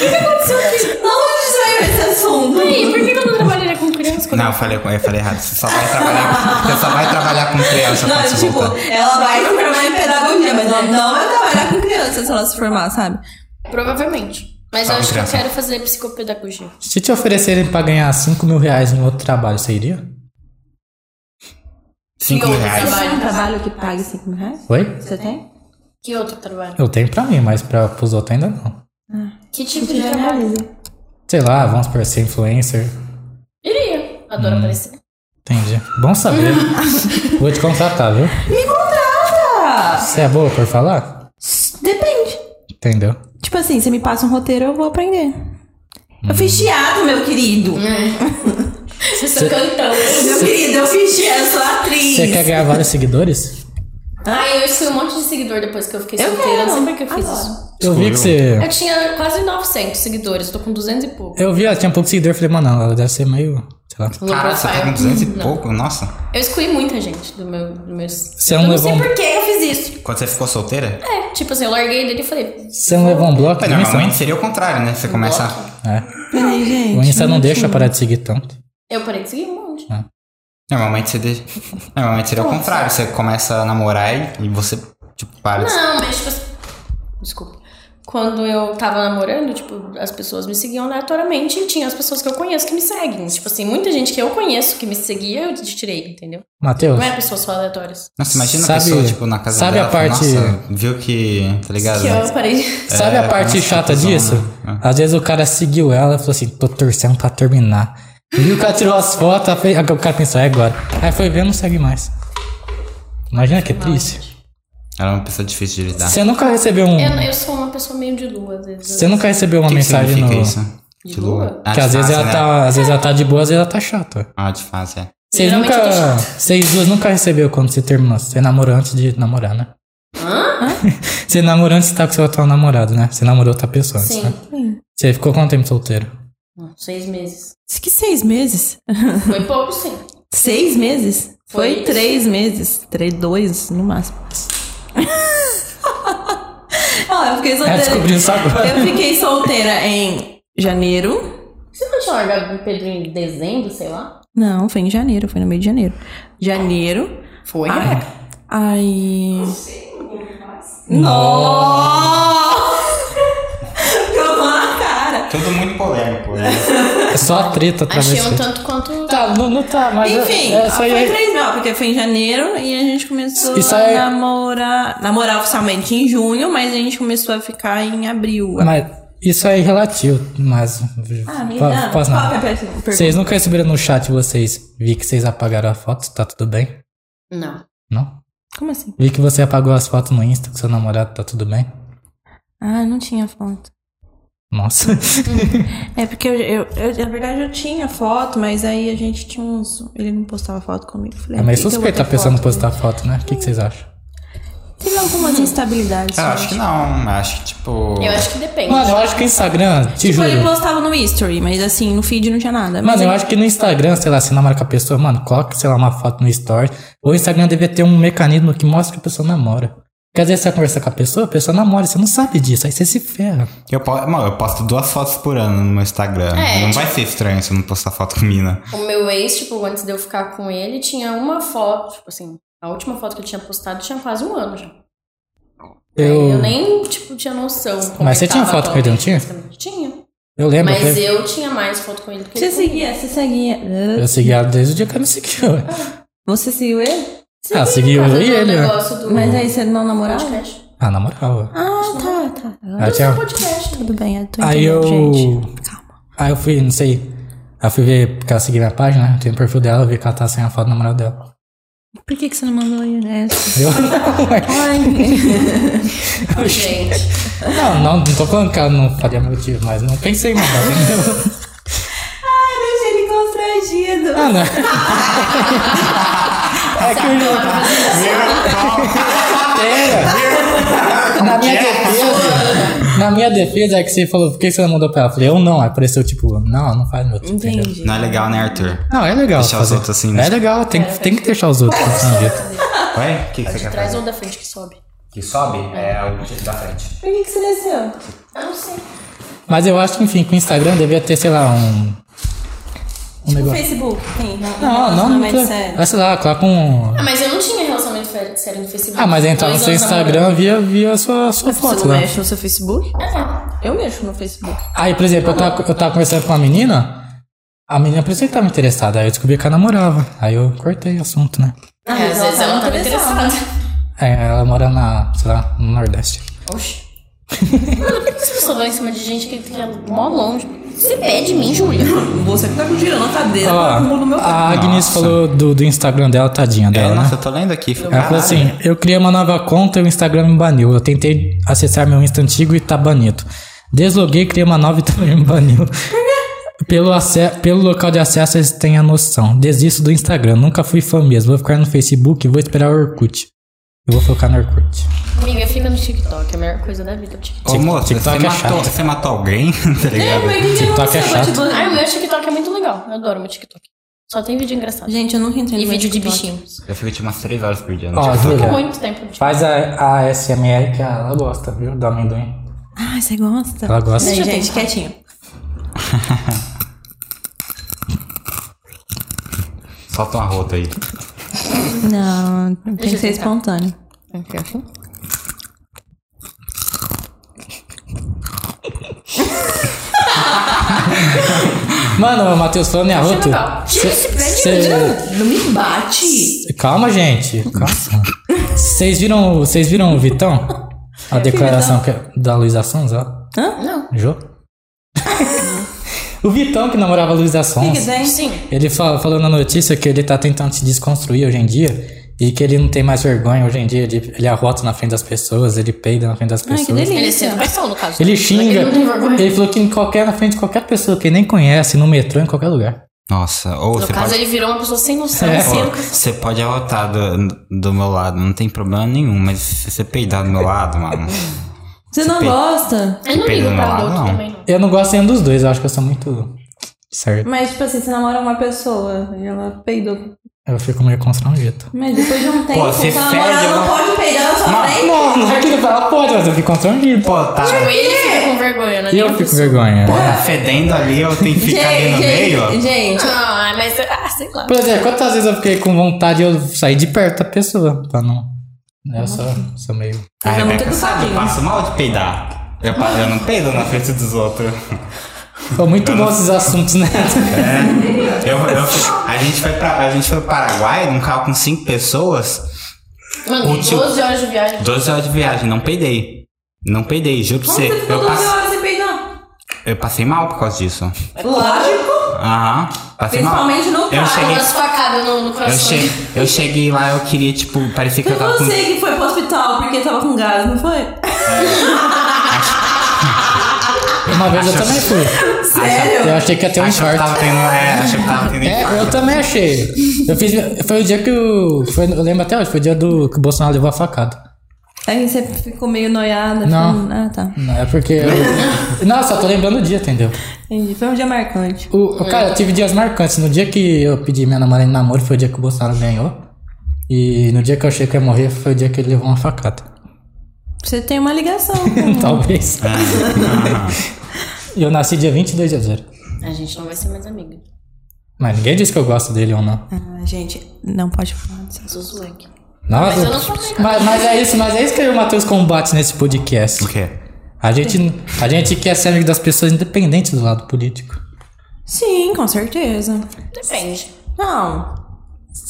que que aconteceu aqui? Onde saiu esse assunto?
Ei, por que que eu não trabalharia com criança?
Não, eu falei, com- eu falei errado. Você só vai trabalhar, você só vai trabalhar com criança quando
Não,
você
tipo,
voltar.
ela vai se formar em pedagogia, né? mas ela não vai trabalhar com criança se ela se formar, sabe?
É. Provavelmente. Mas
Só
eu
com
acho que eu
criança.
quero fazer psicopedagogia.
Se te oferecerem pra ganhar 5 mil reais em outro trabalho, você iria?
Cinco
Que
mil
outro
reais.
trabalho?
Tem um trabalho que pague 5 mil reais?
Oi?
é? Você tem?
Que outro trabalho?
Eu tenho pra mim, mas pra, pros outros ainda não.
Que tipo de trabalho?
Sei lá, vamos por ser influencer.
Iria. Adoro
Hum.
aparecer.
Entendi. Bom saber. Vou te contratar, viu?
Ah,
Você é boa por falar?
depende.
Entendeu?
Tipo assim, você me passa um roteiro, eu vou aprender.
Hum.
Eu fiz teatro, meu querido.
Você sou cantando.
Meu querido, eu fiz teatro, eu sou atriz.
Você quer ganhar vários seguidores?
Ai, eu fui um monte de seguidor depois que eu fiquei
Eu
solteira.
quero.
Não sei por que eu fiz
Adoro.
isso.
Eu vi que
Eu
você.
tinha quase 900 seguidores, eu tô com 200 e pouco.
Eu vi, ela tinha pouco seguidor. Eu falei, mano, ela deve ser meio. Sei lá.
Low
Cara, você tá com
profile.
200 e
Não.
pouco? Nossa.
Eu excluí muita gente do meu. Do meus...
é
Você
eu
não
não
levou
sei
um-
por que eu fiz isso.
Quando você ficou solteira?
É, tipo assim, eu larguei dele e falei.
é
Você não levou um bloco?
Mas
O Insta,
normalmente seria o contrário, né? Você começa.
é.
Peraí, gente.
o Insta não deixa parar de seguir tanto.
Eu parei de seguir um monte.
Normalmente você deixa. Normalmente seria o contrário. Você começa a namorar e, e você, tipo, para de.
Não, mas tipo assim. Desculpa. Quando eu tava namorando, tipo, as pessoas me seguiam aleatoriamente e tinha as pessoas que eu conheço que me seguem. Tipo assim, muita gente que eu conheço que me seguia, eu tirei, entendeu?
Matheus,
Não é pessoas só aleatórias.
Nossa, imagina
Sabe-
a pessoa, tipo, na casa
sabe
dela.
a
fala,
parte-
Nossa, viu que. Tá ligado?
Que eu parei.
sabe
É,
a parte
nossa,
chata
cuzona.
disso?
É.
Às vezes o cara seguiu ela e falou assim, tô torcendo pra terminar. E o cara tirou as fotos, ela fez- o cara pensou, é agora. Aí foi ver, não segue mais. Imagina que triste.
Ela é uma pessoa difícil de lidar.
Você nunca recebeu um.
Eu, eu sou uma pessoa meio de lua, às vezes.
Você nunca recebeu uma
O que que
mensagem
significa
no.
isso? né?
De
De
lua?
lua?
Que às vezes ela tá. Às vezes ela tá de boa, às vezes ela tá chata.
Ah, de fase, é.
Vocês
Geralmente
nunca.
eu tô chata.
Vocês duas nunca recebeu quando você terminou. Você é namorou antes de namorar, né? Hã? Você namorou antes de estar com seu atual namorado, né? Você namorou outra pessoa antes,
Sim.
né? Você ficou quanto tempo solteiro?
Hum, Seis meses.
Acho que seis meses.
Foi pouco, sim.
Seis meses?
Foi
Foi,
isso.
três meses. Três, dois, no máximo. Ó, eu fiquei
É,
solteira.
descobriu isso agora.
Eu fiquei solteira em janeiro.
Você não tinha largado o Pedro em dezembro, sei lá?
Não, foi em janeiro, foi no meio de janeiro. Janeiro.
Foi,
Ah.
Rebeca?
Aí. Jogou na cara.
Todo muito polêmico, né?
É só a treta pra
Achei um
você.
tanto quanto.
Tá, não, não tá, mas.
Enfim,
é, só
foi
ia-
três meses, porque foi em janeiro e a gente começou
Isso
a
é-
namorar. Namorar oficialmente em junho, mas a gente começou a ficar em abril.
Mas isso aí é relativo, mas.
Ah,
po-
me dá.
posso
Qual que é a
não.
pergunta?
Vocês nunca receberam no chat vocês. Vi que vocês apagaram a foto, tá tudo bem?
Não.
Não?
Como assim?
Vi que você apagou as fotos no Insta com seu namorado, tá tudo bem?
Ah, não tinha foto.
Nossa.
É porque eu, eu- eu- na verdade eu tinha foto, mas aí a gente tinha uns. Ele não postava foto comigo. Eu Falei,
É meio
por que que eu vou
suspeita a
ter
pessoa não
foto
postar foto, né? O que, que vocês acham?
comigo? Teve algumas instabilidades.
Eu
eu
Ah, acho que não. Acho que, tipo.
Eu acho que depende.
Mano, eu acho que o Instagram, te
Tipo, ele
juro.
postava no history, mas assim, no feed não tinha nada. Mas
Mano, eu
ele-
acho que no Instagram, sei lá, se namora com a pessoa, mano, coloca, sei lá, uma foto no story. Ou o Instagram devia ter um mecanismo que mostra que a pessoa namora. Porque às vezes você conversa com a pessoa, a pessoa namora, você não sabe disso, aí você se ferra.
Eu, po- mano, eu posto duas fotos por ano no meu Instagram.
É,
não
tipo-
vai ser estranho se eu não postar foto com mina.
O meu ex, tipo, antes de eu ficar com ele, tinha uma foto, tipo assim, a última foto que eu tinha postado tinha quase um ano já. Aí
Eu,
É, eu nem, tipo, tinha noção. como
Mas
é
você
que
tinha
tava a
foto com ele, não tinha? É,
Tinha.
eu lembro,
Mas
eu,
eu tinha mais foto com ele do que
Você
ele. comigo.
seguia, você seguia.
eu segui ela desde o dia que ela me seguiu. ué.
Você seguiu ele?
Ah, segui eu
Por causa
e
do
ele, né?
um negócio do
Mas aí você não namorava?
podcast.
Ah, na moral. ué.
Ah, tá, tá. Agora
Ela tinha-
Podcast.
tudo bem, eu tô
É. Aí eu.
entendendo, gente.
Aí Ah, eu fui, não sei. Aí eu fui ver, porque ela seguia minha página, né? Eu tenho o perfil dela, eu vi que ela tá sem a foto do namorado dela.
Por que, que você não mandou ele essa?
Eu não, ué.
Ai,
Gente,
não, não, não tô falando que ela não faria motivo, mas não pensei em mandar, entendeu?
deixa ele constrangido.
Ah, não. É que eu já. Pera. Na minha defesa. Na minha defesa é que você falou, por que você não mandou pra ela? Eu falei, eu não. Aí apareceu tipo, não, não faz meu tipo. entendeu?
Entendi.
Não é legal, né, Arthur?
Não, é legal.
Deixar os
fazer.
outros assim,
É
né?
legal, tem, que- tem que deixar os outros assim, jeito.
Ué? O que, que você quer
trás
fazer?
ou da frente que sobe?
Que sobe? um É o da frente.
Por que, que você desceu?
Eu não sei.
Mas eu acho, enfim, que o Instagram devia ter, sei lá, um. Um
No
negócio.
Tipo, Facebook, tem. né?
Não, não, não.
relacionamento
precisa-
é sério.
Mas sei lá, coloca um.
Ah, mas eu não tinha relacionamento fe- sério no Facebook.
Ah, mas entrar no
Dois
seu
anos
Instagram via, via a sua, sua É foto né?
Você
lá.
não mexe no seu Facebook?
namorando.
Eu mexo no Facebook.
Aí, por exemplo, eu tava, eu tava conversando com uma menina, a menina parecia que tava interessada, aí eu descobri que ela namorava. Aí eu cortei o assunto, né?
É, é, às vezes ela não tava interessada.
Aí ela mora na, sei lá, no Nordeste.
Oxi. Mano, por que essa pessoa vai em cima de gente que que é mó longe? Você pede de mim, Júlia.
Você que tá me girando a cadeira
Ó, a Agnes
Nossa.
falou do, do Instagram dela, tadinha
É,
dela, né?
nossa, eu tô lendo aqui.
Ela falou assim: Eu criei uma nova conta e o Instagram me baniu. Eu tentei acessar meu Insta antigo e tá banido. Desloguei, criei uma nova e também me baniu. Pelo, ace- pelo local de acesso, eles têm a noção. Desisto do Instagram, nunca fui fã mesmo. Vou ficar no Facebook e vou esperar o Orkut. Eu vou focar no Orkut.
Amiga, fica no TikTok, é a melhor coisa da vida. o TikTok.
Ô, moça,
TikTok
você,
é chato.
matou, você matou alguém? tá ligado?
TikTok é chato.
Ah, o meu TikTok é muito legal. Eu adoro meu TikTok. Só tem vídeo engraçado.
Gente, eu nunca entrei
E
no
vídeo de
TikTok.
bichinhos.
Eu fico tipo umas três horas por dia. no
Ó,
TikTok.
Júlia,
Muito tempo de
é faz a, a SMR que ela gosta, viu? Do amendoim.
Ai, Ah, você gosta?
Ela gosta.
Sim,
Deixa eu
gente, quietinho.
Solta uma rota aí.
Não, tem
Deixa
que
eu
ser
tentar.
espontâneo.
Mano, o Matheus falando em arroto.
Natal.
cê- cê-
Não, não me bate.
Calma, gente. Calma. Vocês viram, vocês viram o Vitão? A declaração que, é da Luísa Sons, ó.
Hã?
Não.
Jô? o Vitão que namorava a Luísa
O que que
Sons.
tem?
Sim.
Ele fa- falou na notícia que ele tá tentando se desconstruir hoje em dia. E que ele não tem mais vergonha hoje em dia. Ele, ele arrota na frente das pessoas, ele peida na frente das
Ai, que
pessoas.
delícia.
Ele é sendo pessoa, no caso.
ele xinga.
Ele não tem vergonha.
Ele falou que em qualquer, na frente de qualquer pessoa que ele nem conhece, no metrô, em qualquer lugar.
Nossa, ou
No
você
caso,
pode.
ele virou uma pessoa sem noção.
É.
sem-
Ó, Você pode arrotar do, do meu lado, não tem problema nenhum, mas se você peidar do meu lado, mano.
Você não
Pe-
gosta?
Ele não
Pedro
liga pra
Navarro,
outro
não.
também, não.
Eu não gosto nenhum dos dois, eu acho que eu sou muito. Certo.
Mas, tipo assim, você namora uma pessoa e ela peidou.
Eu fico meio constrangido.
Mas depois de um tempo,
você
sua
fede,
namorada não
né?
pode peidar na sua frente.
Não, não é que ele fala, pode, mas eu fico constrangido.
Pô, tá,
Tipo, ele fica com vergonha, né?
E eu
Nem a
fico com
pessoa.
vergonha.
pô, tá fedendo ali, eu tenho que ficar ali no meio. ó.
gente, gente,
Ah, mas, ah, sei lá.
Por exemplo, quantas vezes eu fiquei com vontade de eu sair de perto da pessoa? Pra não. Eu sou, sou meio.
A
Ele é muito
Rebeca sabe, eu
educadinho.
passo mal de peidar. Eu, pa- eu não peido na frente dos outros.
Foi muito bom esses assuntos, né?
Eu, eu- a, gente foi pra, a gente foi pro Paraguai num carro com cinco pessoas,
Mano,
O tio-
12 horas de viagem.
12 horas de viagem, não peidei. Não peidei, juro pra
como
você.
você ficou
Eu,
12
passe-
horas sem peidar?
eu passei mal por causa disso.
Lógico.
Aham, passei mal.
Principalmente no
Eu
carro,
cheguei,
Umas facadas no, no
eu,
coração.
cheguei, eu cheguei lá, eu queria, tipo, parecia que
Foi
eu tava com.
você que foi pro hospital porque tava com gás, não foi?
Uma vez eu também fui. Eu
Sério?
achei que ia ter um
Achei que
infarto.
tava tendo. É, achei que tava tendo.
É, eu também achei. Eu fiz. Foi o dia que o. Foi, eu lembro até hoje, foi o dia do que o Bolsonaro levou a facada.
Aí você ficou meio noiada.
Não.
ficou- Ah, tá.
Não, é porque. Eu, não, só tô lembrando o dia, entendeu?
Entendi. Foi um dia marcante.
O, o- cara, eu tive dias marcantes. No dia que eu pedi minha namorada em namoro, foi o dia que o Bolsonaro ganhou. E no dia que eu achei que ia morrer, foi o dia que ele levou uma facada.
Você tem uma ligação. com-
Talvez. eu nasci dia 22 de janeiro.
A gente não vai ser mais amiga.
Mas ninguém disse que eu gosto dele ou não.
É.
Ah, gente, não pode falar disso.
Zuzu Lank.
Nossa,
Mas eu não sou amiga.
mas, mas é isso, mas é isso que eu e o Matheus combate nesse podcast.
O quê?
A gente, a gente quer ser amigo das pessoas independente do lado político.
Sim, com certeza.
Depende.
Não.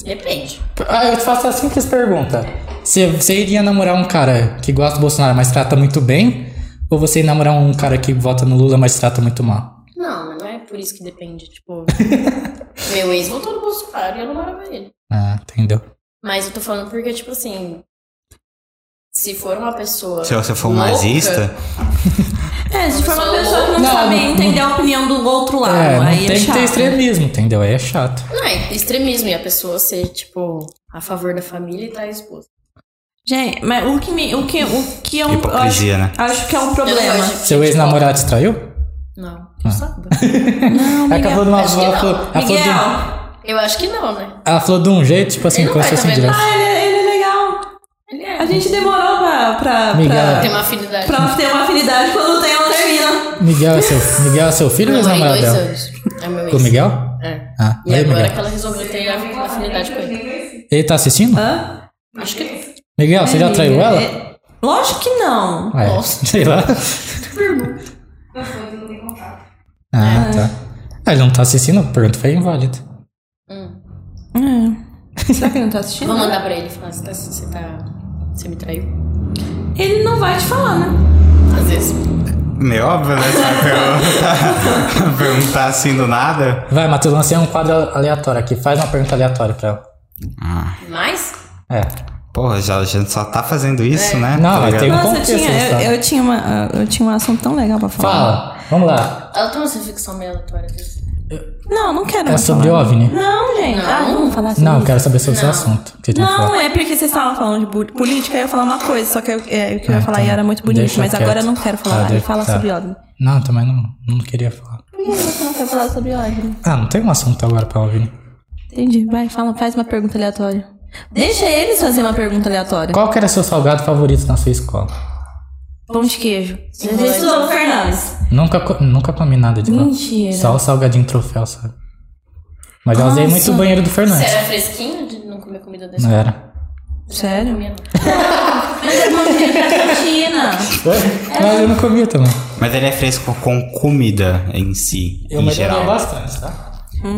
Depende.
Ah, eu te faço a simples pergunta. Você, você iria namorar um cara que gosta do Bolsonaro, mas trata muito bem? Ou você ia namorar um cara que vota no Lula, mas trata muito mal?
Não, mas não é por isso que depende. Tipo, meu ex voltou no Bolsonaro e eu não morava ele.
Ah, entendeu?
Mas eu tô falando porque, tipo assim. Se for uma pessoa.
Se você for um
louca,
nazista.
É, se for uma
Sou
pessoa que não,
Não,
sabe
não-
entender a opinião do outro
Ah,
lado,
é, não
aí
tem
é
que
chato.
ter extremismo, entendeu? Aí é chato.
Não, é extremismo. E a pessoa ser, tipo, a favor da família e traz esposa.
Gente, mas o que, me, o que, o que é um...
Hipocrisia,
eu
né?
acho, acho que é um
Eu
problema.
não gosto de
Seu
gente
ex-namorado te traiu?
pobre.
Ah.
Não, não sabe.
Não,
Ela acabou de uma. Ela
acho que não.
falou, ela, falou de
Miguel,
um,
Eu acho que não, né?
ela falou de um jeito, tipo assim,
Ele não
como se
vai
fosse
também,
direto.
ah, ele, é- ele é legal.
Ele é.
A gente demorou pra, pra,
Miguel.
pra,
Tem uma afinidade.
pra ter uma afinidade quando tem, ela termina.
Miguel é seu, Miguel é seu filho ou
Não, é
ex-namorado
dois
dela?
anos. É meu ex.
Com o Miguel?
É.
Ah,
E
e aí,
agora
Miguel.
que ela resolveu ter a
tá
afinidade com ele.
Ele tá assistindo?
Ah,
Hã?
Acho que.
Miguel, você já traiu
É,
ela?
é- Lógico que não.
É,
Nossa.
sei lá.
Depois eu não tenho contato.
Ah, tá. Ah, ele não tá assistindo? Pronto, foi inválido.
Hum.
É. Será que ele não tá assistindo?
Vou mandar pra ele e falar: você tá, você tá. Você me traiu?
Ele não vai te falar, né?
Às vezes.
Meio óbvio, né? Você vai perguntar, perguntar assim do nada.
Vai, Matheus, lancei um quadro aleatório aqui. Faz uma pergunta aleatória pra ela.
Mas.
É.
Porra, já, a gente só tá fazendo
É.
isso, né?
Não,
Tá
mas
ligado?
tem-
Nossa, eu
contexto,
tinha,
sabe?
eu, eu tinha uma, eu tinha um assunto tão legal pra falar.
Fala, vamos lá.
Ela tem uma ficção meio aleatória. às vezes.
Não, não quero
É
mais
sobre
falar.
OVNI.
Não, gente.
Não.
Ah, vamos falar sobre
Não, eu
isso.
quero saber sobre o seu assunto. Que você tem que
Não,
falar.
é porque vocês estavam falando de bu- política, eu ia falar uma coisa, só que eu- é, o que eu ia
Ah,
falar
tá.
e era muito bonito,
Deixa
mas agora eu
quieto.
não quero falar.
Tá, deixa-
fala
tá.
sobre OVNI.
Não, também não, não queria falar.
Por que você não quer falar sobre OVNI?
Ah, não tem um assunto agora pra OVNI.
Entendi. Vai, fala, faz uma pergunta aleatória. Deixa eles fazer uma pergunta aleatória.
Qual que era seu salgado favorito na sua escola?
Pão de queijo. Você estudou Fernandes.
Nunca, co- nunca comi nada de lá.
Mentira.
Só o salgadinho troféu, sabe? Mas eu usei muito o banheiro do
Você
Fernandes. É.
era fresquinho de não comer comida da
Não
escola?
era.
Eu não
Sério?
comia, não.
Argentina.
É, Mas eu não comia também.
Mas ele é fresco com comida em si,
Eu
em
melhorei
geral.
bastante, tá?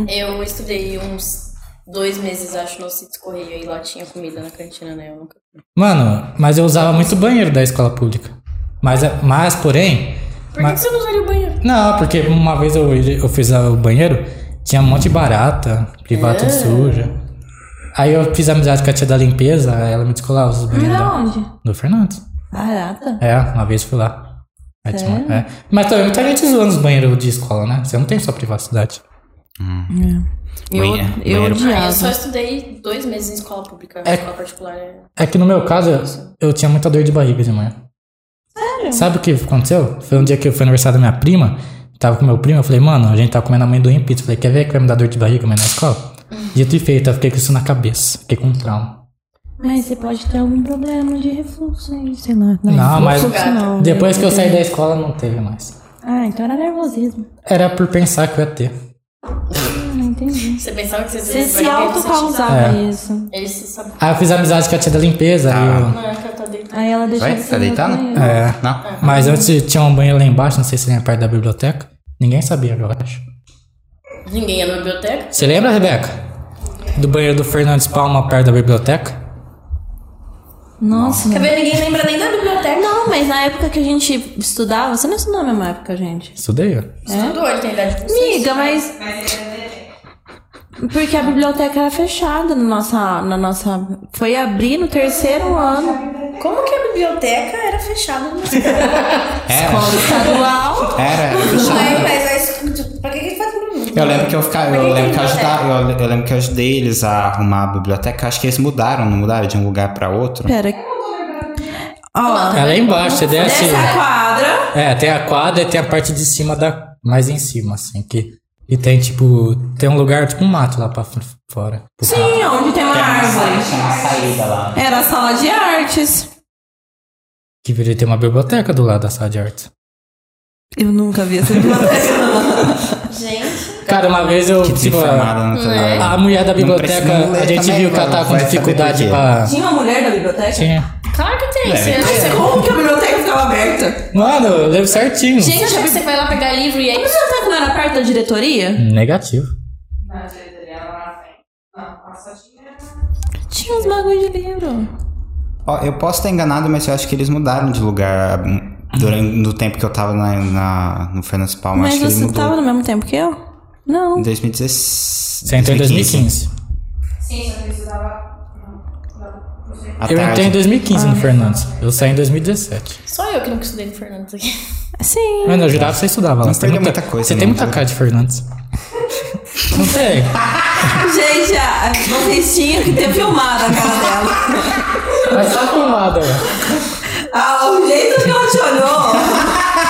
Eu estudei uns dois meses, acho, no Cites Correio e lá tinha comida na cantina, né? Eu nunca.
Mano, mas eu usava muito banheiro da escola pública. Mas, é- mas porém.
Por que
mas-
você não usaria o banheiro?
Não, porque uma vez eu, eu fiz o banheiro, tinha um monte de barata, privada suja. Aí eu fiz amizade com a tia da limpeza, aí ela me descolava os banheiros da-
onde?
do Fernandes.
Barata.
É, uma vez fui lá. Aí tinha uma- é. Mas também muita gente zoando os banheiros de escola, né? Você não tem sua privacidade.
Banhe-
Eu, eu
banheiro-
Ah, eu só
odiava.
estudei dois meses em escola pública.
É.
Escola particular é.
É que no meu caso, eu- eu tinha muita dor de barriga de manhã. Sério? Sabe o que aconteceu? Foi um dia que foi aniversário da minha prima, tava com meu primo, eu falei, mano, a gente tava comendo amendoim e pizza. Eu Falei, quer ver que vai me dar dor de barriga amanhã na escola? Dito e feito, eu fiquei com isso na cabeça, fiquei com um trauma.
Mas você pode ter algum problema de refluxo aí, sei lá.
Não, mas
refluxo não,
depois
né?
que eu saí da escola não teve mais.
Ah, então era nervosismo.
Era por pensar que eu ia ter.
Não entendi.
Você pensava que você
Você se autocausava
É.
isso.
Ele se sabe.
Aí eu fiz amizade com a tia da limpeza, aí eu...
Não, é que eu tô deitada.
Aí ela deixou
Vai?
você
Tá
no
deitada?
banheiro.
É.
Não?
Mas antes tinha um banheiro lá embaixo, não sei se era perto da biblioteca. Ninguém sabia, eu acho.
Ninguém ia na biblioteca?
Você lembra, Rebeca? Do banheiro do Fernandes Palma perto da biblioteca?
Nossa.
Quer ver? Ninguém lembra nem da biblioteca.
Não, mas na época que a gente estudava, você não estudou na mesma época, gente.
Estudei. ó.
Ah,
Estudou, ele tem idade de vocês.
É? Amiga, mas
Mas ele é dele.
porque a biblioteca era fechada na nossa, na nossa. Foi abrir no terceiro ano.
Como que a biblioteca era fechada no escola?
Era,
Estadual.
era.
é,
Mãe, mas aí isso- pra que que ele faz pra mim?
Eu lembro que eu ficava.
Mas
Eu
quem tem
lembro que eu,
biblioteca?
ajudava, eu, eu lembro que eu ajudei eles a arrumar a biblioteca. Acho que eles mudaram, não mudaram de um lugar pra outro.
Tipo,
Pera. Ó,
É lá embaixo, você desce.
desce a quadra.
É, tem a quadra e tem a parte de cima da. Mais em cima, assim. Que, e tem tipo. Tem um lugar, tipo um mato lá pra f- fora. Tipo, pro carro.
Sim, onde tem uma árvore.
Tinha uma saída lá.
Era a sala de artes.
Que viria ter uma biblioteca do lado da sala de arte.
Eu nunca vi essa biblioteca.
Gente,
Cara, uma vez eu.
Que
tipo,
desinformada não tá
é?
nada.
a, a mulher da
Não precisa
biblioteca,
nem ler
a gente
também,
viu que ela
mano,
tava com
vai saber
dificuldade
por quê.
pra.
Tinha uma mulher da biblioteca?
Tinha.
claro que tem.
Deve
Você,
ter.
você,
Como que a biblioteca ficava aberta?
Mano, eu lembro certinho.
você acha que você vai lá pegar livro e
A
aí.
biblioteca não era perto da diretoria?
Negativo.
Não, ele era lá na frente. Não, a só tinha.
Tinha uns bagulho de livro.
Ó, eu posso estar enganado, mas eu acho que eles mudaram de lugar hum, durante no tempo que eu tava na, na- no Fernandes Palma.
Mas
acho que ele
você
mudou.
tava no mesmo tempo que eu? Não.
Em 2016.
Você entrou em 2015.
Sim, só que ele estudava. Não, não sei.
À
Eu
tarde.
entrei em 2015 no Fernandes. Eu saí em 2017.
Só eu que não estudei no Fernandes aqui.
Sim.
Mano, eu jurava que você estudava lá.
Não
Você tem
perdeu
muita,
muita coisa,
Você
né?
tem muita cara de Fernandes. Não tem?
Gente, a- vocês tinham que ter filmado a cara dela.
Mas Tá só né? filmada.
Ah, o jeito que ela te olhou.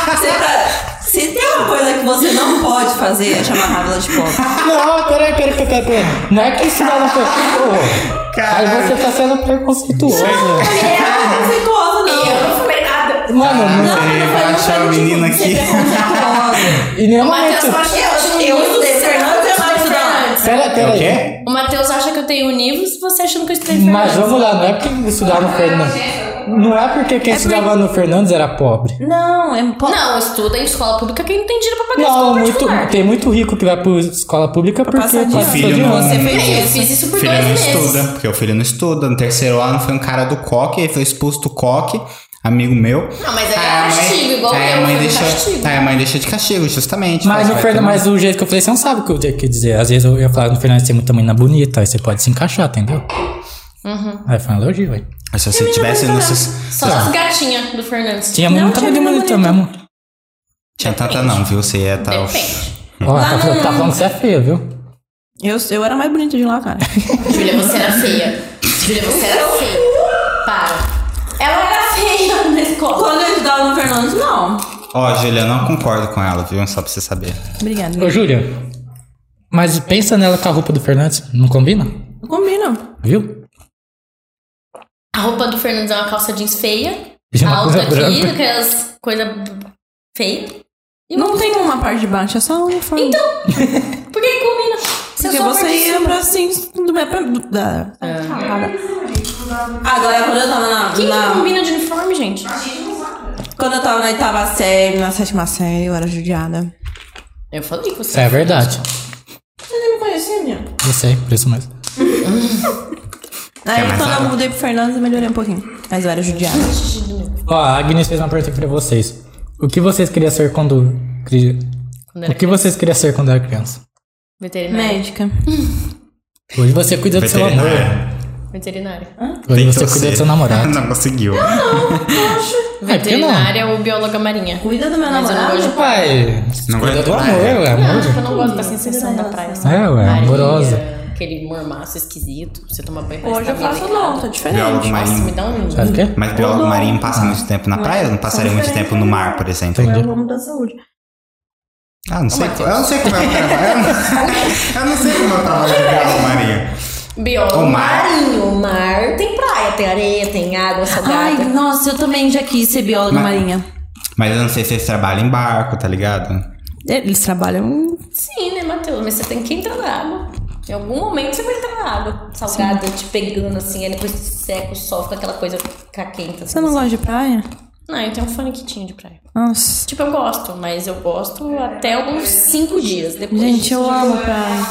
Você pra- Se tem uma coisa que você não pode fazer, é chamar a Rávila de pobre.
Não, peraí, peraí, peraí, peraí. Não é que estudar na Fernandes. Aí
Caralho.
você tá sendo preconceituoso. né?
Ela não é preconceituosa,
Eu
não.
não fumei nada.
Mano, não.
Ele vai achar o menino aqui.
um
E nem
Matheus
momento.
acha
Eu estudei Fernandes, eu não estudei.
Fernandes.
Pera,
É o
peraí.
quê?
O Matheus acha que eu tenho Univos, você achando que eu estudei
Mas
Fernandes.
vamos lá, não é porque estudar no Fernandes. Não é porque quem estudava no Fernandes era pobre.
Não, é pobre.
Não, estuda em escola pública quem não tem dinheiro pra pagar
Não,
escola
muito,
particular.
tem muito rico que vai pra escola pública porque
passar de
passa
ano.
Filho
de
não-
ano.
Você fez
É, Eu
isso.
fiz isso
O
por
filho
dois
não
meses.
estuda, porque o filho não estuda. No terceiro ano foi um cara do coque, ele foi expulso do coque, amigo meu.
Não, mas aí
Aí
é
a mãe-
castigo, igual
aí
eu,
a mãe
foi um
deixa, tá,
castigo.
aí a mãe deixa de castigo, justamente.
Mas,
Fala,
o
vai um-
Fernando,
tomar-
mas o jeito que eu falei, você não sabe o que eu tinha que dizer. Às vezes eu ia falar no Fernando tem muita menina bonita, aí você pode se encaixar, entendeu?
Uhum.
Aí foi um elogio, aí.
Mas Se você tivesse no
Só as gatinhas do Fernandes.
Tinha
Não,
muita
tinha
menina
menina
bonita, mesmo.
Tinha tanta não, viu? Você ia estar...
Depende.
Ó, tá, falando- tá falando que você é feia, viu?
Eu, eu era mais bonita de lá, cara.
Júlia, você era feia. Júlia, você era feia. Para. Ela era feia na escola.
Quando eu estudava no Fernandes, não.
Ó, Júlia, eu não concordo com ela, viu? Só pra você saber.
Obrigada.
Ô, Júlia, mas pensa nela com a roupa do Fernandes, não combina?
Não combina.
Viu?
A roupa do Fernandes é uma calça jeans feia.
De
a
é uma
alta
coisa
aqui, é
branca.
aquelas coisas feias.
Não tem uma parte de baixo, é só um uniforme. Então,
Por que que combina? é Se eu
Porque
sou a
você
parte de
ia
cima.
Ah, pra assim, do meu. pra- do- Da,
currículo da universidade.
Agora, quando eu tava na.
Quem
na-
que combina de uniforme, gente?
quando eu tava na oitava série, na sétima série, eu era judiada.
Eu falei com você.
É verdade.
Você nem me conhecia, minha?
Eu sei, por isso mesmo.
Aí
mais
quando eu
nada?
mudei pro Fernandes, eu melhorei um pouquinho. Mas eu era judiada.
Ó, a Agnes fez uma pergunta pra vocês. O que vocês queriam ser quando... cri-
Quando
O que vocês queriam ser quando era criança?
Veterinário.
Médica.
Hoje você cuida do seu amor.
Veterinária.
Né.
Veterinário.
Hoje
Tentou
você cuida do
ser.
seu namorado.
Não conseguiu.
É,
Veterinária ou bióloga marinha.
Cuida do meu
Mas eu não
namorado.
gosto de
Pai,
Não
cuida
aguento
do amor,
mais.
é
Não,
amor.
tipo, eu não gosto
Assim
da sensação da praia. sabe?
É, ué,
Areia,
amorosa.
Aquele mormaço esquisito. Você toma banho
Hoje eu faço tipo, não, tô
Biólogo
diferente.
tá Nossa, me
marinho.
dá um...
Sabe o quê?
Mas biólogo marinho passa muito tempo na praia? Eu não passaria muito tempo no mar, por exemplo.
Eu amo da saúde.
Ah, não sei, eu não sei como é o trabalho. Eu não- Eu não sei como é o trabalho de biólogo marinho.
Biólogo
O mar.
marinho. Mar tem praia, tem areia, tem água salgada.
Ai, nossa, eu também já quis ser bióloga
Mas-
marinha.
Mas eu não sei se eles trabalham em barco, tá ligado?
Eles trabalham.
Sim, né, Matheus? Mas você tem que entrar na água. Em algum momento você vai entrar na água salgada, te pegando assim, aí depois seca o sol, fica aquela coisa caquenta.
Você não gosta de praia?
Não, eu tenho um faniquitinho de praia.
Nossa.
Tipo, eu gosto, mas eu gosto até alguns cinco dias depois.
Gente, eu amo praia.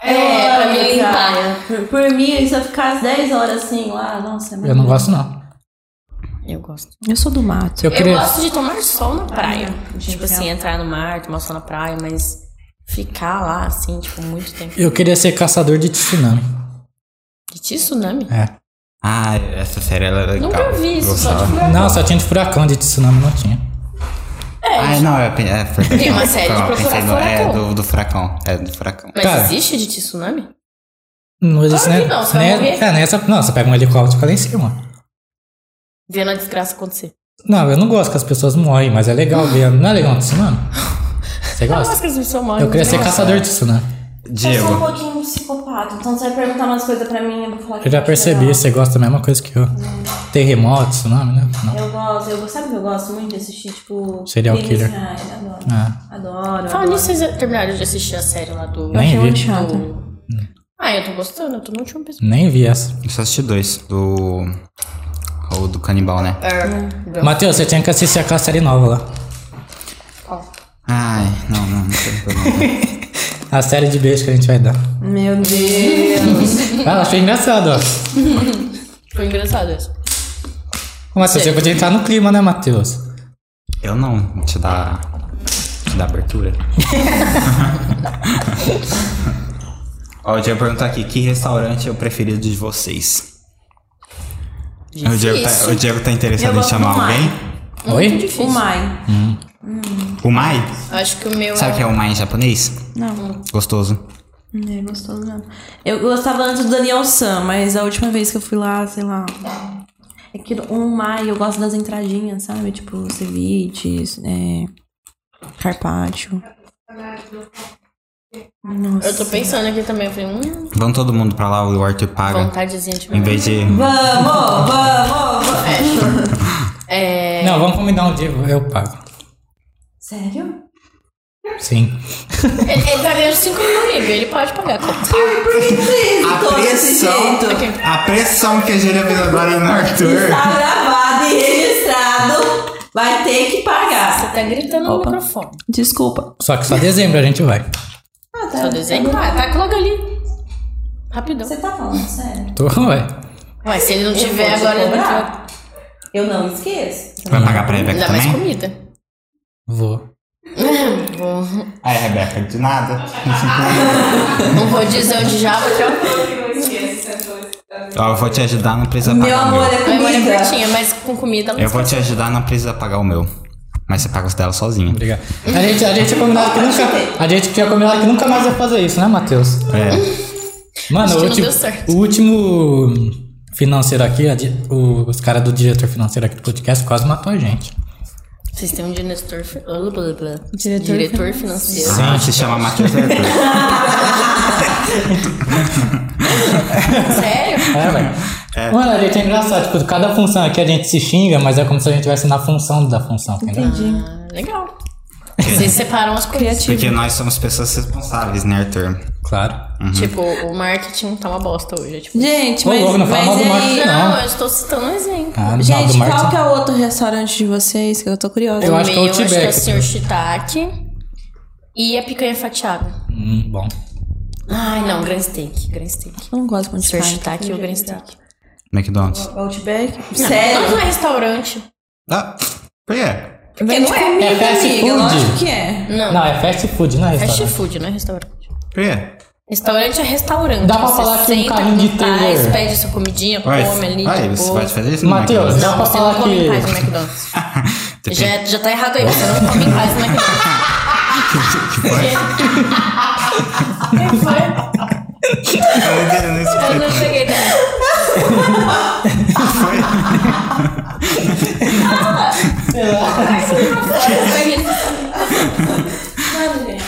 É, pra me limpar.
Por, por mim, se eu ficar às 10 horas assim lá, nossa, é
Eu não gosto, não.
Eu gosto.
Eu sou do mato.
Eu
Eu
queria...
gosto de tomar sol na praia.
Gente,
tipo
eu
assim,
amo.
entrar no mar, tomar sol na praia, mas ficar lá, assim, tipo, muito tempo.
Eu queria ser caçador de tsunami.
De tsunami?
É.
Ah, essa série ela é legal.
Nunca vi isso, só de
Gostava.
furacão.
Não, só tinha de furacão, de tsunami não tinha.
Ah, não, é, é foi-
Tem uma
foi-
série
foi-
de
eu
procurar
pensei no- É,
furacão.
do, do furacão. É, do furacão.
Mas
Cara.
existe de tsunami?
Não existe
Claro
né?
que não, você vai
né-
morrer.
é, nessa, não, você pega um helicóptero e fica lá em cima.
Vendo a desgraça acontecer.
Não, eu não gosto que as pessoas morrem, mas é legal ver. Não é legal um tsunami? Você
Nossa,
gosta?
que as pessoas morrem.
Eu queria ser
né? Nossa.
caçador de tsunami.
Eu sou um
Diego,
pouquinho psicopata, então você vai perguntar umas coisas pra mim, eu vou falar que
Eu já
acho
percebi,
legal.
você gosta da mesma coisa que eu. Terremoto, tsunami, né? Não.
Eu gosto, eu, sabe que eu gosto muito de assistir, tipo.
Serial
crimes
killer.
reais, Adoro.
Ah,
Adoro.
Fala
adoro.
nisso, vocês terminaram de assistir a série lá do...
Nem
achei
vi.
muito chato.
do... Ah, eu tô gostando, eu tô no último episódio.
nem vi essa.
eu só assisti dois. Do. Ou do canibal, né?
É.
Então. Matheus, você tinha que assistir aquela série nova lá.
Ai, não, não, não sei. não.
A série de beijo que a gente vai dar.
Meu Deus.
Ah, eu achei engraçado, ó.
Foi engraçado isso.
Ô, Matheus, você podia entrar no clima, né, Matheus?
Eu não, vou te dar. Te dar abertura. Ó, o Diego perguntou aqui: que restaurante é o preferido de vocês? O Diego, tá, o Diego tá interessado
Eu
em
gosto
chamar
do Mai.
alguém?
tá
Oi?
o Mai.
O Mai?
Acho que o meu...
Sabe o que é o Mai em japonês?
Não,
Gostoso.
não é gostoso não. Eu gostava antes do Daniel Sam, mas a última vez que eu fui lá, sei lá. É que um Mai, eu gosto das entradinhas, sabe? Tipo, ceviche, é, carpaccio. Nossa.
é?
Eu tô pensando aqui também, eu falei, hum,
Vamos todo mundo pra lá, o Arthur paga.
vontadezinha de...
Em vez de.
Vamos, vamos, vamos.
É...
Não, vamos combinar um dia, eu pago.
Sério?
Sim.
Ele, ele tá ganhando 5 mil livros, ele pode pagar. a conta.
A pressão, a pressão que a Júlia fez agora no Arthur.
Tá gravado e registrado. Vai ter que pagar.
Você tá gritando
Opa.
no microfone.
Desculpa.
Só que só dezembro a gente vai.
Ah,
Só desenho? Ah, tá, coloca ali. Rapidão.
Você tá falando sério?
Tô, ué.
Mas se ele não
Eu
tiver
vou te
agora, ele
cobrar.
vai
Eu não esqueço.
Vai pagar pra Rebeca
dar mais
também?
comida.
Vou.
Vou-
Aí, Rebeca, de nada.
Não vou dizer onde já, porque eu
Ó, eu vou te ajudar, não precisa
Meu
pagar
amor,
o meu.
é
A memória é
comida.
curtinha, mas com comida ela
Eu vou te ajudar, não precisa pagar o meu. Mas você paga os dela sozinho.
Obrigado. A gente, a gente tinha combinado que nunca. A gente tinha combinado que nunca mais ia fazer isso, né, Matheus?
É.
Mano,
Acho
o
que não
último,
deu certo.
o último financeiro aqui, a di- o- os caras do diretor financeiro aqui do podcast quase matou a gente.
Vocês têm um diretor, fi- blá, blá, blá, blá.
Diretor
Diretor financeiro.
Ah, se chama Matheus Arthur.
Sério?
É, velho. Mano, a gente é engraçado. Tipo, cada função aqui a gente se xinga, mas é como se a gente estivesse na função da função, entendeu?
Entendi.
Ah, legal. Vocês separam as coisas.
Criativo.
Porque nós somos pessoas responsáveis, né, Arthur?
Claro.
Tipo, o marketing tá uma bosta hoje. é Tipo,
Gente,
Ô,
mas,
louco, não fala mal do
mas e
Marcos,
aí?
Não.
Não, eu estou citando um exemplo.
Ah,
Gente,
Naldo
qual
Martins.
que é o outro restaurante de vocês? Que eu tô curiosa.
Eu acho que é o
meu, acho que é o
Tibeca.
senhor shiitake e a picanha fatiada.
Hum, bom.
Ai, não, grand steak, grand steak.
Eu não gosto muito de
Senhor
carne. É
shiitake e o grand steak.
McDonald's.
Outback?
Não,
Sério?
não é restaurante.
Ah, por quê?
Vem de comida,
É fast
amiga.
food.
Lógico que é.
Não,
Não, é fast food, não é
é fast
restaurante.
food, não é restaurante.
Por quê?
Restaurante é restaurante.
Dá pra
Você
falar que um
senta
carrinho de
com paz,
trailer.
Pede sua comidinha,
Vai,
come Um ali. tipo,
vai,
de
você
boa.
pode fazer isso no
Matheus,
McDonald's?
dá
Não,
pra
você
falar
não come em paz no
que.
McDonald's.
Você tem-
já, já tá errado aí, você não come em paz no McDonald's. Que foi?
Eu não quero nem saber.
Eu não cheguei nessa.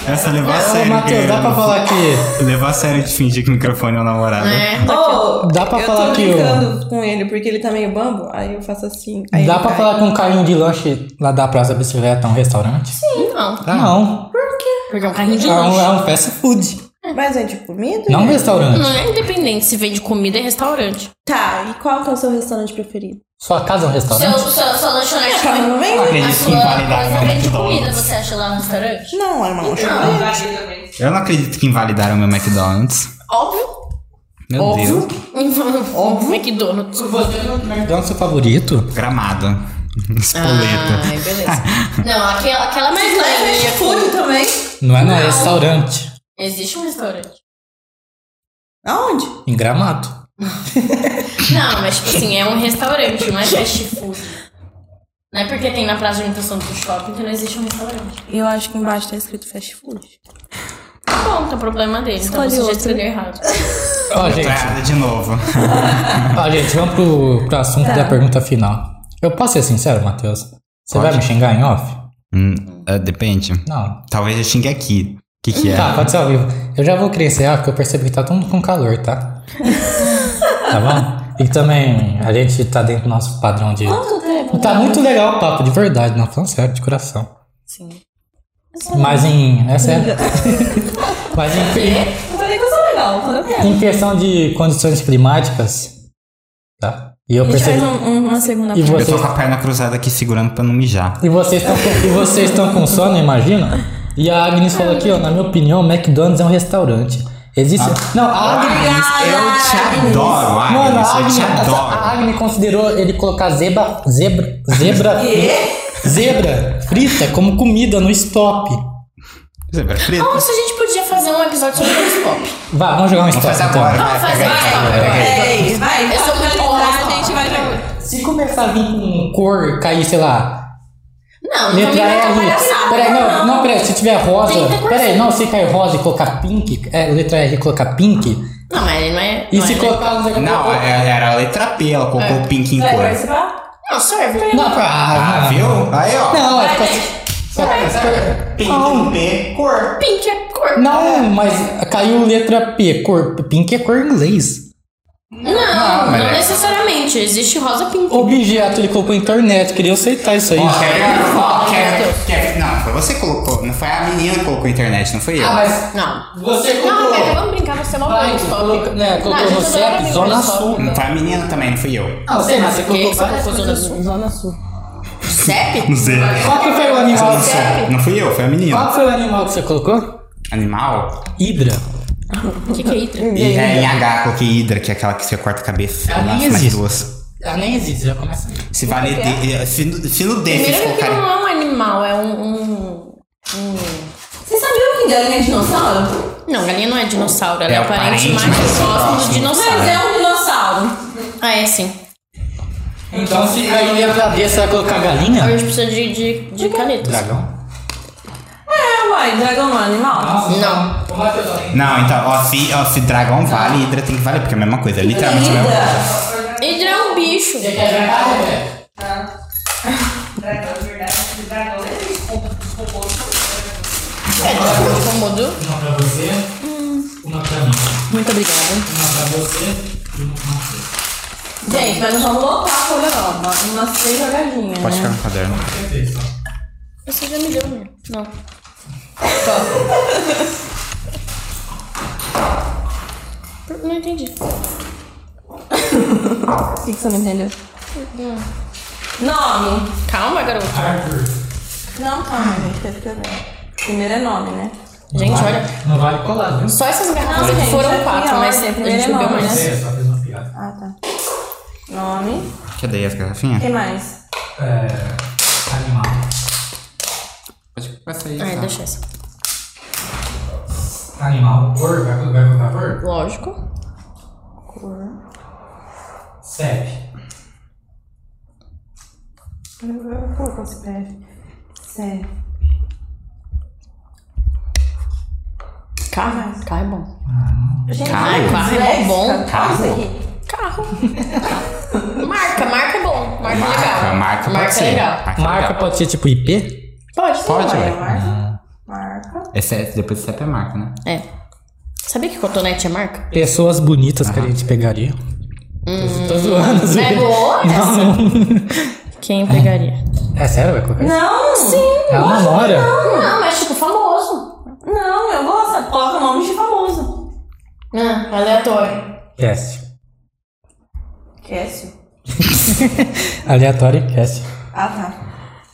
Essa levar a
Ô,
sério.
Matheus,
que-
dá pra falar que.
Levar a sério de fingir que o microfone é o namorado.
É.
Oh,
Dá pra
eu
falar
tô
que o-
brincando com ele, porque ele tá meio bambo. Aí eu faço assim. aí
Dá
ele
pra
cai.
falar que um carrinho de lanche lá da Praça da Bicicleta é um restaurante? Ah,
Não,
Não.
porque é um carrinho de
É um,
lanche.
é um fast food.
Mas é de comida?
Não um
né?
restaurante.
Não é independente se vende comida é restaurante.
Tá, e qual que é o seu restaurante preferido?
Sua casa é um restaurante?
seu, seu lanchonete
Tá, não vem?
Acredito que
né,
invalidaram meu McDonald's.
você acha lá no restaurante?
Não, é uma
Não.
Eu não acredito que invalidaram meu McDonald's.
Óbvio.
Meu
Óbvio.
Deus.
Óbvio. McDonald's.
um McDonald's seu favorito?
Gramado. Espoleta.
Ai, beleza. Não, aquela, aquela
Mas lá é
picanha
fast food também.
Não é, não, é restaurante.
Existe um restaurante.
Aonde?
Em Gramado.
Não, mas tipo assim, é um restaurante, não é fast food. Não é porque tem na praça de alimentação do shopping que não existe um restaurante.
Eu acho que embaixo tá escrito fast food.
Tá Bom, então é problema dele. Então
Escolhe
você já
outro.
escolheu errado.
Ó,
Tô
gente,
errada de novo.
ó, Ah, gente, vamos pro, pro assunto
Tá.
da pergunta final. Eu posso ser sincero, Matheus? Você vai me xingar em off?
Hum, é, depende.
Não.
Talvez eu xingue aqui. O que, que é?
Tá, pode ser ao vivo. Eu já vou crescer, ó, porque eu percebi que tá todo mundo com calor, tá? tá bom? E também a gente tá dentro do nosso padrão de.
Quanto tempo?
Tá muito legal o papo, de verdade, não falando sério, de coração.
Sim.
Mas em. É sério. Mas em,
Eu falei que eu sou legal. Falei que
em questão de condições climáticas. Tá? E eu
A gente faz
percebi.
um- um- uma segunda
E
parte.
Eu tô
vocês,
com a perna cruzada aqui segurando pra não mijar.
e vocês estão com, e vocês estão com sono, imagina? E a Agnes falou aqui, ó, na minha opinião, McDonald's é um restaurante. Existe.
Ah.
Não, a Agnes.
eu te adoro,
Mano, a
Agnes. Eu
Agnes,
te
essa- a
adoro.
Agnes considerou ele colocar zebra. Zebra. Zebra. zebra frita como comida no stop.
Você é preto?
Nossa, a gente podia fazer um episódio sobre o pop.
Vá, vamos jogar um stop.
Vamos fazer
então.
agora. É. Vai,
faz
pega aí,
agora,
pega aí,
vai,
pega aí.
Ei, vai.
Eu
pra
sou muito
finalizar,
boa.
A gente vai jogar.
Se começar a vir com cor, cair, sei lá.
Não, então não
Letra R. um. Peraí, não, não, peraí. Se tiver rosa.
Tem que ter cor
Peraí,
sim.
não, se cair rosa e colocar pink. É, letra R e colocar pink.
Não, mas ele não é.
E
não
se
é-
colocar.
Não, é- era a letra P, ela colocou o pink em cor.
participar?
Não, serve.
Não, pra.
Ah, viu? Aí, ó.
Não, é
Vai,
ficar-
vai.
só- só-
Pink, P, cor.
Pink é cor.
Não, mas caiu letra P, cor. Pink é cor em inglês.
Não, não,
mas é-
necessariamente. Existe rosa pink.
Objeto, ele colocou internet, queria aceitar isso aí.
Ó, Kevin, ó, Kevin, Kevin, não, foi você que colocou, não foi a menina que colocou a internet, não foi eu.
Ah, mas
Não.
você
Não, pera, Ah, vamos brincar, você é uma
Vai,
boa,
coloca- né,
Não,
colocou
a gente
no
adora
CEP,
brincar
Zona
no stop.
Sul.
Não foi a menina também, não fui eu.
Não, sei, mas você colocou
que você
várias
colocou
coisas
Zona
assim. Zona Sul.
CEP?
Não sei.
Qual que foi o animal?
Não, sou- não fui eu, foi a menina.
Qual que foi o animal que você colocou?
Animal?
Hidra.
O que, que é hidra?
E é em H, coloquei Hidra, que é aquela que você corta a cabeça.
Ela nem
Nossa, mais
existe.
duas.
Ela Ah, nem existe, já começa.
Se vale D, é? se no- se no D vocês
Primeiro que não
colocarem.
é um animal, é um. um-
Você sabia o que galinha é dinossauro?
Não, galinha não é dinossauro, ela é,
É o
parente
parente
mais
mais
próximo do
próximo.
Mas
dinossauro.
é um dinossauro.
Ah, é sim.
Então se caiu letra D, você vai colocar
A
galinha?
gente precisa de, de, de canetas.
Dragão.
É, uai, dragão não é animal?
Não.
Não, então, ó, se, ó, se Dragão vale, Hidra tem que valer, porque é a mesma coisa,
Tá,
literalmente a mesma coisa.
Vida.
Hidra é um bicho.
Dragão, de verdade, de dragão.
É, dragão de Komodo.
Uma pra você, uma pra mim.
Muito obrigada.
Uma pra você e uma pra você.
Gente, mas nós vamos lotar a folha nova. Umas três jogadinhas,
Pode
né?
ficar no caderno.
Você já me deu, né? Não. Tá. Não entendi.
O que, que você não entendeu? Nome.
Calma, garoto.
Não, calma, gente, tá escrevendo. Primeiro é nome, né?
Gente, olha.
Não vale colar, viu?
Só essas garrafas
Não,
aqui
gente,
foram
aqui,
quatro,
ó,
mas
esse é
a
primeiro
gente não deu
nome,
mais.
né?
É, só fez uma piada.
Ah, tá. Nome.
Cadê as garrafinhas?
Quem mais?
É. Animal.
Pode passar aí. tá?
Ai, deixa essa.
Animal. Cor, vai, vai colocar cor?
Lógico.
Cor.
CEP.
Eu vou colocar o CPF. CPF.
Carro. Carro é bom.
Gente,
Carro?
Carro é bom.
Carro. isso aqui.
Carro. marca, marca é bom. Marca,
Marca,
é legal.
marca, pode
marca
ser.
é legal.
Marca, é
Marca
legal.
pode ser tipo IP?
Pode,
Pode,
vai,
ué.
Marca. Marca.
É CEP, depois de CEP é marca, né?
É. Sabia que cotonete é marca?
Pessoas bonitas que a gente pegaria. Tô zoando,
É
zoando.
boa essa. Quem pegaria?
É sério, vai colocar?
Não, sim.
É uma nora.
Não,
é
mas tipo famoso.
Não, eu gosto. Coloca nome de famoso.
Ah, aleatório.
Cast.
Cássio.
Aleatório cast.
Ah, tá.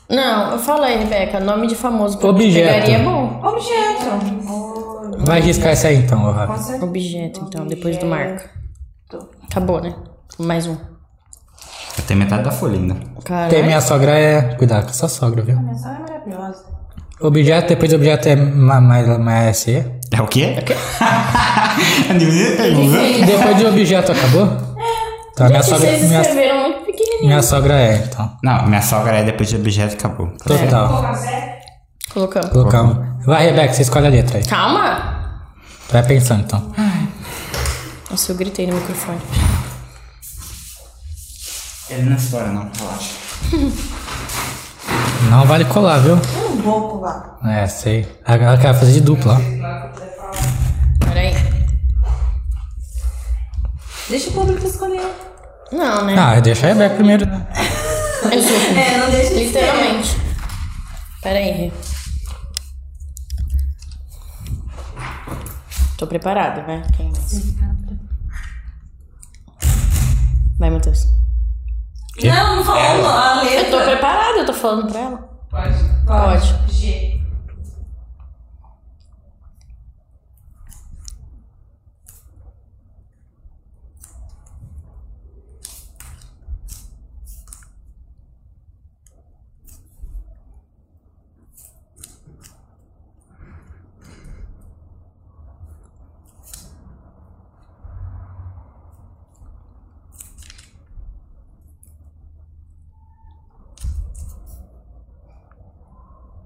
Não, eu falei, Rebeca, nome de famoso. porque
Objeto.
Pegaria é bom.
Objeto.
Vai riscar essa aí então, ô Rafa.
Objeto, então, depois do marca.
Objeto.
Acabou, né? Mais um.
Eu tenho metade da folha ainda.
Caralho.
Tem minha sogra é. Cuidado com essa sogra, viu?
Mensagem é maravilhosa.
Objeto, depois do objeto é ma- mais mais SE.
É o quê? Ninguém pergunta.
Depois do objeto acabou? Então minha sogra.
Vocês
Minha,
escreveram muito pequenininho.
minha sogra é, então.
Não, minha sogra é depois de objeto e acabou.
Total.
Colocar é Zé?
Colocamos.
Colocamos. Vai, Rebeca, você escolhe a letra aí.
Calma!
Vai pensando então.
Nossa, eu gritei no microfone.
Ele não estoura, não, relaxa.
Não vale colar, viu?
Eu não vou pular.
É, sei. Ela quer fazer de dupla, ó.
Peraí.
Deixa o público escolher.
Não, né?
Ah, deixa a Rebeca primeiro.
Eu sou.
É, não deixa de
Literalmente. Peraí, Rê. Tô preparada, vai. Quem é? mais? Vai, Matheus.
ser. Não, não
É.
falou a
Eu tô
letra.
preparada, eu tô falando pra ela.
Pode.
Pode.
G.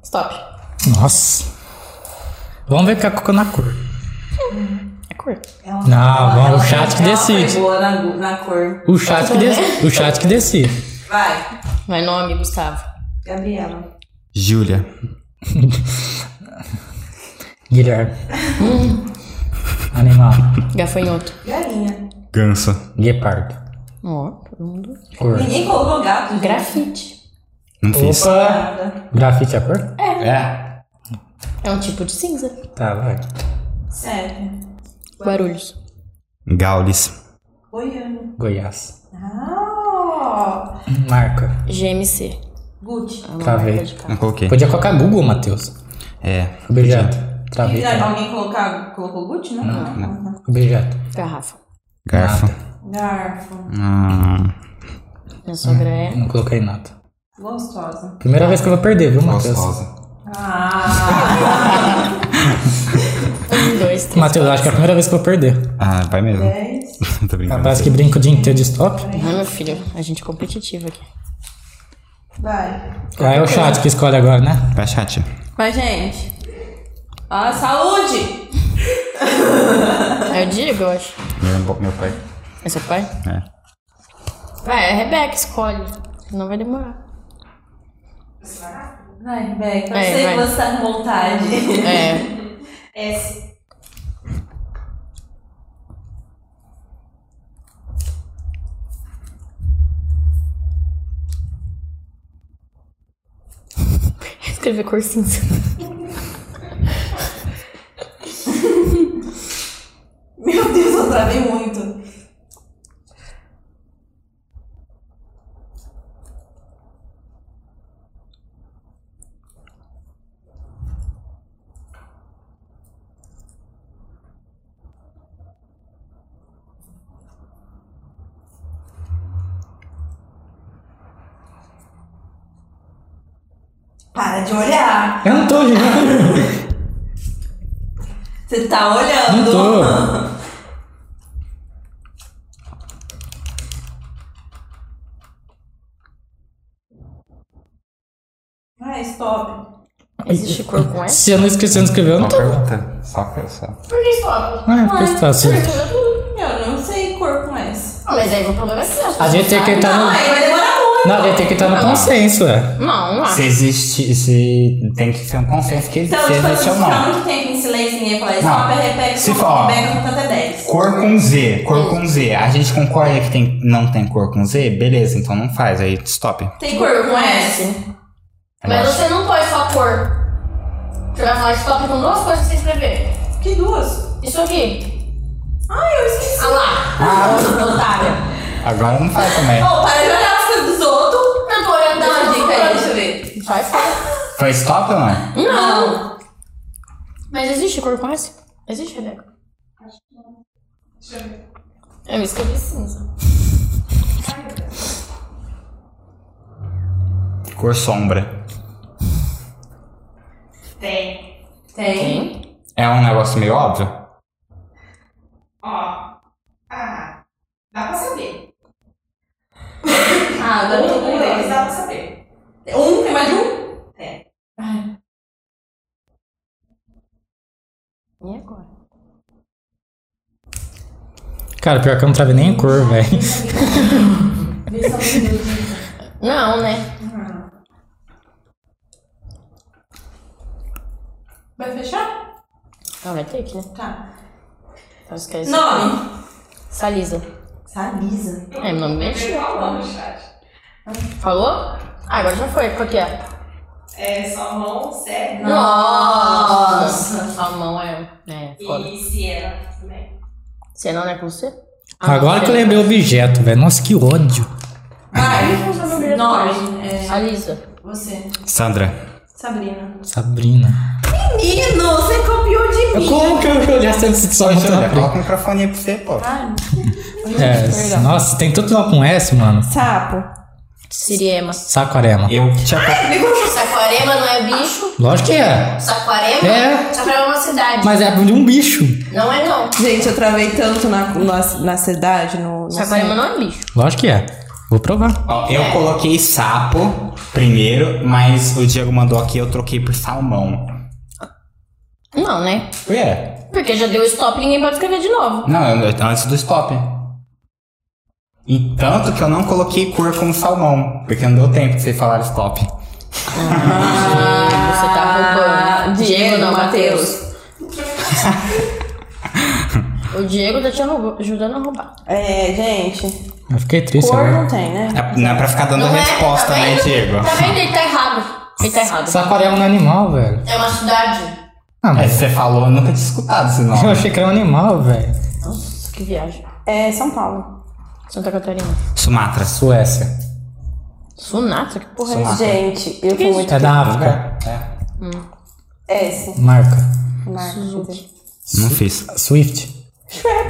Stop.
Nossa. Vamos ver o que a Cuca na cor.
É cor.
Ela-
Não,
ela-
vamos, o
ela-
chat que
ela
decide.
foi boa na, na cor.
O chat que, dec- o chat que decide.
Vai,
Vai, nome, Gustavo.
Gabriela.
Júlia.
Guilherme.
Hum.
Animal.
Gafanhoto.
Galinha.
Ganso.
Guepardo.
Ó, todo mundo.
Cor.
Ninguém colocou gato. gente.
Grafite.
Não fiz.
Opa!
Nada.
Grafite é a cor?
É.
É um tipo de cinza.
Tá, vai.
Sério.
Guarulhos.
Gaules.
Goiânia.
Goiás.
Ah!
Marca.
GMC.
Gucci.
É uma
Travei.
marca de carro.
Não coloquei.
Podia colocar Google, Matheus.
É.
Objeto. Tá Travei.
E alguém colocar, colocou Gucci? Não. não.
Objeto.
Garrafa.
Garfo.
Garfo.
Ah,
Minha sogra é.
Não coloquei nada.
Gostosa.
Primeira vez que eu vou perder, viu, Matheus?
gostosa.
Ah!
Um, dois, três.
Matheus, acho que é a primeira vez que eu vou perder.
Ah, vai mesmo.
Dez.
Tô brincando.
Rapaz que brinca o dia inteiro de stop.
Ai, meu filho, a gente é competitivo aqui.
Vai.
Ah, é o chat que escolhe agora, né?
Vai, chat.
Vai, gente. Ah, saúde!
É o Diego, eu acho.
Meu, meu pai.
É seu pai?
É.
Vai, é a Rebeca escolhe. Não vai demorar.
Vai, Rebeca. Eu
Vai,
sei
vai.
que você tá com vontade.
É.
S.
Escreveu escrever cor cinza.
Meu Deus, eu travei muito. Para de olhar.
Eu não tô olhando.
Você tá olhando.
Não tô.
Vai, stop.
Existe cor com S?
Se eu não esquecer de escrever, eu não
Uma
tô.
pergunta. Só pensar.
Por que stop?
Ah, por que você tá assim?
Eu não sei cor com S.
Ah, mas aí o problema é seu.
A gente tem que estar no.
é.
Aí vai demorar muito.
Não, a gente tem que estar no consenso, é.
Não, não
Se
acho.
existe, se tem que ser um consenso que
Então,
se
tipo
existe
assim,
ou
ficar
não.
muito tempo em silêncio e falar
Não.
stop, repete,
Se
stop,
for-
pega com até 10.
Cor com Z, cor com Z. A gente concorda que tem, não tem cor com Z? Beleza, então não faz, aí stop.
Tem cor com S?
Eu
Mas
acho.
você não põe só cor. Você vai falar stop com duas coisas pra você escrever.
Que duas?
Isso aqui.
Ai, eu esqueci.
Ah lá.
Otária.
Agora não faz também.
Ô, para de olhar as coisas dos outros.
Não tô olhando
Dá uma dica aí, deixa eu ver.
Vai fora.
Foi stop ou não?
Não.
Mas existe cor com S? Existe, Rebeca? Eu escrevi cinza.
Cor sombra.
Tem.
Tem?
Tem.
É um negócio meio óbvio?
Ó. Ah. Dá pra saber. ah, dá um deles dá pra saber. Um? Tem mais de um? Tem.
E agora?
Cara, pior que eu não travei nem em cor, velho.
Não, né?
Vai fechar?
Ah, vai ter que, né?
Tá.
Então esquece.
Nome.
Salisa.
Salisa.
É, meu nome mexe. Falou? Ah, agora já foi. Qual que é?
É salmão, sério.
Nossa! Salmão é.
né,
É, foda.
Siena também.
Você não é com você? Ah,
Agora
não,
que eu
você-
lembrei o objeto, velho. Nossa, que ódio.
Vai. Nome. É,
Salisa.
você.
Sandra.
Sabrina.
Sabrina.
Menino, você copiou de mim.
Como que eu vou olhar se eu só não
Sandra,
travei?
Então, coloca o microfone aí pra você, pô.
É, nossa, tem tudo lá com S, mano.
Sapo.
Siriema.
Saquarema.
Eu que te acompanho.
Saquarema não é bicho.
Lógico que é.
Saquarema?
É.
Saquarema é uma cidade.
Mas é de um bicho.
Não é não.
Gente, eu travei tanto na, na, na cidade, no. no
Saquarema não é bicho.
Lógico que é. Vou provar.
Ó, Eu coloquei sapo primeiro, mas o Diego mandou aqui eu troquei por salmão.
Não, né?
Por quê?
Porque já deu stop e ninguém pode escrever de novo.
Não, eu- antes do stop. E tanto que eu não coloquei cor como salmão, porque não deu tempo de vocês falarem stop.
Ah,
Você tá roubando.
Diego, não,
Matheus. o Diego tá te arrubou- ajudando a roubar.
É, gente.
Eu fiquei triste
Cor não
agora.
tem, né?
É- não é pra ficar dando
Não é,
resposta,
tá
né,
vendo?
Diego?
Tá vendo? Ele tá errado. Ele tá errado.
Saquarema não é animal, velho.
É uma cidade.
Ah,
É,
mas
você falou, eu nunca tinha escutado esse
eu
nome.
achei que era um animal, velho.
Nossa, que viagem.
É São Paulo.
Santa Catarina.
Sumatra.
Suécia.
Sunata? Que porra é
Sumatra.
Gente, eu fui muito.
É da África.
É.
É,
S.
Marca.
Suzuki.
Não fiz.
Swift.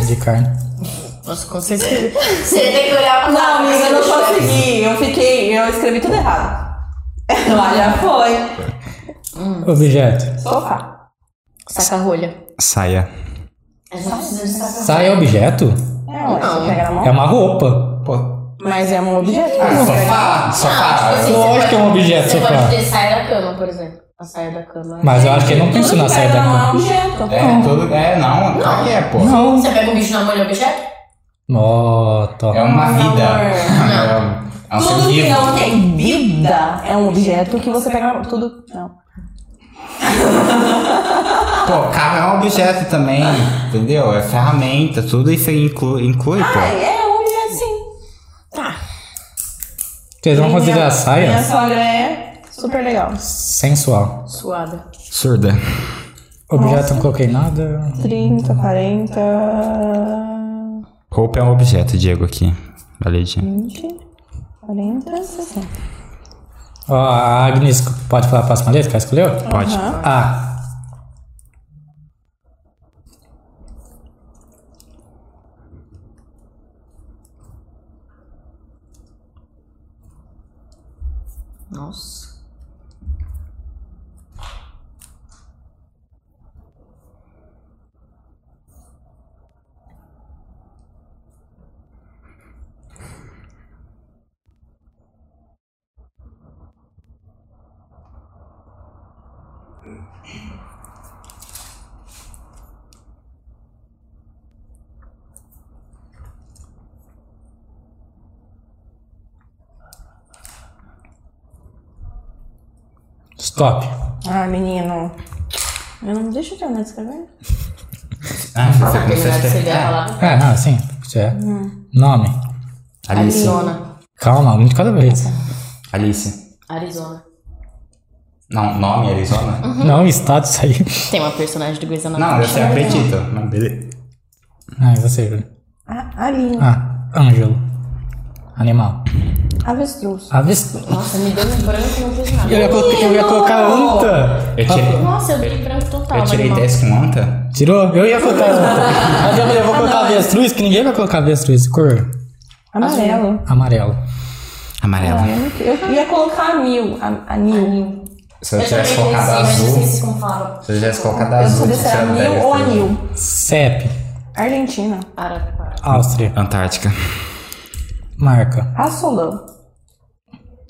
De carne.
essa? Nossa, com certeza.
Você tem que olhar pra
Não, amiga, eu não
Você
consegui. Eu fiquei. Eu escrevi tudo errado. Lá já foi.
Objeto.
Sofá.
Saca-rolha.
Saia.
Sai é objeto?
É, ué, você pega na mão.
É uma roupa.
Pô.
Mas é um objeto.
Ah, sofá. Sofá.
Não, tipo assim-
Lógico que é um objeto,
Você pode
sofá.
ter saia da cama.
Não, por exemplo. Assim, A saia da cama.
Mas eu acho que ele não pensou na né? saia da
mão.
cama.
um objeto.
É, tudo. É, não. Pra quê, pô?
Não.
Você pega um bicho na mão e é objeto?
Nota.
É uma vida. É um- É um ser
Tudo que
vivo.
não tem vida é um objeto que você pega na mão. Tudo. Não.
Pô, carro é um objeto também, entendeu? É ferramenta, tudo isso aí inclui, inclui pô.
É um objeto sim.
Vocês vão
Minha-
considerar a
Minha
saia?
sogra é Super legal.
Sensual.
Suada.
Surda.
Objeto não coloquei nada.
30, 40.
Roupa é um objeto, Diego, aqui. Valeu, Diego.
Uhum.
20, 40, 60.
Ó, a Agnes pode falar a próxima letra que ela escolheu? Ah,
Pode.
Ah.
A.
Nossa.
Stop.
Ah, menino. Eu não deixa eu terminar de escrever.
Ah, você começou a
Terminar de
escrever.
escrever ela.
É, não, assim. Isso é.
Hum.
Nome.
Alice.
Arizona.
Calma, um de cada vez.
Alice.
Arizona.
Não, nome
Uhum.
Arizona?
Não, estado isso aí.
Tem uma personagem do Grey's Anatomy.
Não, eu sei, acredito. Mas beleza.
Ah, e você, Júlio.
Ah, Aline.
Ah, Ângelo. Animal.
Avestruz.
Avestruz.
Nossa, me deu um branco não fiz nada.
Eu ia colocar, eu ia colocar anta.
Eu tirei,
Nossa, eu dei branco total.
eu tirei
animal.
10 com anta?
Tirou? Eu ia colocar anta. Mas eu falei, eu vou colocar avestruz, que ninguém vai colocar avestruz. Cor
Amarelo.
amarelo.
Amarela.
Uhum.
Eu ia colocar anil. A, anil.
Se eu
Eu
tivesse
também pensei,
colocado
mas não
azul.
esqueci como falava.
Se eu tivesse colocado
Eu não
azul,
sabia se era
tirando
anil
10,
ou
tá ligado?
anil.
CEP.
Argentina.
Para, para.
Áustria.
Antártica.
Marca.
A Solão.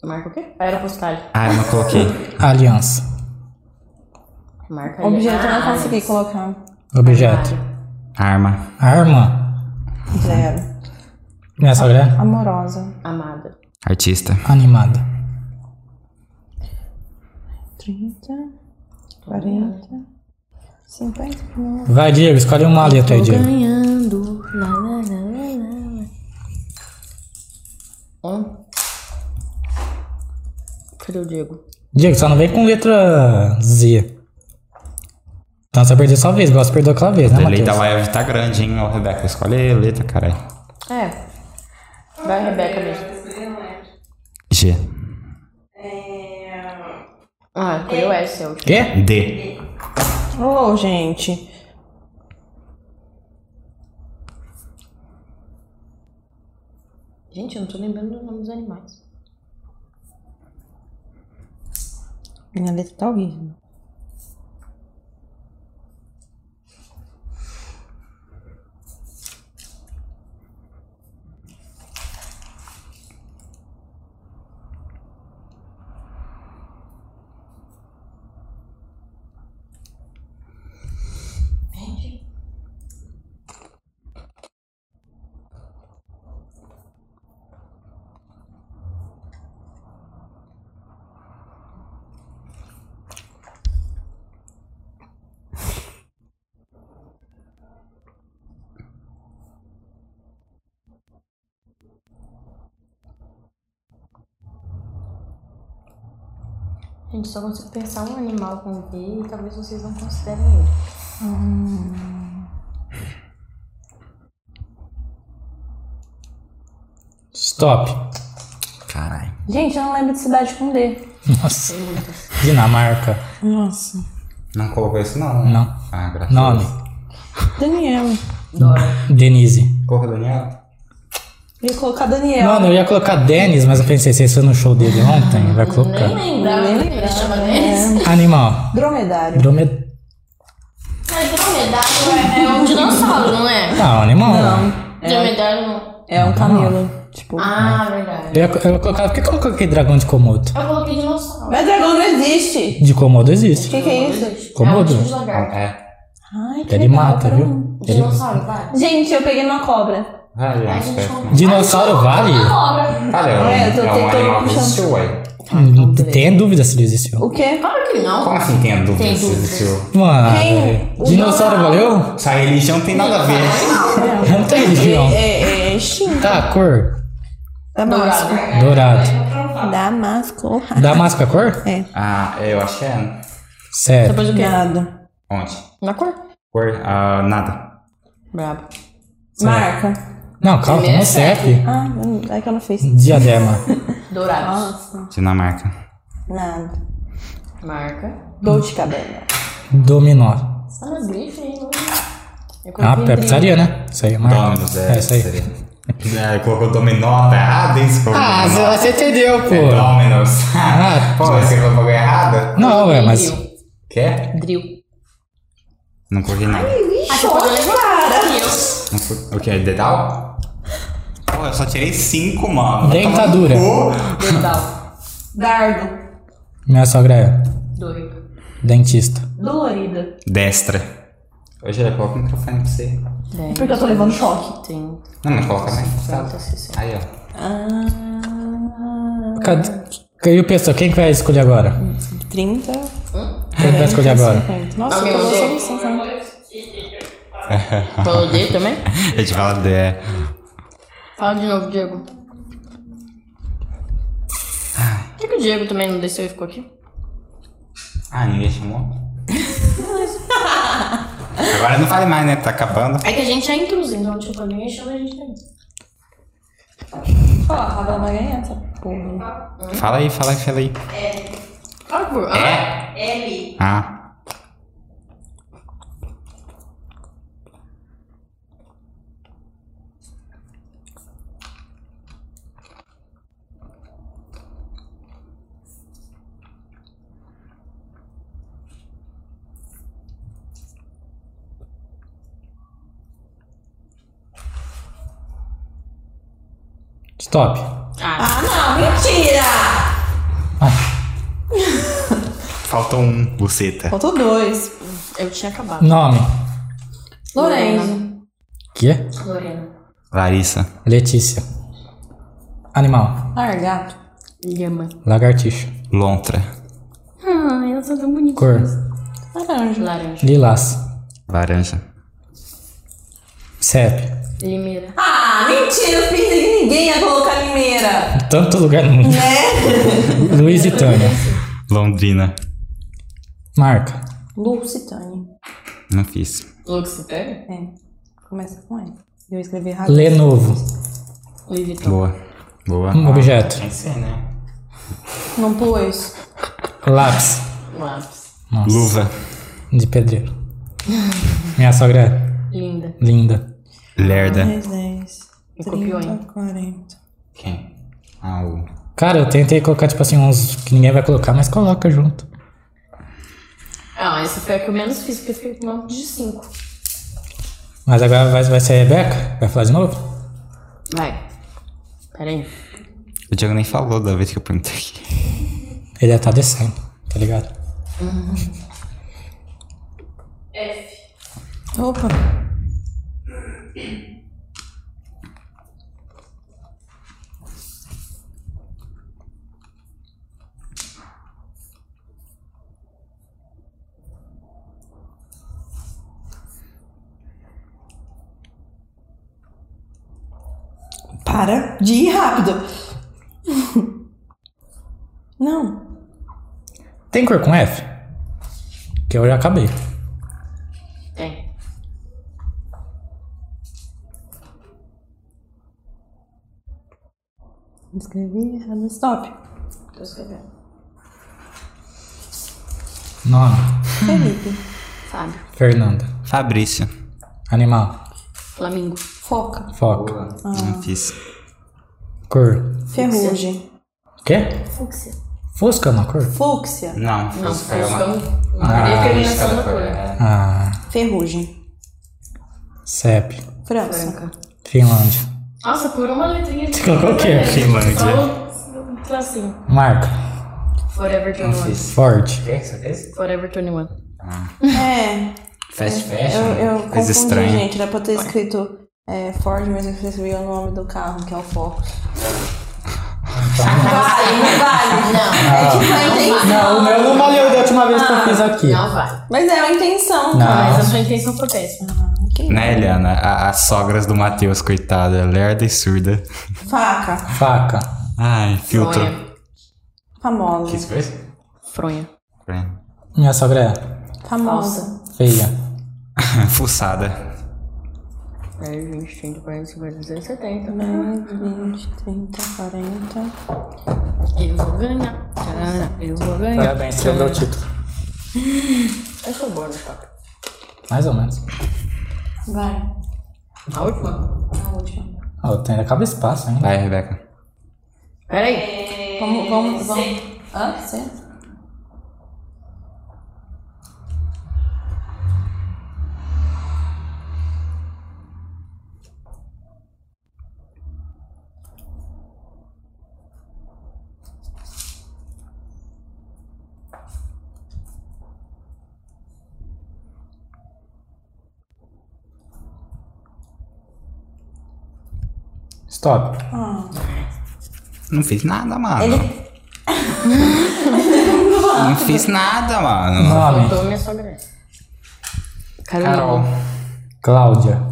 Marca o quê? Aeropostagem.
Ah, eu não coloquei.
Aliança.
Marca ali.
Objeto eu não
Ah,
consegui colocar.
Objeto.
armário.
Arma.
Arma. é
Zero.
Minha sogra.
Amorosa.
Amada.
Artista.
Animada.
30, 40, 50.
Vai, Diego, escolhe uma letra aí, Diego.
Ganhando. Lá, lá, lá, lá, lá. Um. Cadê o Diego?
Diego, só não vem com letra Z. Então você vai perder sua vez, gosta de perder aquela vez, né,
A lei da
Matheus?
live tá grande, hein, ô Rebeca? Escolhe a letra, caralho.
É. Vai, Rebeca mesmo.
G.
Ah, escolheu essa, é o último.
Quê?
D.
Ô, gente.
Gente, eu não tô lembrando do nome dos animais.
Minha letra tá horrível.
Gente, só consigo pensar um animal com V e talvez vocês não considerem ele.
Stop.
Caralho.
Gente, eu não lembro de cidade com D.
Nossa. Dinamarca.
Nossa.
Não colocou isso, não? né?
Não.
Ah, graças a
Nome.
Deus.
Daniel.
Denise.
Corra, Daniel.
Eu ia colocar Daniel.
Mano, eu ia colocar Denis, mas eu pensei, se foi no show dele ontem, vai colocar.
Lembrava que
né?
ele chama
É.
deles.
Animal.
Dromedário.
Dromed...
Mas dromedário é um dinossauro, não é?
Não, Ah, animal.
Dromedário não.
É um camelo. Tipo.
Ah, verdade.
Eu ia, eu ia colocar. Por que eu coloquei dragão de Komodo?
Eu coloquei dinossauro.
Mas dragão não existe.
De Komodo
O
existe.
que, que é isso?
Komodo?
É um tipo de lagarto.
É.
Ai, que
Ele
legal,
mata,
cara.
viu? Ele...
Dinossauro, vai.
Gente, eu peguei uma cobra.
Vai, Leon.
A gente
espera.
compra.
Dinossauro vale?
Cobra.
Cara, é um,
É, eu tô
é um
tentando
animal que
puxar.
existiu, ué.
Hum, Tem dúvida se ele existiu.
O quê?
Claro que não.
Como assim tem a dúvida
Tem
se
dúvida.
existiu?
Mano.
Quem? O
Dinossauro valeu?
Essa religião não tem nada a ver.
Não tem
É,
religião.
é, é extinto.
Tá, cor.
É
Dourado.
é.
massa.
Dourado.
Eu não
Damasco. honra.
Damasco é cor?
É.
Ah, eu acho que é.
Sério.
Depois do quê?
Nada.
Onde?
Na cor.
Cor? Ah, nada.
Brabo.
Marca.
Não, calma,
Primeiro
não serve.
Ah, não- é que eu não fiz.
Diadema.
Dourado.
Nossa.
Dinamarca.
Nada.
Marca.
Gol de cabelo.
Dominó.
Tá
Ah, mas grife, hein? Eu
Ah,
coloquei
é pizzaria, né? Isso aí é marca.
Dominus, é.
É isso aí.
seria. É, colocou dominó, tá errado, hein? Você colocou
Ah,
dominó.
você entendeu,
É
pô.
Dominus.
Ah,
Pô, você colocou errada?
Não, ué, mas.
Drill.
Quer?
Drill.
Não coloquei nada.
Ah, você pode levantar. Drill.
Não col- O que? Dedal? Pô, eu só tirei cinco, mano. Vai
Dentadura.
tomar no cu.
Dedal.
Dardo.
Minha sogra é
Doido.
dentista.
Dolorida.
Destra. Hoje eu coloco o microfone pra você.
Dez.
Porque eu tô levando choque.
Tem.
Não, mas coloca mais.
Falta 60.
Aí, ó.
Ah,
Cadê? E o pessoal, quem que vai escolher agora?
30.
Quem que vai escolher agora?
50. Nossa,
Alguém
eu tô
usou?
solução. sabe?
um.
Falou o D também?
Eu te falo é. de...
Fala de novo, Diego. Por que, que o Diego também não desceu e ficou aqui?
Ah, ninguém chamou? Agora não vale mais, né? Tá acabando.
É que a gente é intruso, então, tipo, ninguém chama a gente também.
Ó, a Ravel vai ganhar essa porra.
Fala aí, fala aí, fala aí.
Fala por.
É?
Ah,
Ah.
Stop.
Ah, não, mentira!
Faltou um, buceta.
Faltou dois.
Eu tinha acabado.
Nome.
Lorenzo.
Que?
Lorena.
Larissa.
Letícia. Animal.
Largato.
Lhama.
Lagartixa.
Lontra.
Ah, ela tá tão bonita.
Cor.
Laranja.
Laranja.
Lilás.
Laranja.
CEP.
Limeira.
Ah, mentira, eu fiz e ninguém ia colocar Limeira.
Tanto lugar no mundo. Luiz e Tânia.
Londrina.
Marca.
Lucitânia.
Não fiz.
Luxitânia?
É, começa com E. Eu escrevi errado.
Lenovo.
Louis Vuitton.
Boa. Boa.
Um objeto.
Tem que ser, né?
Não pôs.
Lápis.
Lápis.
Nossa.
Luva.
De pedreiro. Minha sogra é
Linda.
linda.
Lerda.
10, 10.
Me
30,
copiou, hein?
40.
Quem? Ah, o...
Cara, eu tentei colocar, tipo assim, uns que ninguém vai colocar, mas coloca junto.
Ah, esse foi o que eu menos fiz, porque eu fiquei com nota de 5.
Mas agora vai, vai ser a Rebeca? Vai falar de novo?
Vai. Pera aí.
O Diego nem falou da vez que eu perguntei.
Ele já tá descendo, tá ligado?
Opa. Para de ir rápido. Não.
Tem cor com F? Que eu já acabei.
Tem.
Escrevi errado. Stop.
Tô escrevendo.
Nome.
Felipe.
Fábio.
Fernanda.
Fabrício.
Animal.
Flamingo. Tá.
Foca.
Foco.
Ah.
Não fiz.
Cor.
Ferrugem.
Quê?
Fúcsia.
Fusca na cor?
Fúcsia.
Não,
Não,
fiz.
fúcsia é um-
Ah,
uma
lista
determinação
da
da
cor,
cor.
é.
Ah.
Ferrugem.
CEP.
França.
Branca.
Finlândia.
Nossa, por uma letrinha de.
colocou o quê?
Finlândia.
Só um tracinho.
Marca.
Forever
Não
21.
fiz.
Ford.
Quem? Só esse?
Forever 21.
É,
Fast
eu,
fashion.
eu
Coisa
confundi,
estranha.
gente. Era pra ter escrito é, Ford, mas eu escrevi o nome do carro, que é o Ford. Vale, não vale. Não. É tipo a intenção.
Não, Ah, o meu não valeu da última vez que eu fiz aqui.
Ah, Não vai.
Mas é a intenção,
Não.
cara.
Ah, Mas a sua intenção foi péssima.
Que-
Né, Eliana? A- as sogras do Matheus, coitada. Lerda e surda.
Faca.
Faca.
Ai, filtro.
Sonha.
Famosa.
escreveu?
Fronha.
Minha sogra
Famosa.
é feia.
Ah, Fuçada.
10, 20, 30, 40, 50, 60, 70.
10, 20, 30, 40.
Eu vou ganhar. Cara, eu vou ganhar.
Parabéns, você levou o título.
Eu sou boa no shopping.
Mais ou menos.
Vai.
A última?
A última.
Ó, tem acaba espaço, hein?
Vai, Rebeca.
Peraí.
Vamos, vamos, vamos. Hã? Você?
Stop.
Não fiz nada, mano.
Ele-
Não fiz nada,
Hum.
mano.
Nome.
Faltou minha sogra.
Carol.
Cláudia.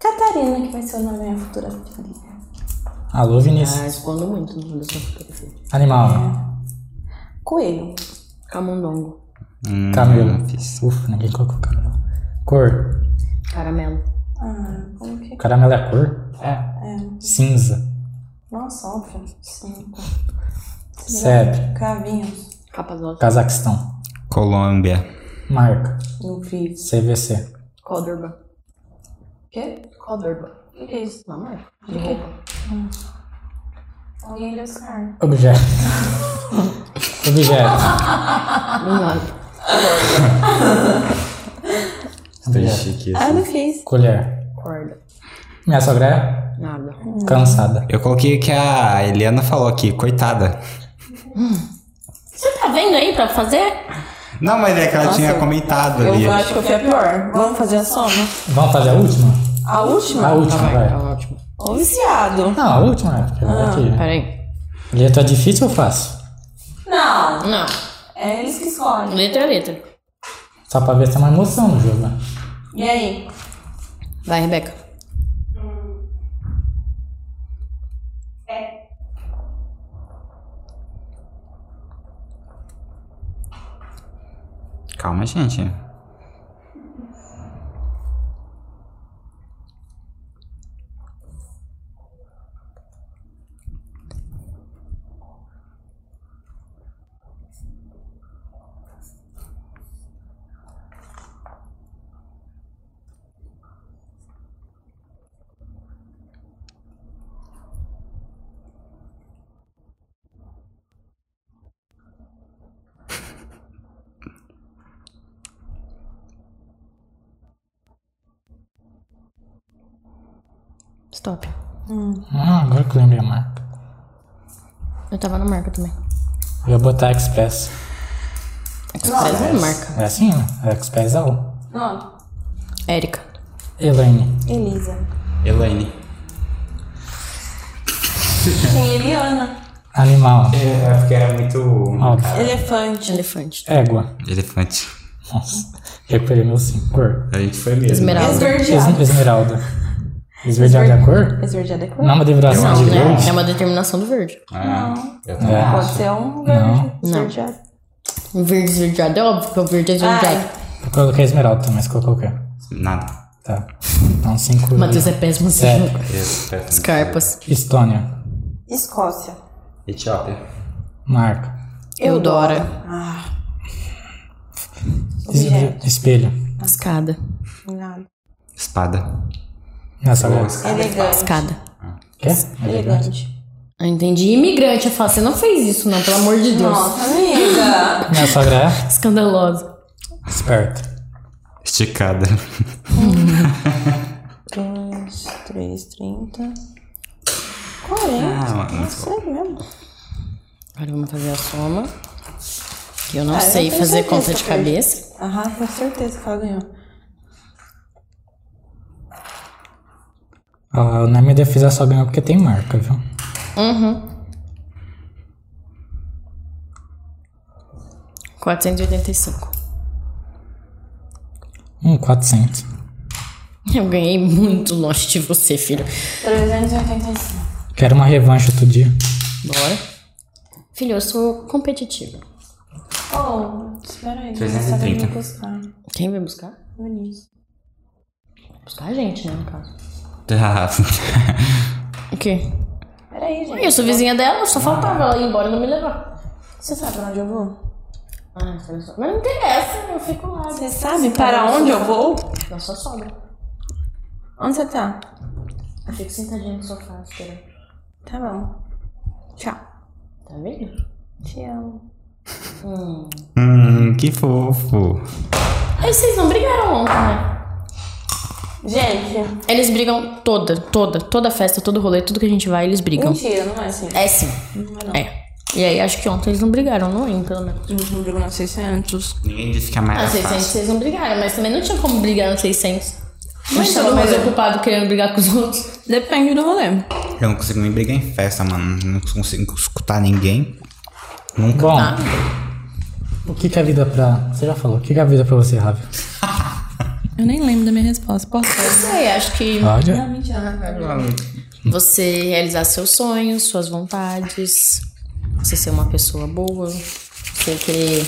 Catarina, que vai ser o nome da minha futura filha.
Alô,
Ah,
Vinícius.
expondo muito no mundo da sua fotografia.
É.
Animal.
Coelho.
Camundongo.
Hum,
Camelo.
não fiz.
Ufa, ninguém colocou camelo. Cor.
Caramelo.
Ah, como que.
Caramelo é a cor?
É.
Cinza.
Nossa, óbvio. Sim.
CEP.
Cavinhos.
Capazosa.
Cazaquistão.
Colômbia.
Marca.
No vivo.
CVC.
Codorba.
Quê?
Codorba. O que é isso? Não, mãe. De roupa.
Alguém desse carne.
Objeto. Objeto.
Do nada.
Objeto.
Ah, não fiz.
Colher.
Corda.
Minha sogra
Nada.
Hum.
é cansada.
Eu coloquei o que a Eliana falou aqui, coitada.
Você tá vendo aí pra fazer?
Não, mas é que ela tinha comentado ali.
Eu acho que eu fui a pior. Vamos fazer a soma?
Vamos fazer a última?
A última?
A última,
Tá
vai.
ótimo.
Ô, viciado.
Não, a última. é, porque vai
Ah.
aqui.
Peraí.
Letra difícil ou fácil?
Não.
Não.
É eles que escolhem.
Letra a letra.
Só pra ver se tem uma emoção no jogo. né?
E aí?
Vai, Rebeca.
Calma, gente.
Stop.
Ah, agora que eu lembrei a marca.
Eu tava na marca também.
Eu ia botar Express.
Express é marca.
É assim, né? É Express é o.
Não.
Érica.
Elaine.
Elisa.
Elaine.
Tem Eliana.
Animal.
É, porque era muito.
Óbvio.
Elefante.
Elefante.
Égua.
Elefante.
Nossa. Recuperei meu sim. Cor.
A gente foi mesmo.
Esmeralda.
É Esverdeado.
Es- Esmeralda. Esverdeada é a cor?
Esverdeado é cor?
Não é uma derivação de
Não, né? É
verde?
uma determinação do verde.
Ah, eu também.
É.
Pode ser um verde. Esverdeado.
Um verde esverdeado é óbvio que é um verde
Ah.
esverdeado.
Eu coloquei esmeralda também, mas colocou o quê?
Nada.
Tá. Então, cinco.
Matheus é péssimo assim.
Certo.
Escarpas.
Estônia.
Escócia.
Etiópia.
Marca. Ah.
Eudora.
Objeto.
Espelho.
Escada.
Nada.
Espada.
Minha sogra. é.
Elegante.
Escada.
Quê?
Elegante.
Eu entendi. Imigrante, eu falo, você não fez isso, não, pelo amor de Deus.
Nossa, amiga.
Minha sogra é
Escandalosa.
esperta.
Esticada.
2, 3, 30. 40.
Ah, mano.
Sério mesmo?
Agora vamos fazer a soma. Que eu não
Ah, eu
sei
tenho
fazer
certeza
conta
que
de
eu perdi.
cabeça.
Aham, com certeza que ela ganhou.
Ah, na minha defesa só ganhou porque tem marca, viu?
Uhum. 485.
Um 400.
Eu ganhei muito longe de você, filho.
385.
Quero uma revanche outro dia.
Bora.
Filho, eu sou competitiva.
Oh, espera aí.
330.
Quem vai buscar?
Vinícius.
Buscar a gente, né, no caso.
Tá.
O quê?
Peraí, gente.
Eu sou vizinha dela,
Ah.
só faltava ela ir embora e não me levar.
Você sabe pra onde eu vou?
Ah, essa é só- Mas não interessa, eu fico lá.
Você sabe para onde eu vou?
Na sua sogra.
Onde você tá?
Eu fico sentadinha no sofá esperando.
Tá bom. Tchau.
Tá vendo?
Te amo.
hum, que fofo.
Aí vocês não brigaram ontem, né?
Gente,
Eles brigam toda, toda, toda festa, todo rolê, tudo que a gente vai, eles brigam.
mentira, não é assim.
É sim. É. E aí, acho que ontem eles não brigaram, não lembro, pelo menos.
A gente não brigou na 600.
Ninguém disse que a Mara
Ah,
é
600
fácil.
vocês não brigaram, mas também não tinha como brigar no 600. Não
Mas
estava
todo
mais
mundo-
ocupado querendo brigar com os outros.
Depende do rolê.
Eu não consigo nem brigar em festa, mano. Não consigo escutar ninguém. Nunca.
Bom,
Tá.
o que, que é a vida pra. Você já falou, o que, que é a vida pra você, Ravi?
Eu nem lembro da minha resposta. Posso
Não sei, É, acho que
Olha.
você realizar seus sonhos, suas vontades, você ser uma pessoa boa, você querer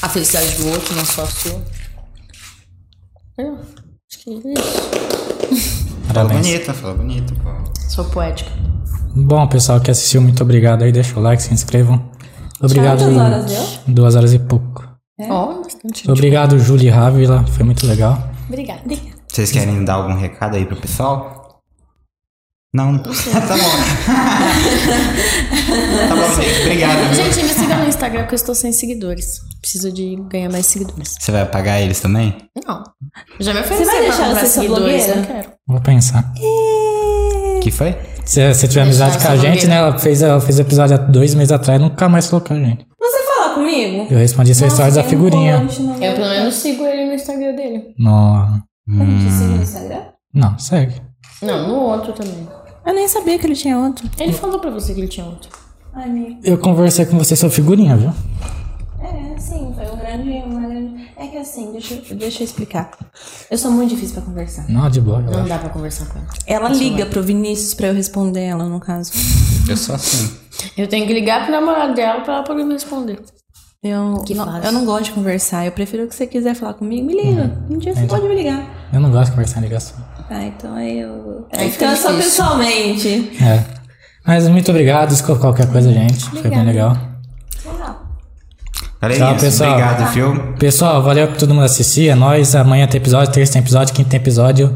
a felicidade do outro, não só a sua. Eu acho que é isso.
Falou
Parabéns.
bonito, falou bonito, pô.
Sou poética.
Bom, pessoal que assistiu, muito obrigado aí. Deixa o like, se inscrevam. Obrigado.
Quantas horas deu?
Duas horas e pouco.
Ó, bastante. tipo.
Obrigado, Júlio e Rávila. Foi muito legal.
Obrigada.
Vocês querem dar algum recado aí pro pessoal? Não. tá bom. tá bom, gente. Obrigado, viu?
Gente, me siga no Instagram que eu estou sem seguidores. Preciso de ganhar mais seguidores.
Você vai apagar eles também?
Não. Já
Você vai
me ofereceram pra
deixar
comprar
você ser
seguidores, né?
blogueira?
eu não quero.
Vou pensar.
Que foi?
Se você tiver amizade com
Deixa
a
eu só
gente,
ver.
né? Ela fez, ela fez episódio há dois meses atrás e nunca mais colocou a gente.
Você falar tá comigo?
Eu respondi sua história da
tem um
figurinha.
post no-
Eu pelo menos sigo ele no Instagram dele.
No...
A gente segue Tá no Instagram?
hum. Não, segue.
Não, no outro também.
Eu nem sabia que ele tinha outro.
Ele falou pra você que ele tinha outro.
Ai, amigo.
Eu conversei com você sobre figurinha, viu?
É, sim, foi um grande, uma grande. É que assim, deixa, eu- deixa eu explicar. Eu sou muito difícil pra conversar.
Não, de boa. Eu
Não
acho.
dá pra conversar com ele.
Ela liga pro Vinícius pra eu responder ela, no caso.
Eu sou assim.
Eu tenho que ligar pro namorado dela pra ela poder me responder.
Eu,
Que
não,
fácil.
eu não gosto de conversar. Eu prefiro que você quiser falar comigo, me liga. Um dia você pode me ligar.
Eu não gosto de conversar em ligação.
Tá, então aí eu.
Aí fica
então é só
difícil.
pessoalmente.
É. Mas muito obrigado. Desculpa qualquer coisa, gente. Foi bem legal.
Olha
Tchau,
isso.
pessoal.
Obrigado, viu?
Pessoal, valeu por todo mundo assistir. É nóis. Amanhã tem episódio, terça tem episódio, quinta tem episódio.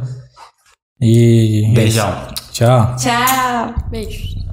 E. é
Beijão.
Tchau.
Tchau.
Beijos.